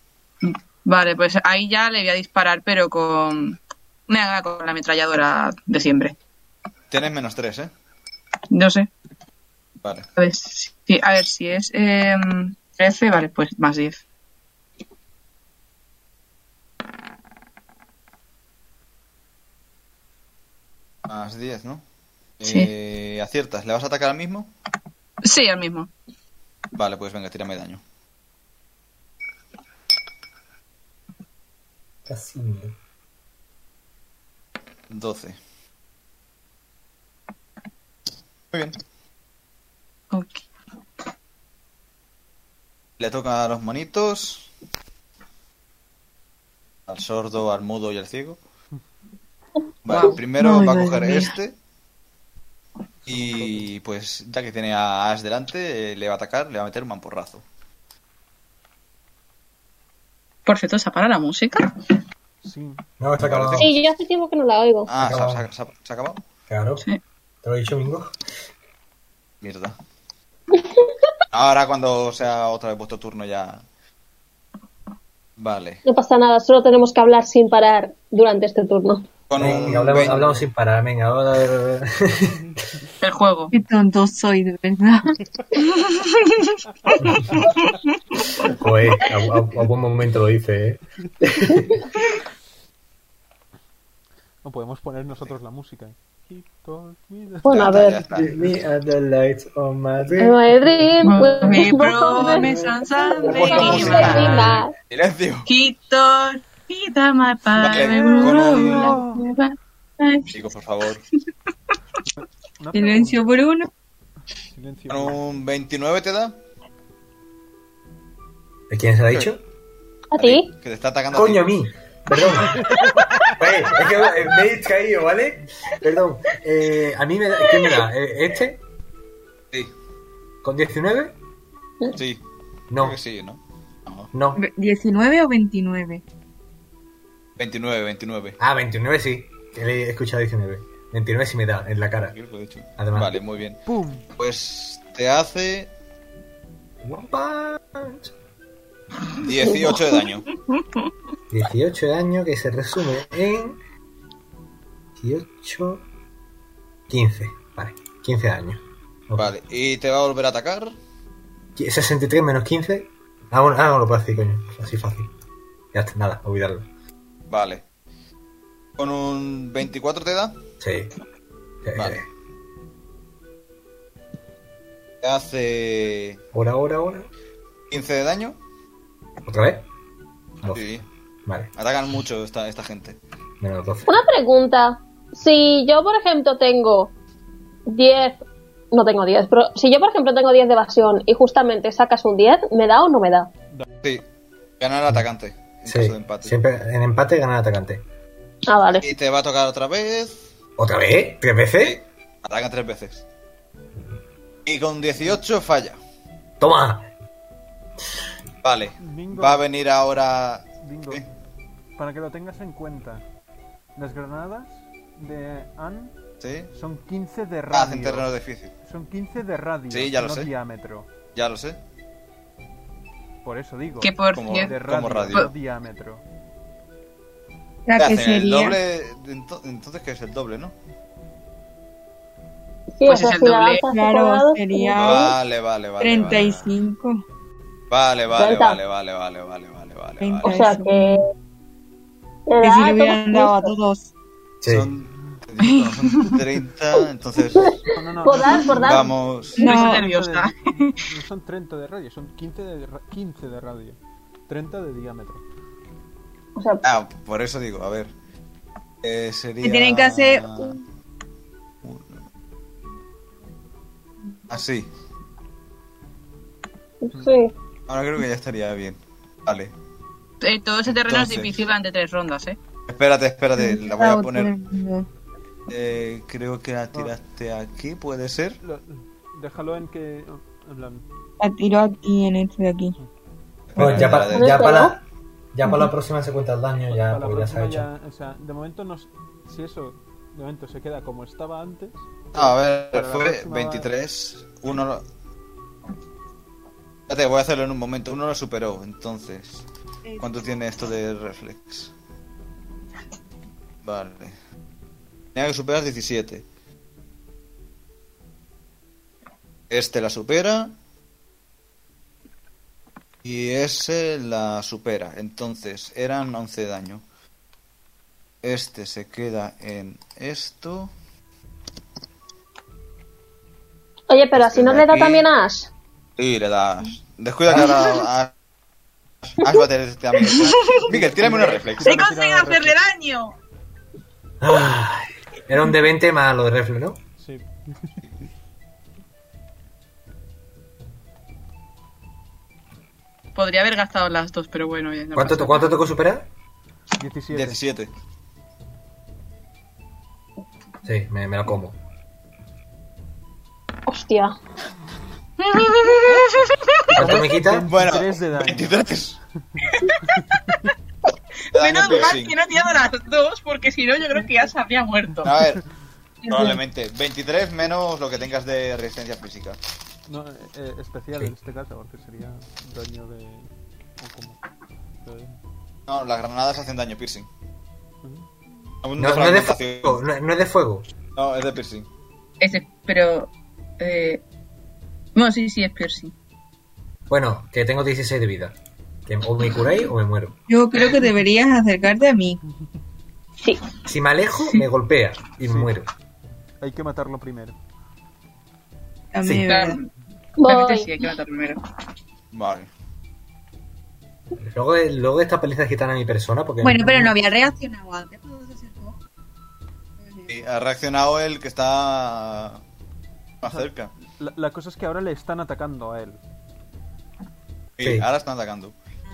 Vale, pues ahí ya le voy a disparar, pero con. Me haga con la ametralladora de siempre.
Tienes menos 3, ¿eh?
No sé.
Vale.
A ver si, a ver si es eh, 13, vale, pues más 10.
Más 10, ¿no?
Sí.
Eh, aciertas. ¿Le vas a atacar al mismo?
Sí, al mismo.
Vale, pues venga, tírame daño.
Casi.
12. Muy bien.
Ok.
Le toca a los monitos. Al sordo, al mudo y al ciego. Vale, primero
Ay,
va a
madre
coger
mía.
este. Y pues ya que tiene a Ash delante, eh, le va a atacar, le va a meter un mamporrazo.
Por cierto, ¿se para la música?
Sí.
No, está acabado.
Sí, yo hace tiempo que no la oigo.
Ah, se ha- se ha, se ha- se ha acabado.
Claro.
Sí.
¿Te lo he dicho, Mingo?
Mierda. Ahora cuando sea otra vez vuestro turno ya. Vale.
No pasa nada, solo tenemos que hablar sin parar durante este turno.
Con un
Venga, hablamos,
20
hablamos sin parar. Venga, ahora.
El juego.
Qué tonto soy, de verdad.
Joder, a, a- a buen momento lo dice, ¿eh?
No podemos poner nosotros la música.
Pues,
He told me that-
Bueno, a
Ya
ver.
está, ya está.
Me at the lights on my
My dream will
Mm, Me
go on.
promise on
Ojo,
Sunday.
música.
night.
Dream.
Silencio.
Quito, quita my
Ah,
Vale,
padre.
con un- Chicos, por favor.
Una
Silencio, Bruno.
pregunta. Silencio.
Con un 29 te da.
¿A quién se lo ha dicho?
¿A ti?
Que te está atacando. a ti.
Coño, a mí. Perdón. Oye, es que eh, me he distraído, ¿vale? Perdón. Eh, a mí me da. ¿Quién me da? Eh, ¿Este?
Sí,
¿Con 19?
sí. Creo
No,
que sí, ¿no? No.
no.
¿19 o 29?
29, 29.
Ah, 29 sí. Que le he escuchado 19. 29 sí me da en la cara.
Creo que lo he dicho.
Además.
Vale, muy bien.
¡Pum!
Pues te hace
One punch.
18 de daño.
18 de daño que se resume en 18 15 vale 15 daños
Vale, y te va a volver a atacar.
63 menos 15 ah bueno, ah, no lo puedo hacer coño así fácil ya está nada olvidarlo
Vale. Con un 24 te da.
sí Eh,
Vale. Te hace
ahora ahora ahora
15 de daño.
otra vez 12
Ah, Sí.
vale
Atacan mucho esta, esta gente.
menos 12
Una pregunta. Si yo, por ejemplo, tengo 10. No tengo 10, pero si yo, por ejemplo, tengo 10 de evasión y justamente sacas un 10, ¿me da o no me da?
Sí. Ganar al atacante. En
sí
caso de empate.
siempre en empate gana el atacante
Ah, vale.
Y te va a tocar otra vez.
otra vez tres veces
Atacan tres veces. Y con 18 falla.
toma
Vale.
Bingo.
Va a venir ahora.
Bingo.
¿Qué?
Para que lo tengas en cuenta, las granadas de Ann
Sí.
son 15 de
Ah, hacen
radio.
terreno difícil.
son 15 de radio,
Sí, ya lo
no
sé.
diámetro.
Ya lo sé.
Por eso digo,
Que por
Como-
cierto.
de
como
radio,
radio.
no diámetro.
¿Qué
La que
hacen? El
sería.
doble. ento- Entonces, ¿qué es el doble, no?
Sí,
Pues
o sea,
es el
si la
doble.
lanzas
Claro,
separado,
sería
Vale, vale, vale.
35.
Vale, vale,
Treinta.
vale, vale, vale, vale, vale, vale.
Treinta.
O
vale.
sea que.
Que
Ah,
si
toma,
le hubieran dado a todos.
sí.
Son, te digo, son 30, entonces
No, no, no,
Por
no
dar,
son-
por dar.
vamos.
Me puse
No,
nerviosa.
No son 30 de radio, son 15 de, ra- 15 de radio. 30 de diámetro.
o sea,
Ah, por eso digo, a ver. Eh, sería...
Que tienen que hacer-
Así.
sí.
Ahora creo que ya estaría bien. Vale.
Eh, todo ese terreno
Entonces.
es difícil durante tres rondas, ¿eh?
Espérate, espérate, la voy a
Todo el
poner.
mundo.
Eh, creo que la tiraste aquí, puede ser.
Lo- déjalo en que... en plan,
La tiro aquí en este de aquí.
Bueno, ya para,
Espérate,
ya para la, ya para la próxima se cuenta el daño, ya,
para la
pues, ya se ha
próxima
hecho.
ya- o sea, de momento nos, si eso de momento se queda como estaba antes,
A ver,
Para la
fue
próxima va-
23. Uno lo... Espérate, voy a hacerlo en un momento. Uno lo superó, entonces.
Eh,
¿Cuánto tiene esto de reflex? Vale. Tenía que superar 17. Este la supera. Y ese la supera. Entonces, eran 11 de daño. Este se queda en esto.
Oye, pero así no le da
Aquí.
también a Ash.
Y le das. Descuida que ahora. a- Ash va a tener este amigo. Miguel, tírame una reflex.
¡He
Solo
conseguido
tirado de
hacerle daño!
Ay, era un de 20 más lo de reflex, ¿no?
sí.
Podría haber gastado las dos, pero bueno. bien, no
¿Cuánto,
pasa
to- ¿Cuánto tocó superar?
17.
17.
Sí, me, me lo como.
Hostia.
¿Cuánto me quita?
Bueno,
23 de daño.
23.
nada.
Daño
Menos mal
piercing.
que no he tirado las dos, porque si no, yo creo que ya se habría muerto.
A ver, probablemente. 23 menos lo que tengas de resistencia física.
No, eh, eh, especial
Sí.
en este caso, porque sería daño de. o como- de-
No, las granadas hacen daño piercing.
Ujú.
Aún
No, no es de
fragmentación.
fuego. No, no es de fuego.
No, es de piercing.
Ese, pero. Eh... Bueno, sí, sí, es piercing.
Bueno, que tengo 16 de vida. Que o me curáis o me muero.
Yo creo que deberías acercarte a mí.
Sí.
Si me alejo, me golpea y me
Sí.
muero.
Hay que matarlo primero.
También,
Sí.
¿verdad?
Claro. Realmente sí,
Voy.
hay que matar primero.
Vale.
Luego de, luego de esta paliza quitan a mi persona porque...
Bueno, pero no había reaccionado antes pues, cuando se acercó.
Y ha reaccionado el que está más cerca.
La, la cosa es que ahora le están atacando a él.
Y
Sí.
ahora están atacando.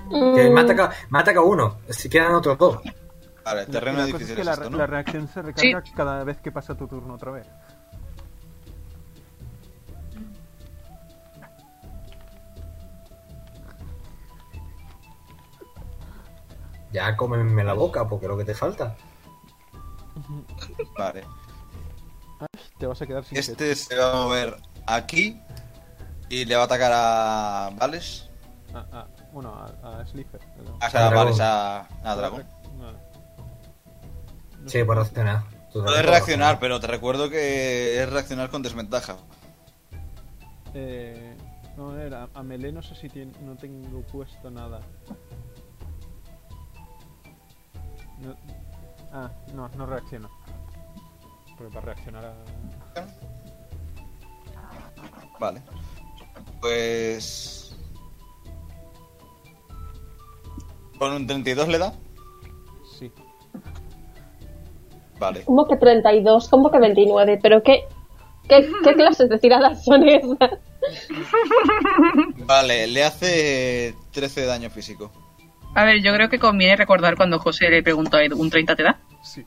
Que me
Mm,
ataca, me ataca uno. Si quedan otros dos.
Vale,
La,
terreno
la cosa es
difícil
que
es
la,
esto, ¿no?
la reacción se recarga cada vez que pasa tu turno otra vez.
Ya cómeme la boca porque lo que te falta.
Vale.
Te vas a quedar sin set.
Este se va a mover aquí y le va a atacar a Vales.
Ah, ah, bueno, a, a Slifer. perdón. eh,
O sea,
A
a
Dragón.
Vales a, a Dragón.
Vale.
Sí, por reaccionar. Tú
Puedes
también
reaccionar, pero te recuerdo que es reaccionar con desventaja.
Eh, no, a ver, a, a melee no sé si tien- no tengo puesto nada. No- ah, no, no reacciono. Porque para reaccionar a...
Vale. Pues... ¿Con un 32 le da?
Sí.
Vale.
¿Cómo que 32? ¿Cómo que 29? ¿Pero qué, qué, qué clases de tiradas son esas?
Vale, le hace 13 de daño físico.
A ver, yo creo que conviene recordar cuando José le preguntó a Ed, ¿un 30 te da?
Sí.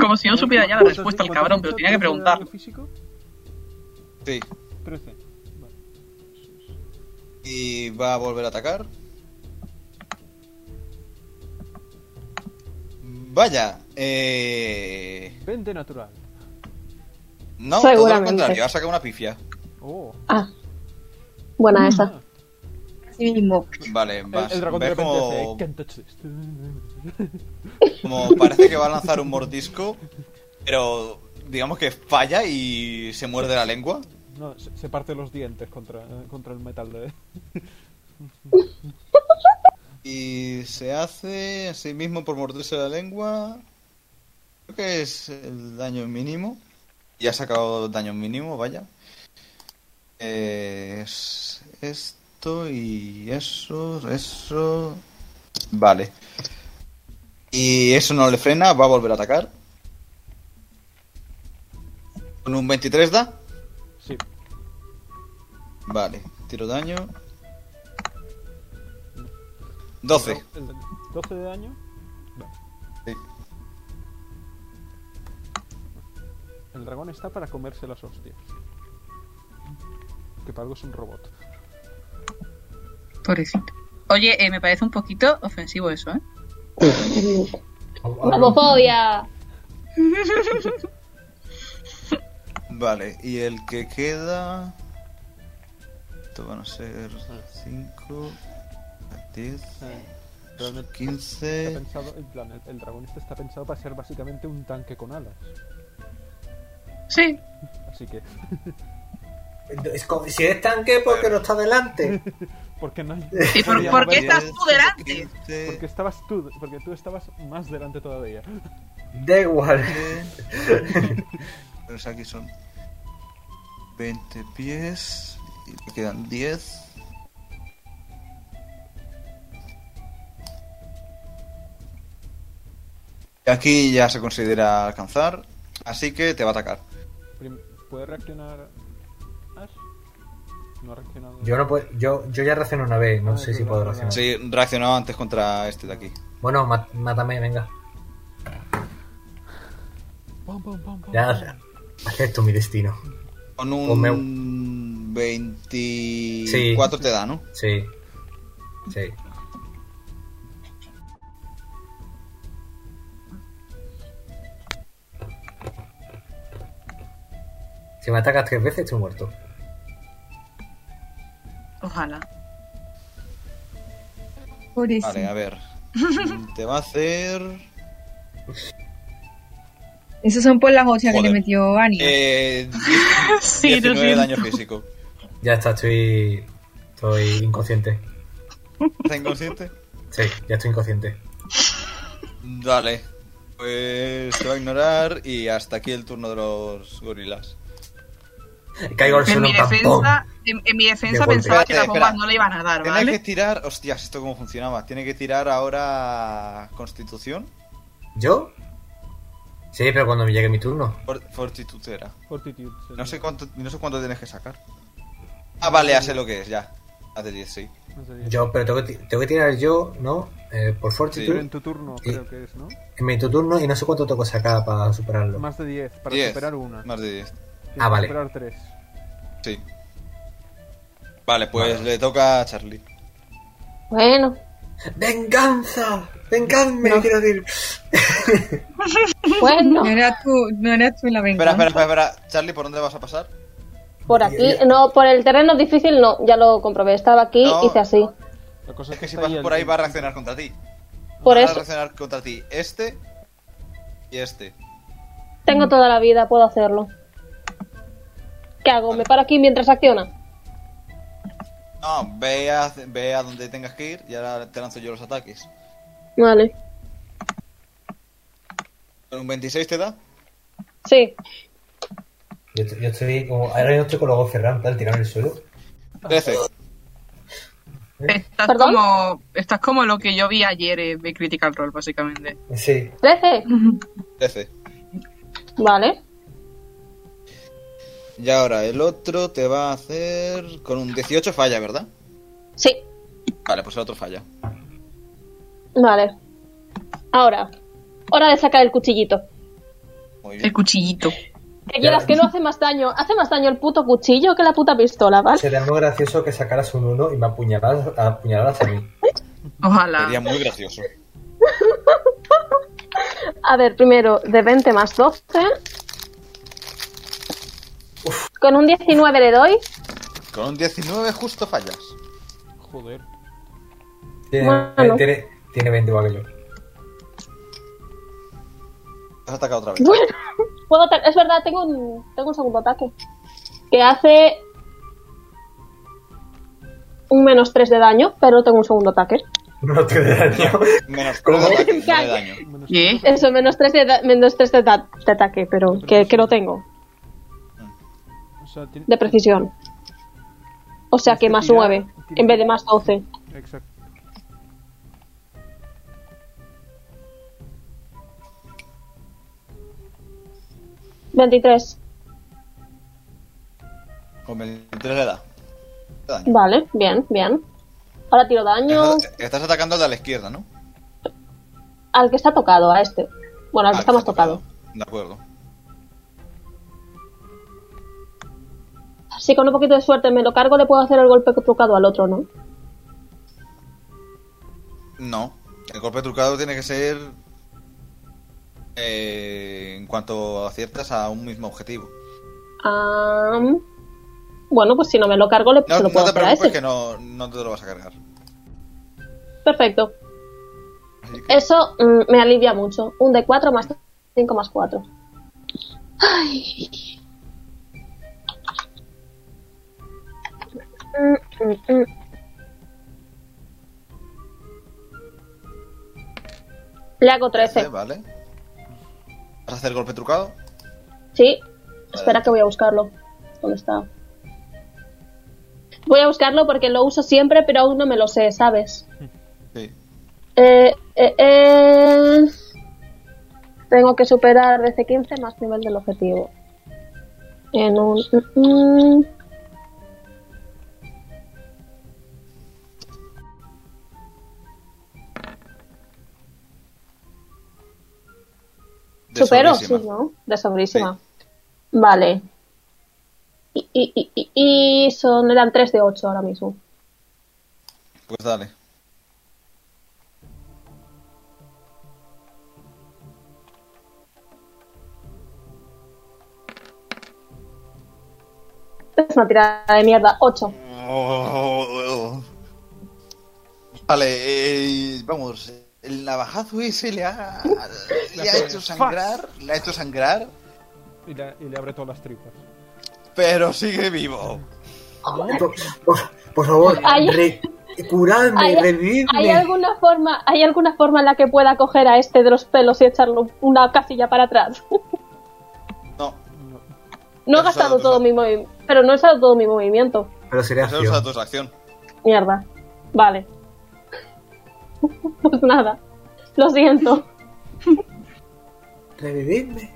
Como si no supiera ya la respuesta el cabrón, pero tenía que preguntar.
preguntar. físico?
Sí.
13. Vale.
Y va a volver a atacar. Vaya, eh...
20 natural.
No, todo lo
Seguramente.
contrario, ha sacado una pifia.
Oh.
Ah,
Mm.
buena esa.
Ah,
Así mismo.
Vale,
el-
vas,
el, dragón de
ves
repente
como,
hace, "Can't touch this".
como parece que va a lanzar un mordisco, pero digamos que falla y se muerde la lengua.
No, se, se parte los dientes contra, contra el metal de...
Y se hace a sí mismo por morderse la lengua. Creo que es el daño mínimo. Ya ha sacado daño mínimo, vaya. Eh, Es esto y eso, eso. Vale. Y eso no le frena, va a volver a atacar. Con un 23 da.
Sí.
Vale, tiro daño. 12.
El- el 12 de daño.
Sí.
El dragón está para comerse las hostias. Que para algo es un robot.
Pobrecito. Oye, eh, me parece un poquito ofensivo eso, ¿eh?
¡Homofobia!
Vale, y el que queda. Esto van a ser 5, 10,
Eh, realmente está
15.
pensado, en plan, el, el dragón este está pensado para ser básicamente un tanque con alas.
Sí.
Así que,
Es como- si eres tanque, porque no está delante?
¿por qué no?
¿Y por,
Podría
por qué
mover-
estás tú delante?
15,
Porque estabas tú, porque tú estabas más delante todavía.
Da igual.
Pero aquí son 20 pies. Y le quedan 10. Aquí ya se considera alcanzar. Así que te va a atacar.
Prim- ¿Puede reaccionar Ash? No ha reaccionado.
Yo, no puedo, yo, yo ya reaccioné una vez, no
Ah,
sé
es
si
verdad,
puedo
es verdad.
reaccionar.
Sí, reaccionaba antes contra este de aquí.
Bueno, ma- mátame, venga.
Pam, pam, pam, pam,
Ya,
pam.
acepto mi destino.
Con
Ponme
un 24 te da, ¿no?
Sí. Sí. Si me atacas tres veces, estoy muerto.
Ojalá.
Pobrecito.
Vale, a ver. Te va a hacer...
Esos son por las hostias que le
Joder.
metió Ani.
Eh,
Sí, lo
19 de
siento.
daño físico.
Ya está, estoy. Estoy inconsciente.
¿Está inconsciente?
Sí, ya estoy inconsciente.
Dale. Pues te va a ignorar y hasta aquí el turno de los gorilas.
Caigo al
En
suelo
mi
en plan, ¡pum!
defensa, en, en mi defensa
De golpe.
pensaba que las
Espérate,
bombas
eh, espera.
no le iban a dar,
Tiene que
¿vale?
tirar... Hostias, ¿esto cómo funcionaba? Tiene que tirar ahora... Constitución.
¿Yo? Sí, pero cuando me llegue mi turno.
For- Fortitud era.
Fortitude. sería.
No sé cuánto, no sé cuánto tienes que sacar. Ah, vale, ya sé lo que es, ya. Haz de 10, sí.
No sería.
Yo, pero tengo que, ti- tengo que tirar yo, ¿no? Eh,
Pero
por fortitude.
en tu turno,
Sí.
creo que es, ¿no?
En mi turno y no sé cuánto tengo que sacar para superarlo.
Más de 10, para
10,
superar una.
Más de 10,
Tienes
Ah,
que
vale.
Superar 3.
sí. Vale, pues le toca a Charlie.
Bueno,
¡Venganza! ¡Venganme! Quiero decir.
bueno.
No era tú, no era tú la
Espera,
venganza.
espera, espera, espera. Charlie, ¿por dónde vas a pasar?
Pues Por aquí, no, por el terreno difícil no, ya lo comprobé. Estaba aquí,
No.
hice así.
La cosa
Es que si
está
pasas
el-
por ahí va a reaccionar contra ti.
Por
va a
eso
reaccionar contra ti este y este.
tengo toda la vida, puedo hacerlo. ¿Qué hago? ¿Me paro aquí mientras acciona?
No, ve a, ve a donde tengas que ir y ahora te lanzo yo los ataques.
Vale.
¿Un 26 te da?
Sí.
Yo, yo estoy como. Ahora yo estoy con los ojos cerrados, en plan, tirado en el suelo.
13. ¿Eh?
Estás
¿Perdón?
como, estás como lo que yo vi ayer eh, de Critical Role, básicamente.
Sí.
¿13?
13.
Vale.
Y ahora el otro te va a hacer con un 18 falla, ¿verdad?
Sí.
Vale, pues el otro falla.
Vale. Ahora, hora de sacar el cuchillito.
Muy
El
bien.
cuchillito.
Que quieras que no hace más daño. Hace más daño el puto cuchillo que la puta pistola, ¿vale?
Sería muy gracioso que sacaras un 1 y me apuñalaras, apuñalaras a mí.
Ojalá.
Ah.
Sería muy gracioso.
A ver, primero, de 20 más 12. Con un 19 le doy.
Con un 19 justo fallas.
Joder.
Tiene,
Bueno.
tiene, tiene 20 igual que yo.
Has atacado otra vez.
Bueno, puedo ata- es verdad, tengo un, tengo un segundo ataque. Que hace un menos 3 de daño, pero tengo un segundo ataque.
No te da daño.
Menos
¿Cómo?
tres ataques, nueve daño.
Menos
¿Qué?
Eso, menos 3 de, da- menos tres de, da- de ataque, pero que, que lo tengo,
O sea, tiene-
de precisión. O sea que más 9, en vez de más 12.
Exacto.
¿23?
Con 23 le da. Daño.
Vale, bien, bien. Ahora tiro daño
Estás, estás atacando al de la izquierda, ¿no?
al que está tocado, a este. Bueno, al que
Ah,
está más tocado.
De acuerdo.
Si con un poquito de suerte me lo cargo, le puedo hacer el golpe tocado al otro, ¿no?
No. El golpe trucado tiene que ser. eh, en cuanto aciertas a un mismo objetivo.
Ah, bueno, pues si no me lo cargo, le,
No,
se lo
no
puedo
te
hacer a
preocupes
ese.
que no, no te lo vas a cargar.
Perfecto.
Así que-
Eso mm, me alivia mucho. Un de 4 más 5 más 4. Ay. Mm, mm, mm. Le hago 13.
Vale. ¿Vas a hacer golpe trucado?
Sí. Espera que voy a buscarlo. ¿Dónde está? Voy a buscarlo porque lo uso siempre, pero aún no me lo sé, ¿sabes?
Sí.
Eh, eh, eh. Tengo que superar DC 15 más nivel del objetivo. En un... mm, mm.
De
Supero, sí,
sobrísima.
¿no? De sobrísima. Vale. Y, y- y- y- y son, eran 3 de 8 ahora mismo.
Pues dale.
Es una tirada de mierda, 8.
Oh.
Vale, eh, vamos. El navajazo ese le ha, le ha
hace
hecho
fas.
sangrar. Le ha hecho sangrar.
Y le, y le abre todas las tripas.
Pero sigue vivo.
Por, por- por favor,
Ay.
re- curadme,
Ay,
revividme.
¿Hay alguna, forma, ¿Hay alguna forma en la que pueda coger a este de los pelos y echarlo una casilla para atrás?
No,
No he
Has usado
gastado
tus
todo
ac-
mi movimiento. Pero no he usado todo mi movimiento.
Pero sería
se usa
acción.
tu acción.
Mierda. Vale. Pues nada. Lo siento.
Revividme.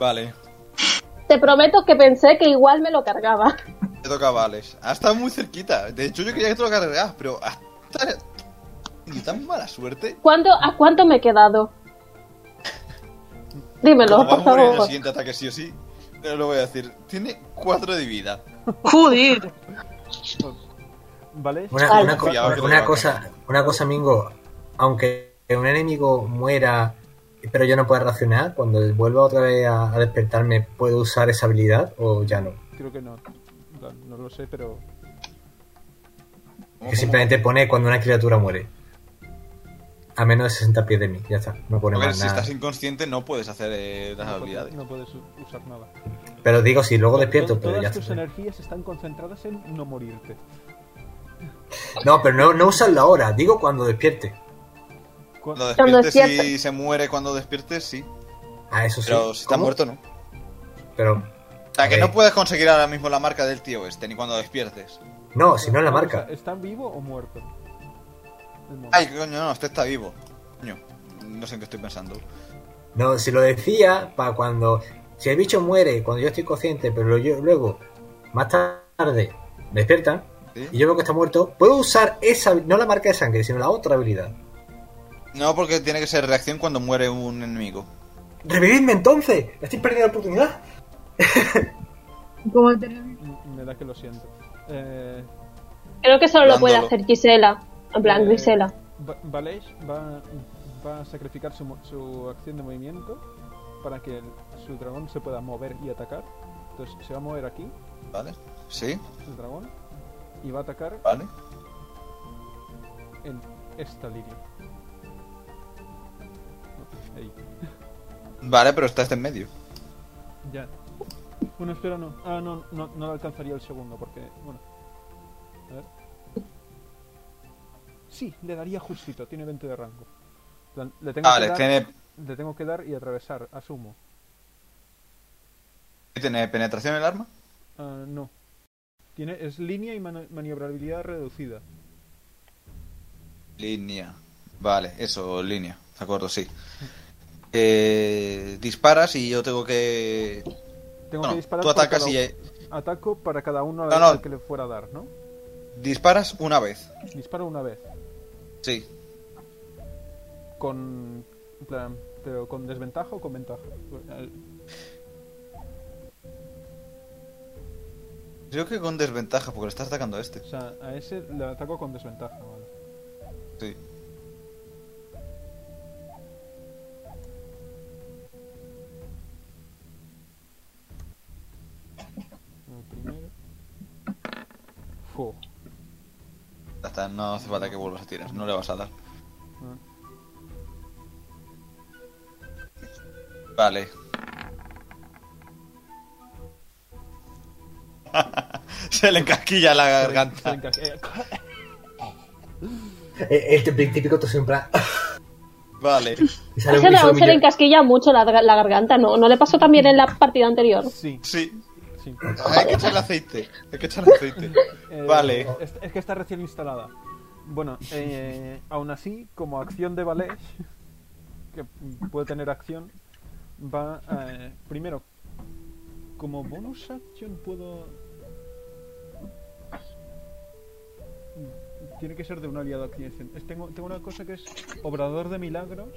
Vale.
Te prometo que pensé que igual me lo cargaba.
Te tocaba a Alex. Ha estado muy cerquita. De hecho, yo quería que te lo cargaras, pero hasta... Y tan mala suerte.
¿Cuánto, ¿A cuánto me he quedado? Dímelo,
Como va a
por
morir en el
favor.
siguiente ataque sí o sí. No lo voy a decir. Tiene 4 de vida.
Joder.
¿Vale?
Una,
Vale.
una co-
Cuidado que te
una
va a
cosa, una cosa, Mingo. Aunque un enemigo muera, pero yo no pueda reaccionar, cuando vuelva otra vez a, a despertarme, ¿puedo usar esa habilidad o ya no?
Creo que no. En plan, No lo sé, pero.
¿Cómo,
Que
cómo?
simplemente pone cuando una criatura muere. A menos de 60 pies de mí, ya está. No pone
A ver,
más
si
nada.
estás inconsciente no puedes hacer eh, las
no,
habilidades.
puedes, no puedes u- usar nada.
Pero digo, si luego despierto,
Tod-
pero ya
Todas tus
está.
energías están concentradas en no morirte.
No, pero no, no usas la hora, digo cuando despierte.
Cu-
Cuando
Cuando
despiertes, si
despiertas.
se muere cuando despiertes, sí.
Ah, eso sí.
Pero si está
¿Cómo?
muerto, no. O
Pero.
sea, que
Ok.
no puedes conseguir ahora mismo la marca del tío este, ni cuando despiertes.
No, si no la
o sea,
marca.
¿Está vivo o muerto? El mono.
Ay, coño, no, este está vivo. Coño, no sé en qué estoy pensando.
No, si lo decía para cuando. Si el bicho muere cuando yo estoy consciente, pero lo- yo- luego, más tarde, despierta
¿Sí?
y yo veo que está muerto, puedo usar esa. No la marca de sangre, sino la otra habilidad.
No, porque tiene que ser reacción cuando muere un enemigo.
¡Revividme entonces! ¡Estoy perdiendo la oportunidad!
¿Cómo te lo-
M- Mm, Me da que lo siento. Eh,
Creo que solo lo puede
Dándolo.
hacer Gisela. En plan,
Eh,
Gisela.
Va- Valeix va, va a sacrificar su, mo- su acción de movimiento para que el- su dragón se pueda mover y atacar. Entonces se va a mover aquí,
¿Vale? Sí,
el dragón, y va a atacar
vale.
en esta línea. Oh, No, ahí.
Vale, pero está este en medio.
Ya. Bueno, espera, no. Ah, no, no, no le alcanzaría el segundo porque. Bueno. A ver. Sí, le daría justito, tiene 20 de rango. En plan, Le tengo, que
Vale,
dar,
tiene,
le tengo que dar y atravesar, asumo.
tiene penetración el arma.
Ah, no. Tiene, es línea y mani- maniobrabilidad reducida.
Línea. Vale, eso, línea. De acuerdo, sí. Eh, disparas y yo tengo que.
Tengo
Bueno,
que disparar
tú
por
atacas
cada
y. eh,
uno. Ataco para cada uno
No,
al-
no.
al que le fuera a dar, ¿no?
Disparas una vez.
Disparo una vez.
Sí.
Con. en plan, pero con desventaja o con ventaja. Al-
Creo que con desventaja, porque le estás atacando a este.
O sea, a ese le ataco con desventaja, vale.
Sí.
El primero. Fu.
Ya está, no hace falta que vuelvas a tirar, no le vas a dar.
Ah.
Vale. Se le encasquilla la
Se le
garganta.
encaja- eh,
El, el típico tos en plan.
Vale.
y
A
sale
ese dragón
un bicho
se le
humillo-
encasquilla mucho la, la garganta, ¿no? ¿No le pasó también en la partida anterior?
Sí,
Sí.
sí.
Hay que echarle aceite. Hay que echarle aceite.
Eh,
Vale.
Es, es que está recién instalada. Bueno, eh, aún así, como acción de ballet, que puede tener acción, va eh, primero. Como bonus action puedo. Tiene que ser de un aliado aquí. Tengo, tengo una cosa que es obrador de milagros.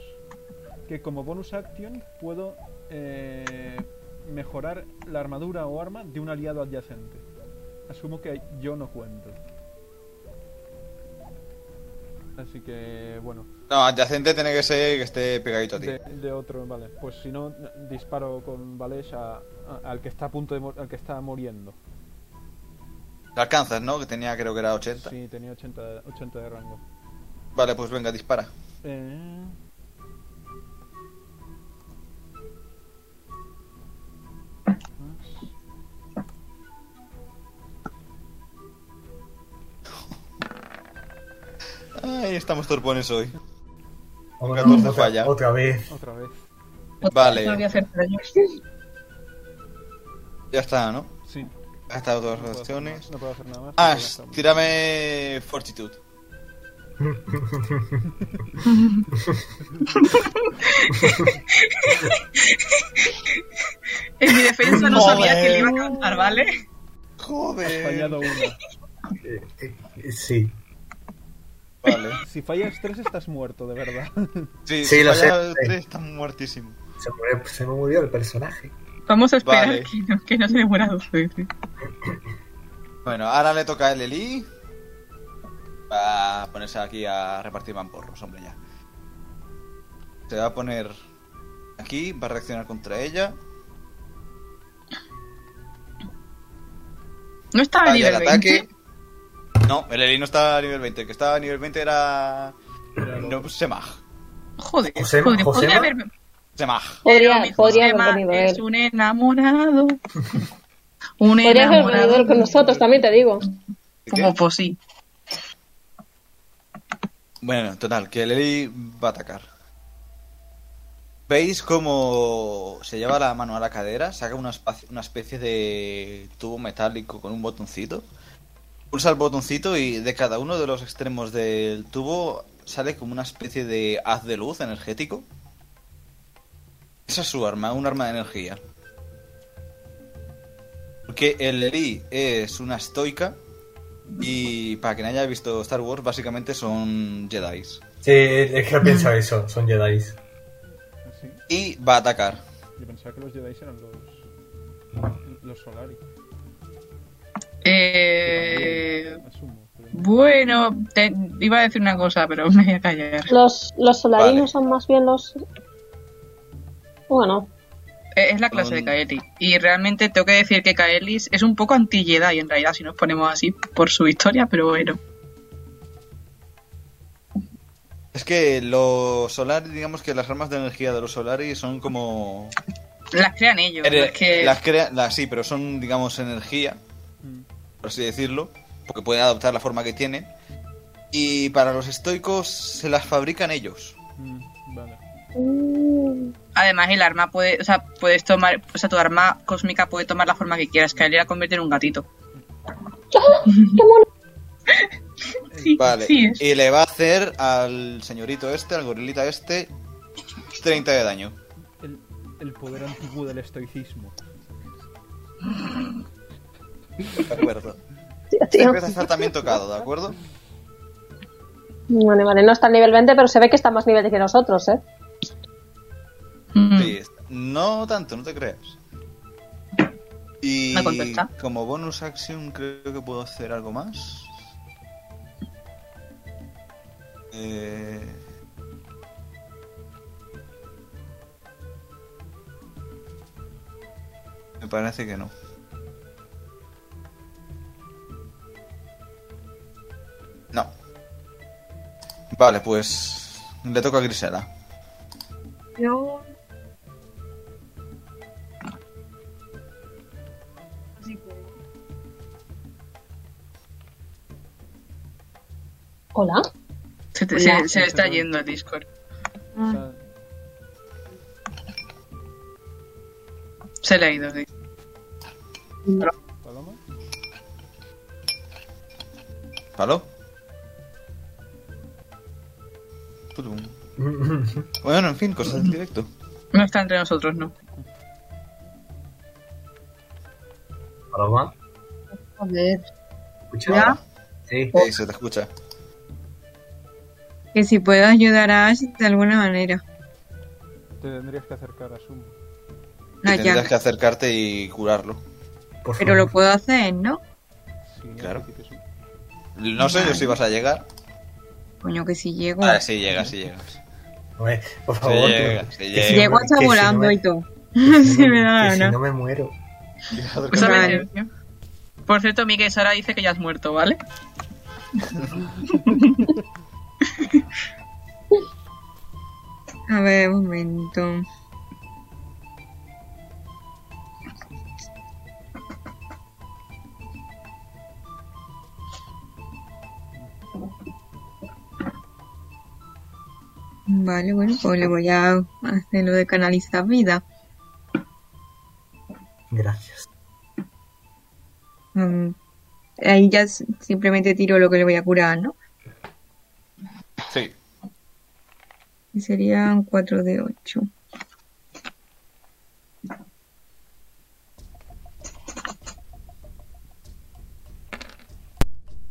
que como bonus action puedo eh, mejorar la armadura o arma de un aliado adyacente. Asumo que yo no cuento. Así que, bueno,
No, adyacente tiene que ser que esté pegadito a ti.
de, de otro, vale. Pues si no, disparo con Valesh a- a- al que está a punto de mor- al que está muriendo.
Te alcanzas, ¿no? Que tenía, creo que era 80.
Sí, tenía 80, de- 80 de rango.
Vale, pues venga, dispara.
Eh.
Ay, estamos torpones hoy.
Otra,
14
otra-
falla.
otra vez.
Otra vez.
Vale.
No voy a hacer daño.
Ya está, ¿no?
Sí.
Ha estado dos
puedo hacer nada
reacciones.
más, Pues, No puedo hacer nada más.
Ah,
porque ya está.
tírame Fortitude.
En mi defensa no
Joder.
sabía que le iba a cantar, ¿vale?
Joder.
Fallado una.
Eh, eh, eh, sí.
Vale.
Si fallas tres estás muerto, de verdad.
Sí,
Sí,
si
lo
falla
sé,
el
sí.
tres, está muertísimo.
Se, murió- se me murió el personaje.
Vamos a esperar
Vale.
que, no, que no se demora dos veces.
Bueno, ahora le toca a Leli. Va a ponerse aquí a repartir mamporros, hombre, ya. Se va a poner aquí, va a reaccionar contra ella.
No estaba a
Falla el
nivel 20.
ataque. No, Leli no estaba a nivel 20. El que estaba a nivel 20 era. No, pues, Semaj.
Joder,
Josema,
podría, podría
Josema.
haberme.
Semaj.
Pero
Podría,
mi
podría haber
Josema
venido
es
él.
un enamorado. Un
Podría haber
enamorado.
venido él con nosotros, también te digo.
Como pues sí.
Bueno, total, que Leli va a atacar. ¿Veis cómo se lleva la mano a la cadera? Saca una, espac- una especie de tubo metálico con un botoncito. Pulsa el botoncito y de cada uno de los extremos del tubo sale como una especie de haz de luz energético. Esa es su arma, un arma de energía. Porque el Leli es una estoica y para quien haya visto Star Wars, básicamente son Jedi.
Sí, es que he pensado eso. Son Jedi.
Sí.
Y va a atacar.
Yo pensaba que los Jedi eran los. Los Solari.
Eh,
Asumo. pero no.
bueno, te- iba a decir una cosa, pero me voy a callar.
Los, los
Vale.
solarinos son más bien los. Bueno,
Eh, Es la clase de
Mm.
Kaeli. Y realmente tengo que decir que Kaeli es un poco anti-Jedi en realidad, si nos ponemos así por su historia, pero bueno.
Es que los Solari, digamos que las armas de energía de los Solari son como.
Las crean ellos. es que...
Las crea... las- sí, pero son, digamos, energía,
Mm.
por así decirlo, porque pueden adoptar la forma que tienen. Y para los estoicos se las fabrican ellos.
Mm, Vale.
Además, el arma puede, o sea, puedes tomar, o sea, tu arma cósmica puede tomar la forma que quieras. Kaeli la convierte en un gatito. Sí,
Vale.
sí es.
Y le va a hacer al señorito este, al gorilita este, 30 de daño.
El, el poder antiguo del estoicismo.
De acuerdo.
tío,
Este
tío.
empieza a estar también tocado, ¿de acuerdo?
Vale, vale, no está al nivel 20, pero se ve que está más nivel que nosotros, ¿eh?
Mm.
Sí, Eh, no tanto, no te creas. Y
Me contesta.
como bonus action creo que puedo hacer algo más. Eh, Me parece que no. No. Vale, pues le toca a Grisela.
Yo. Así que.
Hola.
Se, te- se- se le está yendo el Discord.
O
Ah,
sea,
Se le ha ido, sí.
Paloma.
¿Aló? Tutum. Bueno, en fin, cosas del directo.
No está entre nosotros, no.
Paloma,
joder.
¿escuchas?
¿Ya?
Sí.
Oh,
Sí, se te escucha.
Que si puedo ayudar a Ash de alguna manera.
Te tendrías que acercar a Sumo.
Una
tendrás
llaga.
que acercarte y curarlo.
Por
Pero lo
favor.
puedo hacer, ¿no?
Sí, en
Claro.
principio sí.
No sé yo si vas a llegar.
Coño, que si llego.
Ah, sí llegas, sí llegas.
Hombre, por
Sí
favor.
llega,
que-
sí
que
llega.
si no
llego
me-
hasta
que si no
volando
me-
y todo.
que
Si me da la
que si
gana.
no me muero.
Pues ahora
Vale.
me silencio. Por cierto, Miguel, Sara dice que ya has muerto, ¿vale?
A ver, un momento. Vale, bueno, pues le voy a hacer lo de canalizar vida.
Gracias.
Mm, ahí ya s- simplemente tiro lo que le voy a curar, ¿no?
Sí.
Y serían 4 de 8.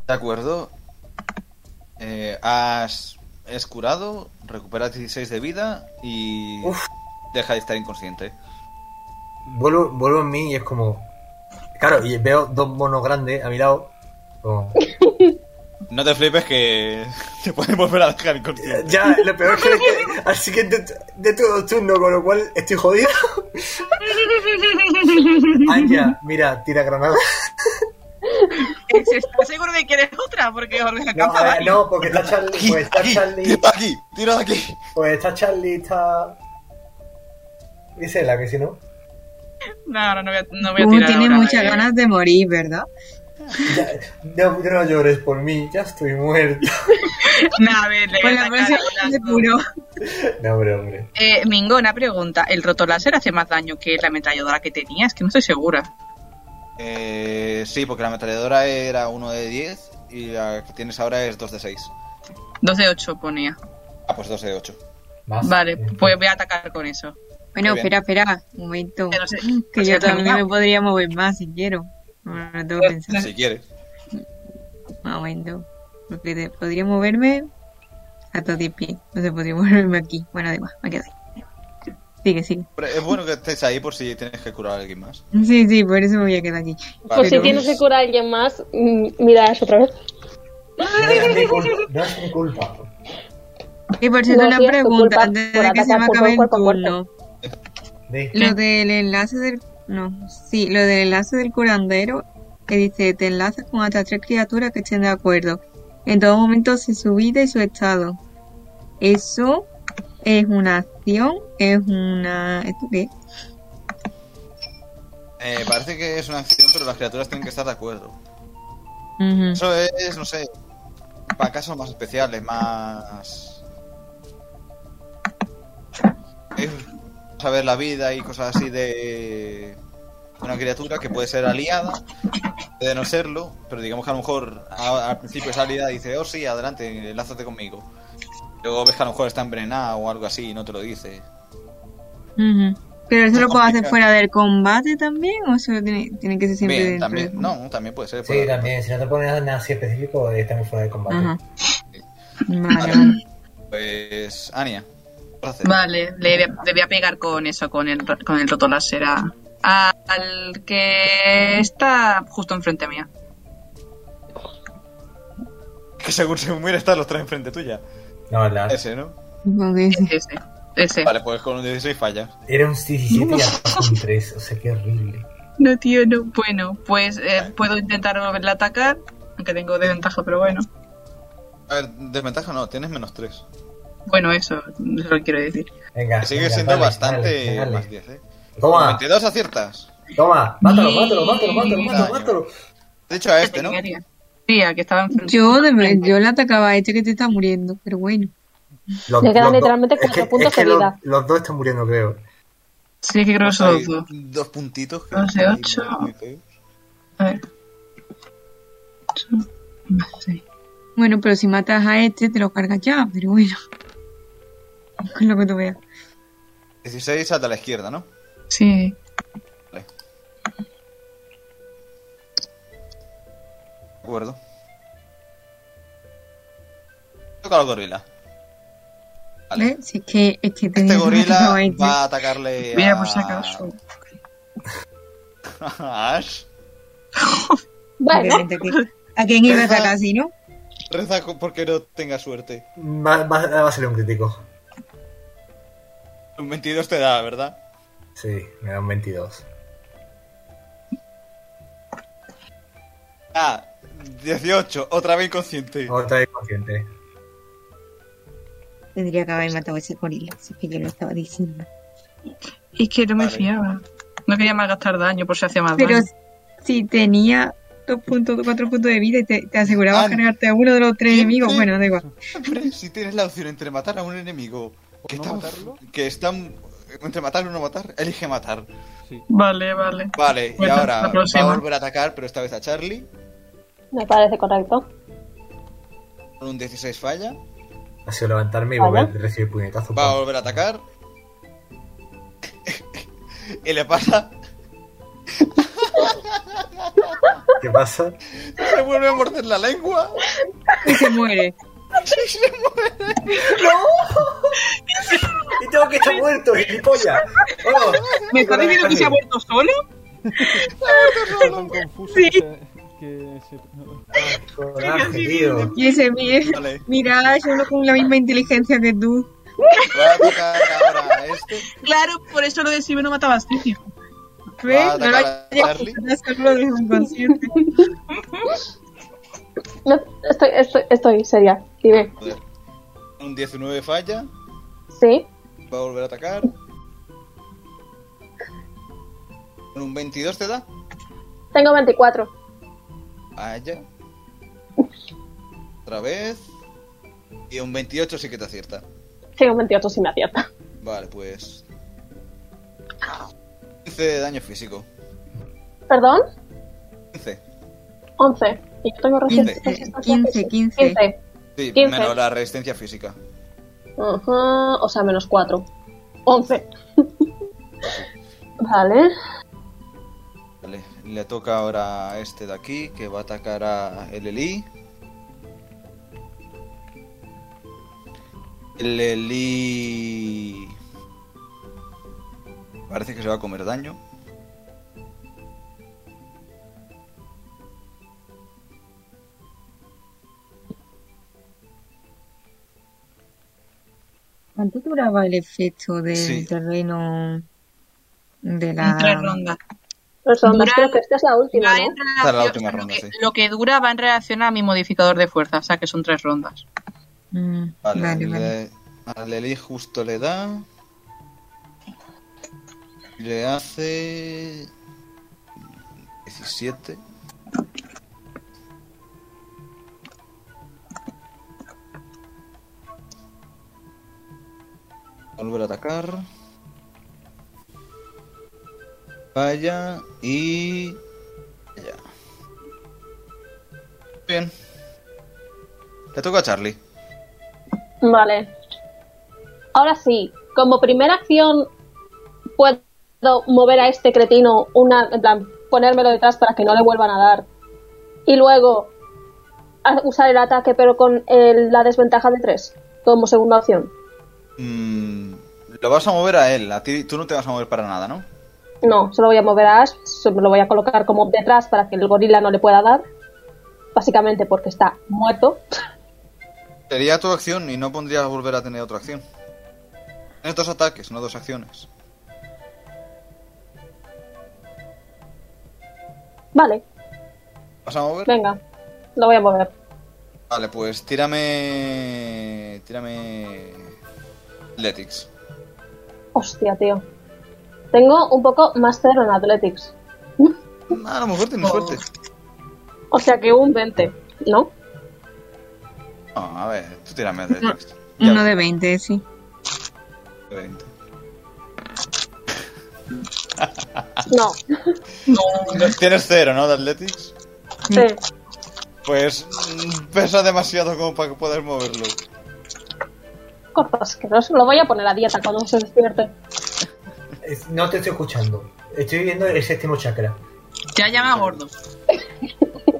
De acuerdo. Eh, has es curado, recuperas 16 de vida y
Uf.
deja de estar inconsciente.
Vuelvo, vuelvo en mí y es como. Claro, y veo dos monos grandes a mi lado. como-
No te flipes que te pueden volver a dejar inconsciente.
Ya, lo peor es que al siguiente tu- de todo turno, con lo cual estoy jodido. Anja, mira, tira granada.
¿Estás seguro de que quieres otra? Porque Jorge se
No,
acaba
a ver,
varios.
no, porque está Charlie. Pues está Charlie.
aquí, tira de aquí.
Pues está Charlie, está. Dice la que si no.
No, no, no voy a, no voy a
Tú
tirar
tienes
ahora,
muchas
eh.
ganas de morir, ¿verdad?
Ya, no, no llores por mí, ya estoy muerto.
No, a ver, le voy
Pues
a
la
atacar
próxima
a
se
las dos.
curó.
No, hombre, hombre.
Eh, Mingo, una pregunta. ¿El rotoláser hace más daño que la ametralladora que tenías? Que no estoy segura.
Eh, sí, porque la ametralladora era 1 de 10 y la que tienes ahora es 2 de 6.
2 de 8 ponía.
Ah, pues 2 de 8.
Más.
Vale, pues voy a atacar con eso.
Bueno,
Muy bien.
espera, espera, un momento.
Pero se-
que
pero se
yo
ha
también
terminado.
me podría mover más si quiero. Bueno, no tengo que pensar.
Si quieres.
Un momento. Porque te- podría moverme hasta 10 pies. No se podría moverme aquí. Bueno, además, me quedo ahí. Sigue, sigue.
Pero Es bueno que estés ahí por si tienes que curar a alguien más.
Sí, sí, por eso me voy a quedar aquí.
Vale,
Por Pues si
Pero-
tienes que curar a alguien más, mm, mira eso otra vez.
No es mi culpa. No es mi culpa.
Y por cierto,
No
una
tienes tu
pregunta
culpa
antes de
por
que se
atacar
me
por
acabe el
cuerpo a cuerpo.
turno.
Di.
Lo del enlace del. No, sí, lo del enlace del curandero que dice: te enlazas con hasta tres criaturas que estén de acuerdo. En todo momento se su vida y su estado. Eso es una acción, es una. ¿Esto qué?
Eh, parece que es una acción, pero las criaturas tienen que estar de acuerdo.
Ujú.
Eso es, no sé, para casos más especiales, más... Es saber la vida y cosas así de una criatura que puede ser aliada, puede no serlo, pero digamos que a lo mejor a- al principio es aliada y dice, oh sí, adelante, lázate conmigo. Luego ves que a lo mejor está envenenada o algo así y no te lo dice.
Ujú. Pero eso
Está
lo puedo hacer
complicado.
fuera del combate también, o eso tiene, tiene que ser siempre
Bien,
dentro
también,
del
no, también puede ser. pues,
Sí, también. Si no te pones nada así específico, eh, estamos fuera de combate.
Ajá. Vale, vale.
Pues, Ania, ¿qué vas a hacer?
Vale, le voy a, le voy a pegar con eso, con el, ro- con el rotoláser a- a- al que está justo enfrente mía.
Que según se muere están los tres enfrente tuya.
No, la,
Ese, ¿no?
Supongo que sí.
Ese, ese.
Vale, pues con un 16 fallas.
era un 17 y abajo un 3. O sea, qué horrible.
No, tío, no. Bueno, pues eh, puedo intentar volverla a atacar, aunque tengo desventaja, pero bueno.
A ver, desventaja no, tienes menos 3.
Bueno, eso, eso lo quiero decir.
Venga.
Sigue
Ah, venga,
siendo
dale,
bastante
dale, dale.
más 10, ¿eh? Con
Toma,
22 aciertas.
toma. Mátalo, mátalo, mátalo, mátalo,
Daño.
mátalo, mátalo.
De hecho, a este, ¿no?
Sí, al que estaba enfrente.
Yo, de- yo le atacaba a este que te está muriendo, pero bueno.
Los-
Le quedan
los dos-
literalmente
es
cuatro
que- es
puntos
que
de
los-
vida.
Los dos están muriendo, creo.
Sí, que creo que son
Hay
los dos.
dos puntitos. que
Dos de
están ahí
ocho.
muy feos.
A ver. Ocho, más seis.
Bueno, pero si matas a este, te lo cargas ya, pero bueno. Es lo que tú veas.
16 hasta la izquierda, ¿no?
Sí.
De acuerdo. Toca la gorila. Vale.
¿Ves? ¿eh? Si es que, es que
Este
tenía
gorila
razón, ¿eh?
va a atacarle
Mira,
a...
por si acaso.
a Ash.
Bueno,
Obviamente que- ¿A quién iba a atacar si no?
Reza co- porque no tenga suerte.
Va, va- va a salir un crítico.
Un 22 te da, ¿verdad?
Sí, me da un 22.
Ah, 18. Otra vez inconsciente.
Otra vez consciente.
Tendría que haber matado a ese gorila, si es que yo lo estaba diciendo.
Es que no me
Vale.
fiaba. No quería malgastar daño por si hacía
Ah,
más
Pero
daño.
si tenía dos puntos, cuatro puntos de vida y te, te asegurabas
Ah,
cargarte a uno de los tres
siempre-
enemigos, bueno, da igual.
Siempre, si tienes la opción entre matar a un enemigo
¿O
que
no
está,
matarlo?
que está entre matar o no matar, elige matar.
Sí.
Vale, vale.
Vale, y
Bueno,
ahora
Pues la
va
próxima.
a volver a atacar, pero esta vez a Charlie.
me parece correcto.
Con un 16 falla.
Ha sido levantarme y
Vale.
volver a recibir puñetazo.
Va a volver a atacar. y le pasa.
¿Qué pasa?
Se vuelve a morder la lengua.
Y se muere.
Y se muere.
¡Y tengo que estar muerto, gilipollas! ¡Oh!
¿Me está diciendo que se ha vuelto solo?
Está tan confuso que, que se...
Coraje, tío.
Y dice, mira,
Vale,
mira, yo no con la misma inteligencia que tú.
va a atacar ahora a este.
Claro, por eso lo de si me no matabas, tío.
¿Ves?
Va a
No lo
atacar a Charlie.
solo de inconsciente.
No, estoy, estoy, estoy seria. Dime.
Joder. Un 19 falla.
Sí,
Va a volver a atacar. Con un 22 te da.
tengo 24.
Vaya. Otra vez. Y un 28 sí que te acierta.
Tengo 28 si me acierta.
Vale, pues. 15 de daño físico.
¿Perdón?
15.
11. Y yo tengo resistencia.
15,
eh,
15, 15.
15.
Sí,
15.
menos la resistencia física.
Ajá, o sea, menos 4. 11. vale.
Vale, le toca ahora a este de aquí que va a atacar a el Eli. El Eli. Parece que se va a comer daño.
¿Cuánto duraba el efecto del
Sí.
terreno de la...
En tres rondas.
Pues son
Dura-
creo que esta es la última,
Va en
¿no?
Esta es la
relación-
última
o sea,
ronda,
lo, que,
sí.
lo que dura va en relación a mi modificador de fuerza, o sea que son tres rondas.
Mm,
Vale,
Vale, vale.
le- al Eli justo le da. Le hace. 17. Volver a atacar. Vaya y. Ya. Bien. Le toca a Charlie.
Vale. Ahora sí, como primera acción puedo mover a este cretino, una, en plan, ponérmelo detrás para que no le vuelvan a dar. Y luego a- usar el ataque pero con el- la desventaja de 3 como segunda opción.
Mm, lo vas a mover a él, a ti tú no te vas a mover para nada, ¿no?
No, se lo voy a mover a Ash, se lo voy a colocar como detrás para que el gorila no le pueda dar. Básicamente porque está muerto.
Sería tu acción y no pondrías volver a tener otra acción. Tienes dos ataques, no dos acciones.
Vale,
¿Vas a mover?
venga, lo voy a mover.
Vale, pues tírame... Tírame... Athletics.
Hostia, tío. Tengo un poco más cero en Athletics.
Ah, A lo mejor tienes
Oh.
suerte.
O sea que un 20, ¿no?
No, a ver, tú tírame Athletics. Ya,
Uno de 20, sí.
20.
No.
No, Tienes cero, ¿no? De Athletics.
Sí.
Pues mm, pesa demasiado como para que puedas moverlo.
Corto asqueroso. Lo voy a poner a dieta cuando se despierte.
Es- No te estoy escuchando. Estoy viendo el séptimo chakra.
Ya llama gordo.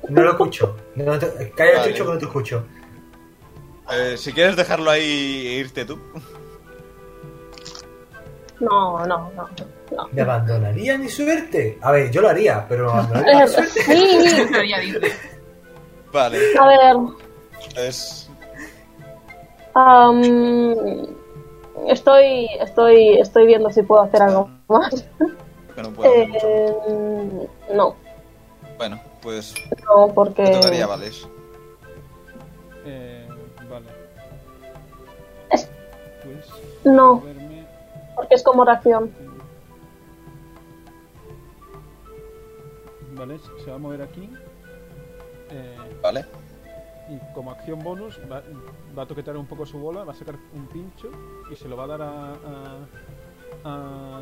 No lo escucho. No te- Cállate,
Vale.
Chucho, que no te escucho.
Eh, si quieres dejarlo ahí e irte tú.
No, no, no. no.
¿Me abandonaría mi suerte? A ver, yo lo haría, pero me abandonaría
Eh,
mi suerte.
sí,
Pero ya dice.
Vale,
a ver.
es.
am, estoy, estoy, estoy viendo si puedo hacer algo más.
que no puedo hacer mucho.
Eh, no,
Bueno, pues
no, porque.
te tocaría, Vales.
Eh, vale.
Es-
Pues,
No,
moverme.
porque es como reacción.
eh. Vale, se va a mover aquí. Eh,
Vale,
y como acción bonus va, va a toquetear un poco su bola, va a sacar un pincho y se lo va a dar a. a, a,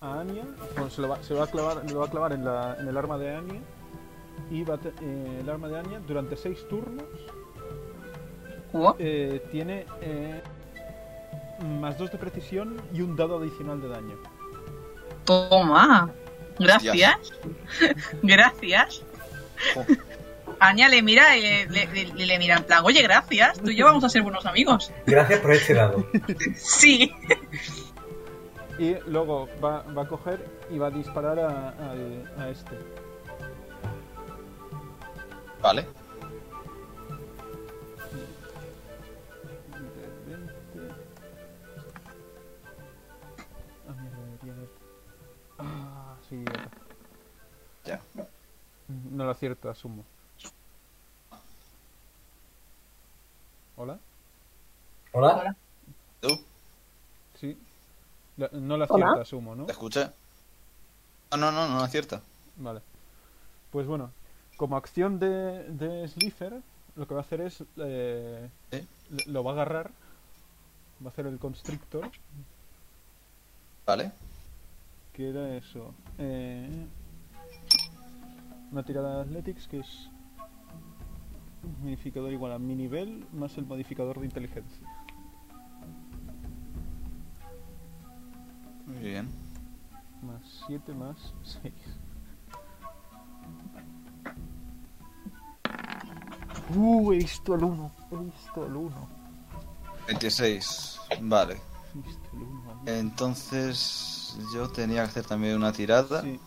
a Anya. Bueno, se lo va, se lo va a clavar, lo va a clavar en, la- en el arma de Anya. Y va a te- eh, el arma de Anya durante seis turnos
¿Cómo?
eh, tiene eh, más dos de precisión y un dado adicional de daño.
Toma. Gracias. gracias.
Jo.
Aña le mira y le, le- le- le mira en plan, oye, gracias, tú y yo vamos a ser buenos amigos.
Gracias por este dado.
Sí.
Y luego va, va a coger y va a disparar a, al- a este.
vale.
De 20. Ah, mierda, debería haber- Ah, sí, idiota.
Ya.
No lo acierto, asumo. ¿Hola?
Hola.
¿Tú?
Sí. La- no lo
Hola.
acierto, asumo, ¿no?
¿Te escucha? Ah, No, no, no, no acierta.
Vale. Pues bueno, como acción de, de Slifer, lo que va a hacer es. eh,
¿Eh?
le- Lo va a agarrar. Va a hacer el constrictor.
Vale,
Que era eso. Eh, una tirada de Athletics que es. Modificador igual a mi nivel más el modificador de inteligencia.
muy bien.
Más 7 más 6. Uh, he visto el 1. He visto el 1.
26, vale.
He visto el 1.
Entonces yo tenía que hacer también una tirada.
Sí.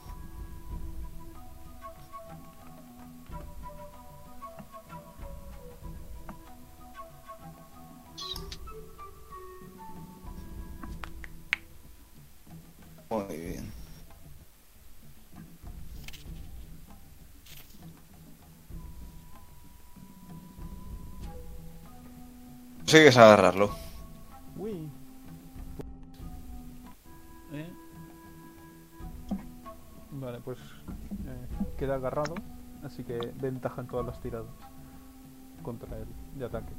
Muy bien. Sigues a agarrarlo.
Uy. Eh. Vale, pues eh, queda agarrado, así que ventaja en todas las tiradas contra él de ataque.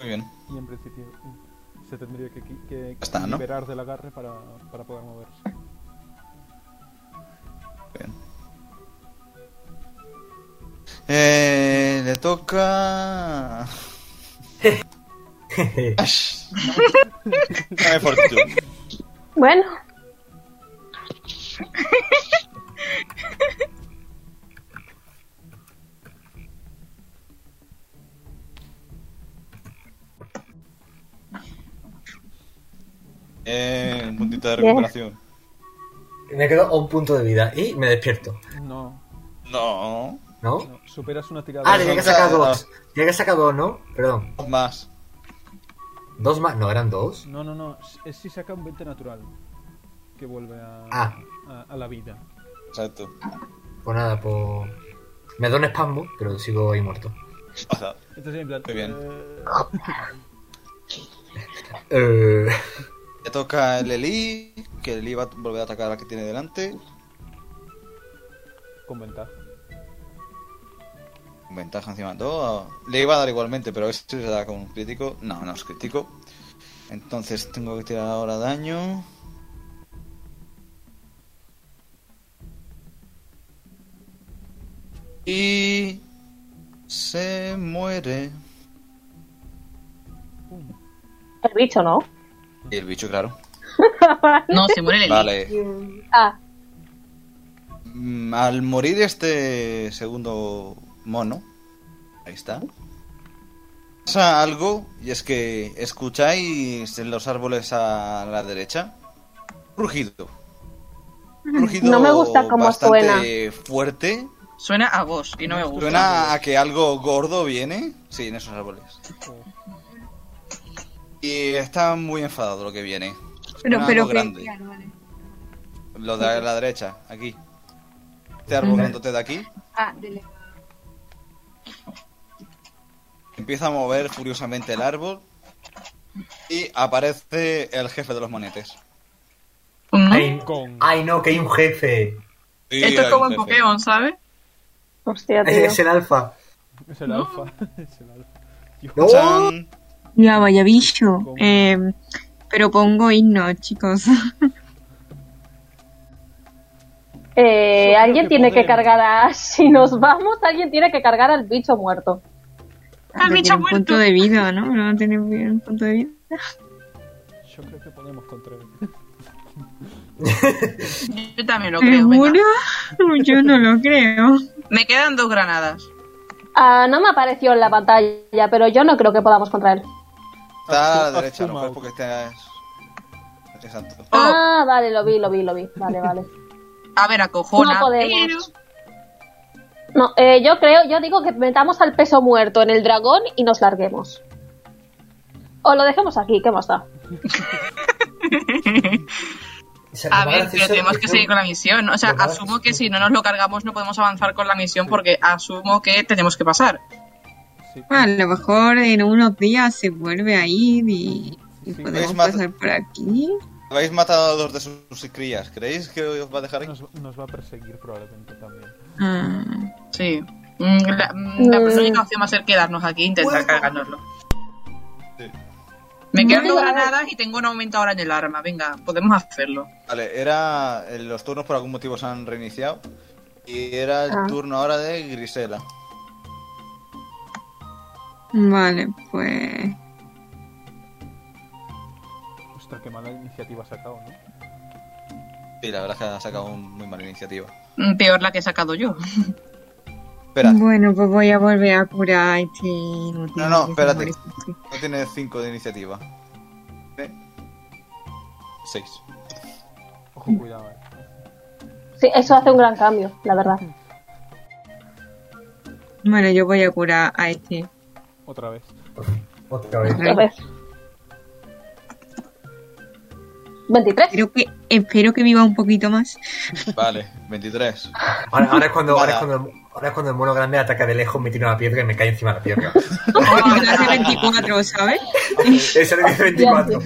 Muy bien.
Y en principio eh, se tendría que, qui- que
Ya está, ¿no?
liberar del agarre para, para poder moverse.
Bien. Eh, le toca. Ash. Dame fortitude.
Bueno,
Eh, un puntito de recuperación.
Me quedo a un punto de vida y me despierto.
No,
No.
¿No?
no, superas una tirada.
Ah,
le
tenía que
llega-
sacar dos. Tenía que sacar dos, ¿no? Perdón.
Dos más.
Dos más. No, eran dos.
No, no, no, es- es si saca un 20 natural que vuelve a,
Ah.
a- a la vida.
Exacto.
Pues nada, pues. Me da un espasmo, pero sigo ahí muerto.
O sea,
Entonces, en plan,
Muy bien.
eh,
Eh,
le toca el Eli. Que el Eli va a volver a atacar a la que tiene delante.
con ventaja.
Con ventaja encima de todo. Le iba a dar igualmente, pero a ver si se da con un crítico. No, no es crítico. Entonces tengo que tirar ahora daño. Y se muere.
el bicho no.
Y el bicho, claro.
No, se muere el
Vale.
Ah,
Mm, Al morir este segundo mono, ahí está, pasa algo y es que escucháis en los árboles a la derecha rugido. Rugido
No me gusta cómo
bastante fuerte.
Suena a vos y no me gusta.
Suena a que algo gordo viene. Sí, en esos árboles. Y está muy enfadado lo que viene.
Pero,
Suena
pero,
algo
que-
grande.
claro, vale.
Lo de la derecha, aquí. Este árbol grandote de aquí
Ah, dele.
empieza a mover furiosamente el árbol y aparece el jefe de los monetes.
¿No?
Ay,
Con-
ay, no, que hay un jefe.
Sí,
Esto es
hay
como
un
en
jefe.
Pokémon, ¿sabes?
Hostia, tío.
Es el alfa.
Es el
No.
alfa. Es el alfa. Dios,
No.
Chan.
Ya, vaya bicho. Eh, pero pongo himno, chicos.
Ah,
Eh,
Yo creo
alguien
que
tiene que
podemos.
cargar a... Si nos vamos, alguien tiene que cargar al bicho muerto.
Al
No tiene
bicho
un
muerto.
punto de vida, ¿no? No tiene un punto de vida.
yo creo que podemos contra él.
Yo también lo creo. venga.
¿Seguro? Yo no lo creo.
Me quedan dos granadas.
Ah, no me apareció en la pantalla, pero yo no creo que podamos contra él.
Está a
Haz
la
tu-
derecha,
haz tu
no fue
mouth.
porque estás. Exacto.
Oh.
Ah, vale, lo vi, lo vi, lo vi. Vale, vale.
A ver, acojona.
No podemos.
pero-
No, eh, yo creo, yo digo que metamos al peso muerto en el dragón y nos larguemos. O lo dejemos aquí, ¿qué más da?
Se
A
acaba de
ver,
hacer
pero
eso-
tenemos que seguir con la misión. ¿no? O sea,
Lo malo es
asumo
que-
que si no nos lo cargamos no podemos avanzar con la misión porque asumo que tenemos que pasar.
Sí.
A lo mejor en unos días se vuelve a ir y, y
Sí,
podemos
es más-
pasar por aquí.
Habéis matado a dos de sus crías. ¿Creéis que os va a dejar aquí?
Nos, nos va a perseguir probablemente también.
Ah,
Sí. Mm, La, mm, la
Mm.
única opción va a ser quedarnos aquí e intentar cargárnoslo.
Sí.
Me quedan
Bueno,
dos
a ver.
granadas y tengo un aumento ahora en el arma. Venga, podemos hacerlo.
Vale, era. eh, Los turnos por algún motivo se han reiniciado. Y era el
Ah.
turno ahora de Grisela.
vale, pues.
Ostras, qué mala iniciativa ha sacado, ¿no?
Sí, la verdad es que ha sacado un- muy mala iniciativa.
Mm, Peor la que he sacado yo.
Espera, no
Bueno, pues voy a volver a curar a este inútil.
No, no,
que se
espérate.
molesta.
tiene 5 de iniciativa. 6.
Ojo, cuidado, eh.
Sí, eso hace un gran cambio, la verdad.
Bueno, yo voy a curar a este.
Otra vez.
Otra vez.
A ver. 23.
Espero que, espero que viva un poquito más.
Vale, 23.
Ahora, ahora es cuando, ahora, es
Para.
cuando, ahora es cuando el mono grande ataca de lejos, me tira una piedra y me cae encima de la piedra.
Cuando hace 24, ¿sabes?
Eso le dice 24.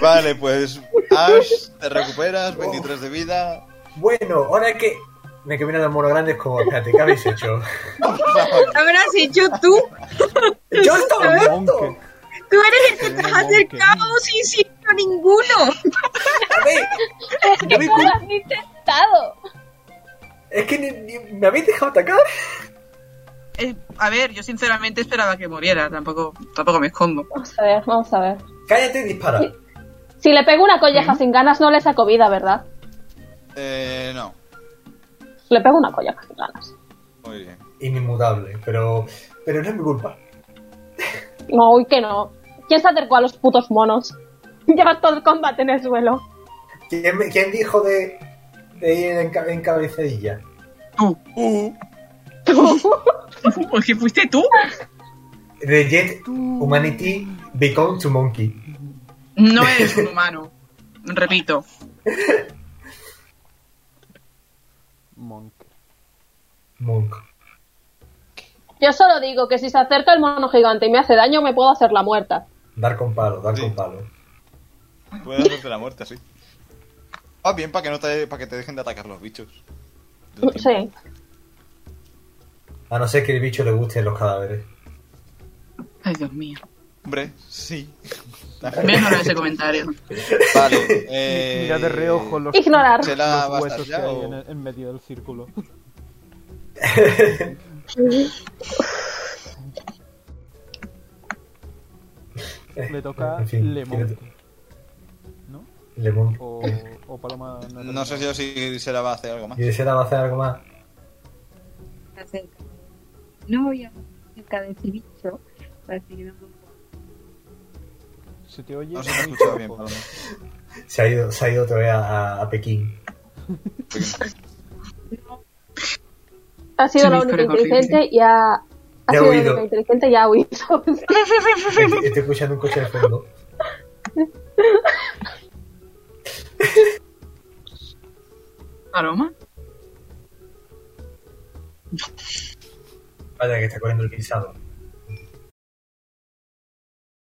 Vale, pues Ash, te recuperas, 23 de vida.
Bueno, ahora es que me que viene el mono grande es como, espérate, ¿qué habéis hecho?
¿Qué habrás hecho tú?
¡Yo estaba muerto!
Monke.
Tú eres el que te has
Monkey.
acercado sin sitio ninguno.
A ver,
Es que
Yo me
no lo
cu-
has intentado.
es que ni- ni- me habéis dejado atacar.
Eh, a ver, yo sinceramente esperaba que muriera. Tampoco, tampoco me escondo.
Vamos a ver, vamos a ver.
Cállate y dispara.
Si le pego una colleja sin ganas, no le saco vida, ¿verdad?
Eh, no.
Le pego una colleja sin ganas.
Muy bien.
Inmutable, pero, pero no es mi culpa.
No, uy, que no. ¿Quién se acercó a los putos monos? Lleva todo el combate en el suelo.
¿Quién, me- quién dijo de, de ir en, ca- en cabecilla?
Tú. Porque fuiste tú.
Reject Humanity Become to Monkey.
No eres un humano. Repito.
Monk.
Monk.
Yo solo digo que si se acerca el mono gigante y me hace daño, me puedo hacer la muerta.
Dar con palo, dar
Sí.
con palo.
Puedes hacerte la muerte, sí. Va bien para que no te, para que te dejen de atacar los bichos. De un tiempo.
Sí.
A no ser que el bicho le gusten los cadáveres.
Ay, Dios mío.
Hombre, sí.
Menos ese comentario.
Vale. Eh,
Mira de reojo los,
Ignorar.
¿Se la
los
vas a
huesos que
ya
hay
o-
en, en medio del círculo. Le toca
En fin,
Lemon.
tiene-
¿No?
Le Monk.
O, o Paloma. No,
No sé yo si se la va a hacer algo más.
¿Y ese era va a hacer algo más?
acerca. No voy a acerca de ese bicho Así que tampoco-
Se te oye.
No se me ha
muy
escuchado bien,
poco.
Paloma.
Se ha ido, se ha ido otra vez a, a- a Pekín.
Ha sido
Sí,
la
me
única
parece horrible.
inteligente y ha. Ha
Ya ha
sido la
huido.
única inteligente y ha huido.
Estoy estoy escuchando un coche de fondo.
¿Aroma?
Vaya, que está corriendo el guisado.